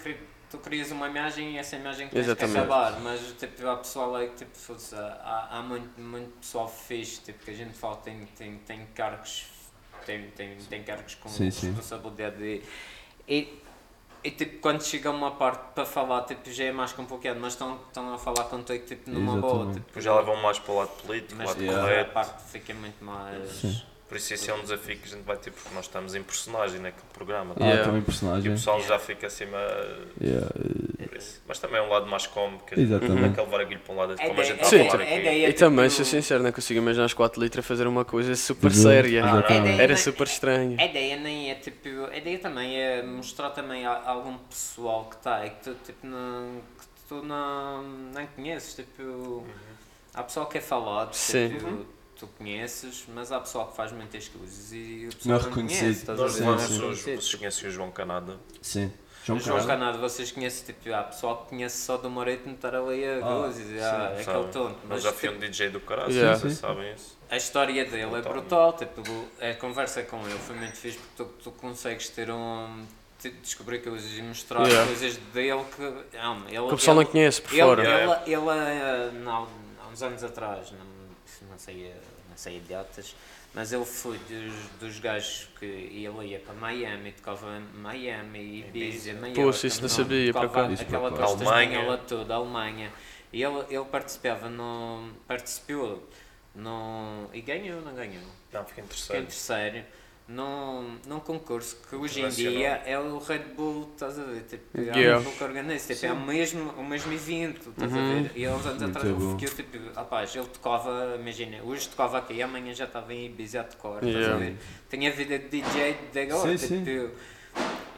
S4: cri- tu crias uma imagem e essa imagem que tens
S2: Exatamente.
S4: que acabar. Mas tipo, há pessoal aí que tipo, foda-se, há, há muito, muito pessoal fixe, tipo, que a gente fala tem, tem, tem cargos tem, tem, tem cargos com
S1: Sim, sim.
S4: responsabilidade e, e E tipo, quando chega a uma parte para falar, tipo, já é mais complicado, mas estão, estão a falar contigo tipo, numa boa.
S1: Exatamente.
S4: Tipo,
S3: Depois já levam mais para o lado político,
S4: mas
S3: lado
S4: depois
S3: correto.
S4: a parte fica muito mais.
S3: Por isso esse é um desafio que a gente vai ter, porque nós estamos em personagem naquele programa.
S1: Ah,
S3: tá?
S2: Yeah.
S1: também
S3: E o
S1: personagem.
S3: pessoal já fica acima.
S1: Yeah, eh,
S3: Por isso. Mas também é um lado mais cômico, que a gente não
S1: Exatamente.
S3: vai levar aquilo para um lado,
S4: É
S3: como a gente
S4: ideia-
S3: está
S2: Sim,
S3: a falar
S4: é
S3: aqui.
S4: ideia,
S2: E
S4: tipo,
S2: também, sou
S4: no-
S2: sincero, não consigo imaginar os 4 litros a fazer uma coisa super
S1: Exato.
S2: séria.
S1: Ah,
S3: não,
S1: não.
S2: Era super estranho.
S4: A ideia nem é tipo. A ideia também é mostrar também a, a algum pessoal que está aí que tu tipo não. que tu não, não conheces. Tipo. Há pessoal que é falado,
S2: Sim.
S4: tipo, tu conheces, mas há pessoal que faz muitas coisas e o
S5: Não
S4: pessoal não,
S5: reconhecido.
S4: conhece. Estás a
S3: Nós
S4: ver?
S3: levamos
S4: Não
S3: os.
S4: reconhecido.
S3: Vocês conhecem o João Canada?
S5: Sim.
S4: O
S5: João
S4: João
S5: Carlos.
S4: Canado, vocês conhecem, tipo, há pessoal que conhece só do Moreto não estar ali a coisas, e, ah, é aquele
S3: Sabem?
S4: tonto.
S3: Mas
S4: Mas
S3: já fui
S4: tipo,
S3: um DJ do caralho,
S2: Yeah.
S3: vocês
S1: Sim, sim.
S3: sabem isso.
S4: a história dele é
S3: Brutal.
S4: brutal, tipo, a conversa com ele foi muito fixe porque tu, tu consegues ter um. te- descobrir coisas e mostrar
S2: Yeah.
S4: coisas dele que. ah, ele,
S2: Que o pessoal não
S4: ele-
S2: conhece por
S4: ele,
S2: fora.
S4: Ele, ele, eh, não, há uns anos atrás, não, não, sei, eh, não sei idiotas, mas ele foi dos, dos gajos que ele ia para Miami, tocava em Miami, Ibiza, Maiorca,
S2: Poxa, isso não sabia, por
S4: tocava
S1: acaso.
S4: Aquela
S1: Isso por
S4: costa
S3: acaso. Alemanha.
S4: espanhola toda, Alemanha. E ele, ele participava no. participou no. e ganhou, não ganhou?
S3: Não, fica
S4: Fiquei em
S3: interessante.
S4: terceiro. é Num, num concurso que hoje em dia é o Red Bull, estás a ver? Tipo, é
S2: Yeah.
S4: o Red Bull que organiza, tipo, é o mesmo, o mesmo evento, estás
S2: Uhum.
S4: a ver? E há uns anos atrás
S1: bom.
S4: eu fiquei tipo, rapaz, ele tocava, imagina, hoje tocava aqui e amanhã já estava em Ibiza a tocar, estás
S2: Yeah.
S4: a ver? Tinha a vida de DJ de agora,
S1: Sim, sim.
S4: tipo,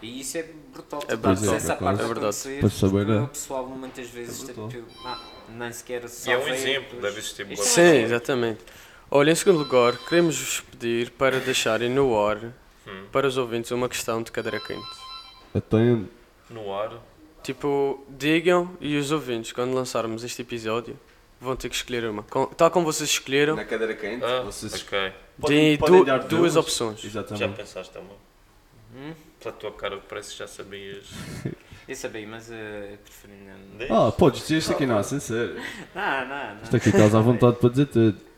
S4: e isso é brutal,
S2: É
S4: tu dá-lhes
S1: brutal,
S4: essa
S1: por
S2: acaso.
S4: parte
S2: É verdade.
S4: acontecer,
S1: Para saber,
S4: porque
S1: é.
S4: o pessoal muitas vezes,
S1: brutal.
S4: tipo, ah, nem sequer sabe.
S3: E é um exemplo, deve existir boa
S4: Isto
S2: Sim,
S4: é-
S2: exatamente. Olha, em segundo lugar, queremos vos pedir para deixarem no ar para os ouvintes uma questão de cadeira quente.
S1: Até
S3: no ar.
S2: Tipo, digam e os ouvintes, quando lançarmos este episódio, vão ter que escolher uma. Com- tal como vocês escolheram,
S5: Na cadeira quente,
S3: Ah,
S5: vocês
S3: ok.
S5: podem-
S2: têm
S5: podem
S2: du-
S5: dar
S2: duas,
S5: duas.
S2: opções.
S3: Já
S5: Exatamente.
S3: pensaste, amor?
S4: Hum?
S3: Pela tua cara, parece que já sabias.
S4: Eu sabia, mas eh, eu preferi não.
S1: Ah,
S2: Oh.
S1: podes dizer isto aqui não, sincero.
S4: Não, não, não.
S1: Isto aqui estás à vontade para dizer tudo.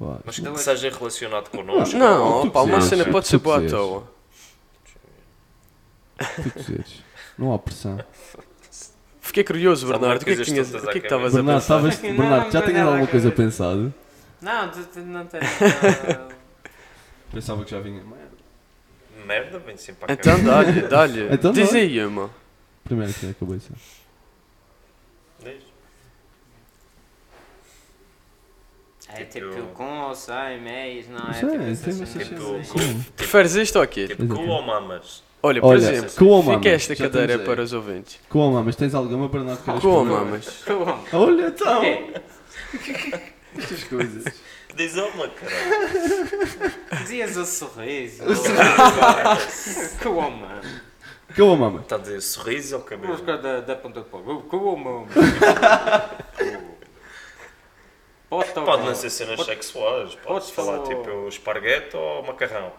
S1: Vá.
S3: Mas
S4: Então,
S3: que seja relacionado connosco.
S2: Não,
S1: Tu
S2: opa, uma
S1: quiseres,
S2: cena
S1: tu
S2: pode ser boa à
S1: quiseres.
S2: toa.
S1: Tu quiseres. Não há pressão.
S2: Fiquei curioso,
S3: Sabe
S2: Bernardo, o que é que
S3: coisas
S2: tinhas-
S3: todas
S2: o que é que
S3: à
S2: estavas a
S1: Bernardo,
S2: pensar?
S1: estavas-
S4: (laughs) Não,
S1: Bernardo, já
S4: não,
S1: tinhas
S4: não,
S1: alguma
S4: não.
S1: coisa pensada?
S4: Não, tu- tu não (laughs) tens.
S5: Pensava que já vinha.
S3: Merda, vem sempre para
S2: Então
S3: cá.
S2: dá-lhe,
S1: (laughs)
S2: dá-lhe.
S1: Então
S2: Diz
S1: dá.
S2: aí uma.
S1: Primeiro que é a cabeça.
S3: Diz.
S4: É
S3: Tipo-
S4: tipo com ou sem mês, não é?
S1: Não sei,
S4: tipo, essas
S1: tem
S4: cenas
S1: essas
S3: Tipo,
S4: assim.
S3: cu-
S2: Preferes isto ou aquilo?
S3: tipo cu ou mamas?
S2: Olha, por
S1: Olha,
S2: exemplo,
S1: com ou mamas?
S2: fica esta
S1: Já
S2: cadeira
S1: estamos aí.
S2: para os ouvintes.
S1: Com a mamas, tens alguma para nós queres
S2: Com ou
S1: explorar?
S2: mamas?
S4: Como?
S1: Olha então!
S4: É,
S1: Estas coisas.
S3: Diz uma, caralho.
S4: Dizias (laughs) o sorriso.
S5: (laughs)
S4: Que homem.
S1: Com a mamas.
S3: Está a dizer sorriso ou cabelo?
S4: Vamos ficar da, da ponta para o. Que homem. (laughs) Pode tocar.
S3: Pode não ser cenas sexuais. Podes
S4: Podes
S3: falar
S4: falar-
S3: tipo esparguete ou macarrão.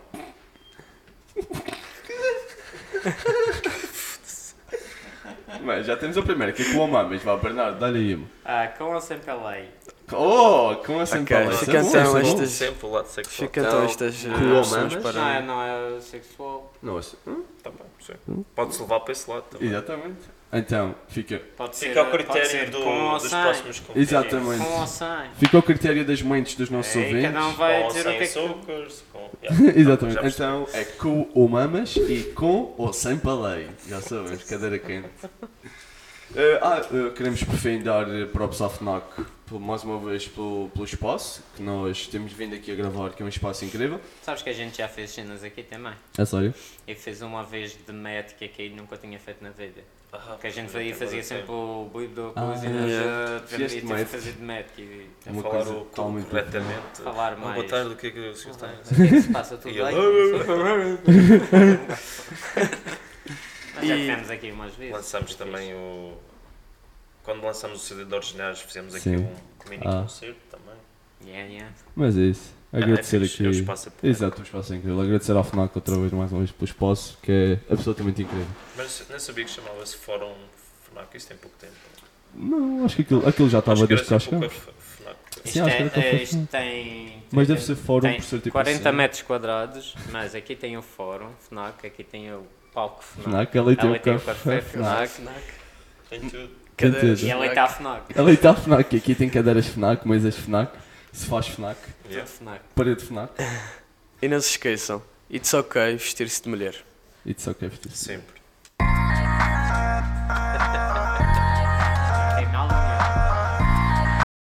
S5: Bem, já temos a primeira, que é com a mamas. Vá, Bernardo, dá-lhe aí uma.
S4: Ah, com ou sem pelei.
S5: Oh, com essa
S2: Ok,
S5: palavra.
S2: fica
S5: Isso é bom, isso
S2: então
S5: é bom.
S2: estas.
S3: Sempre o lado sexual.
S2: Fica então estas eh,
S5: com ou
S2: opções
S5: mamas?
S4: Não é,
S2: para.
S4: não é sexual.
S5: Nossa. hum?
S3: Tá bem, sim. Podes levar para esse lado também.
S5: Exatamente. Então, fica.
S4: Pode ser,
S3: Fica ao
S4: pode ser
S3: critério do-
S4: com ou
S3: dos
S4: sem.
S3: próximos convidados.
S5: Exatamente.
S4: Com ou sem.
S5: Fica ao critério das mentes dos nossos
S4: Aí
S5: ouvintes.
S4: cada um vai
S3: Com
S4: dizer o que
S3: sem
S4: é que.
S3: açúcares,
S5: (laughs)
S3: com... Yeah,
S5: Exatamente.
S3: já percebi.
S5: Então é com ou mamas e com ou sem palei. Já sabemos, cadeira quente. Eh, ah, eh, queremos por fim dar eh, props à FNAC por- mais uma vez pelo, pelo espaço que nós temos vindo aqui a gravar, que é um espaço incrível.
S4: Sabes que a gente já fez cenas aqui também.
S1: É sério?
S4: E fez uma vez de médica que aí nunca tinha feito na vida.
S3: Ah,
S4: Que a gente
S3: pois é,
S4: veio e
S3: agora
S4: fazia
S3: sim.
S4: sempre o boi do
S1: Ah,
S4: coisa e nós
S2: yeah.
S4: uh, tivemos
S5: Fizeste
S4: de
S5: médica.
S4: fazer de médica e
S5: É
S3: Vou
S5: uma
S3: falar
S5: coisa
S3: o
S5: totalmente
S3: corretamente.
S4: falar
S3: Uma
S4: mais.
S3: boa tarde, o que é que o senhor está
S4: O que é que se passa tudo
S3: E eu-
S4: bem? Nós já
S2: E-
S4: tivemos aqui umas vezes.
S3: Lançamos também o. Quando lançamos o CD de originais, fizemos aqui
S1: Sim.
S3: um mini
S1: Ah.
S3: concerto também.
S4: Yeah, yeah.
S1: Mas é isso. Agradecer
S3: Ah, é fixe, eu
S1: aqui.
S3: espaço a-
S1: Exato, o espaço é incrível. Agradecer ao FNAC outra vez, mais uma vez, pelo espaço, que é absolutamente incrível.
S3: Mas nem sabia que chamava-se Fórum Fnac, isso tem pouco tempo.
S1: Não, acho que aquilo, aquilo já estava
S3: Acho que
S1: desde
S3: era
S1: que cá
S3: assim pouco
S1: chegámos.
S3: a F- Fnac.
S4: Isto,
S1: Sim, acho que
S4: é-
S1: era aquele
S4: é-
S1: foi-
S4: isto tem.
S1: Mas
S4: tem-
S1: deve ser fórum
S4: tem
S1: por ser tipo
S4: 40
S1: assim.
S4: metros quadrados, mas aqui tem o fórum, FNAC, aqui tem o palco FNAC.
S1: Fnac, ela tem
S4: Ela
S1: o
S4: tem o
S1: café
S4: café
S1: Fnac.
S2: Fnac, Fnac.
S3: Tem tudo.
S2: Cadeiras
S1: tudo.
S4: E ela
S2: Fnac.
S4: está a FNAC.
S1: Ela é tá. está a Fnac, aqui tem cadeiras Fnac, mesas Fnac, se faz Fnac,
S4: Tudo
S3: Yeah.
S4: FNAC.
S1: parede Fnac.
S2: E não se esqueçam, it's ok vestir-se de mulher.
S1: It's okay, Fitz.
S3: Sempre.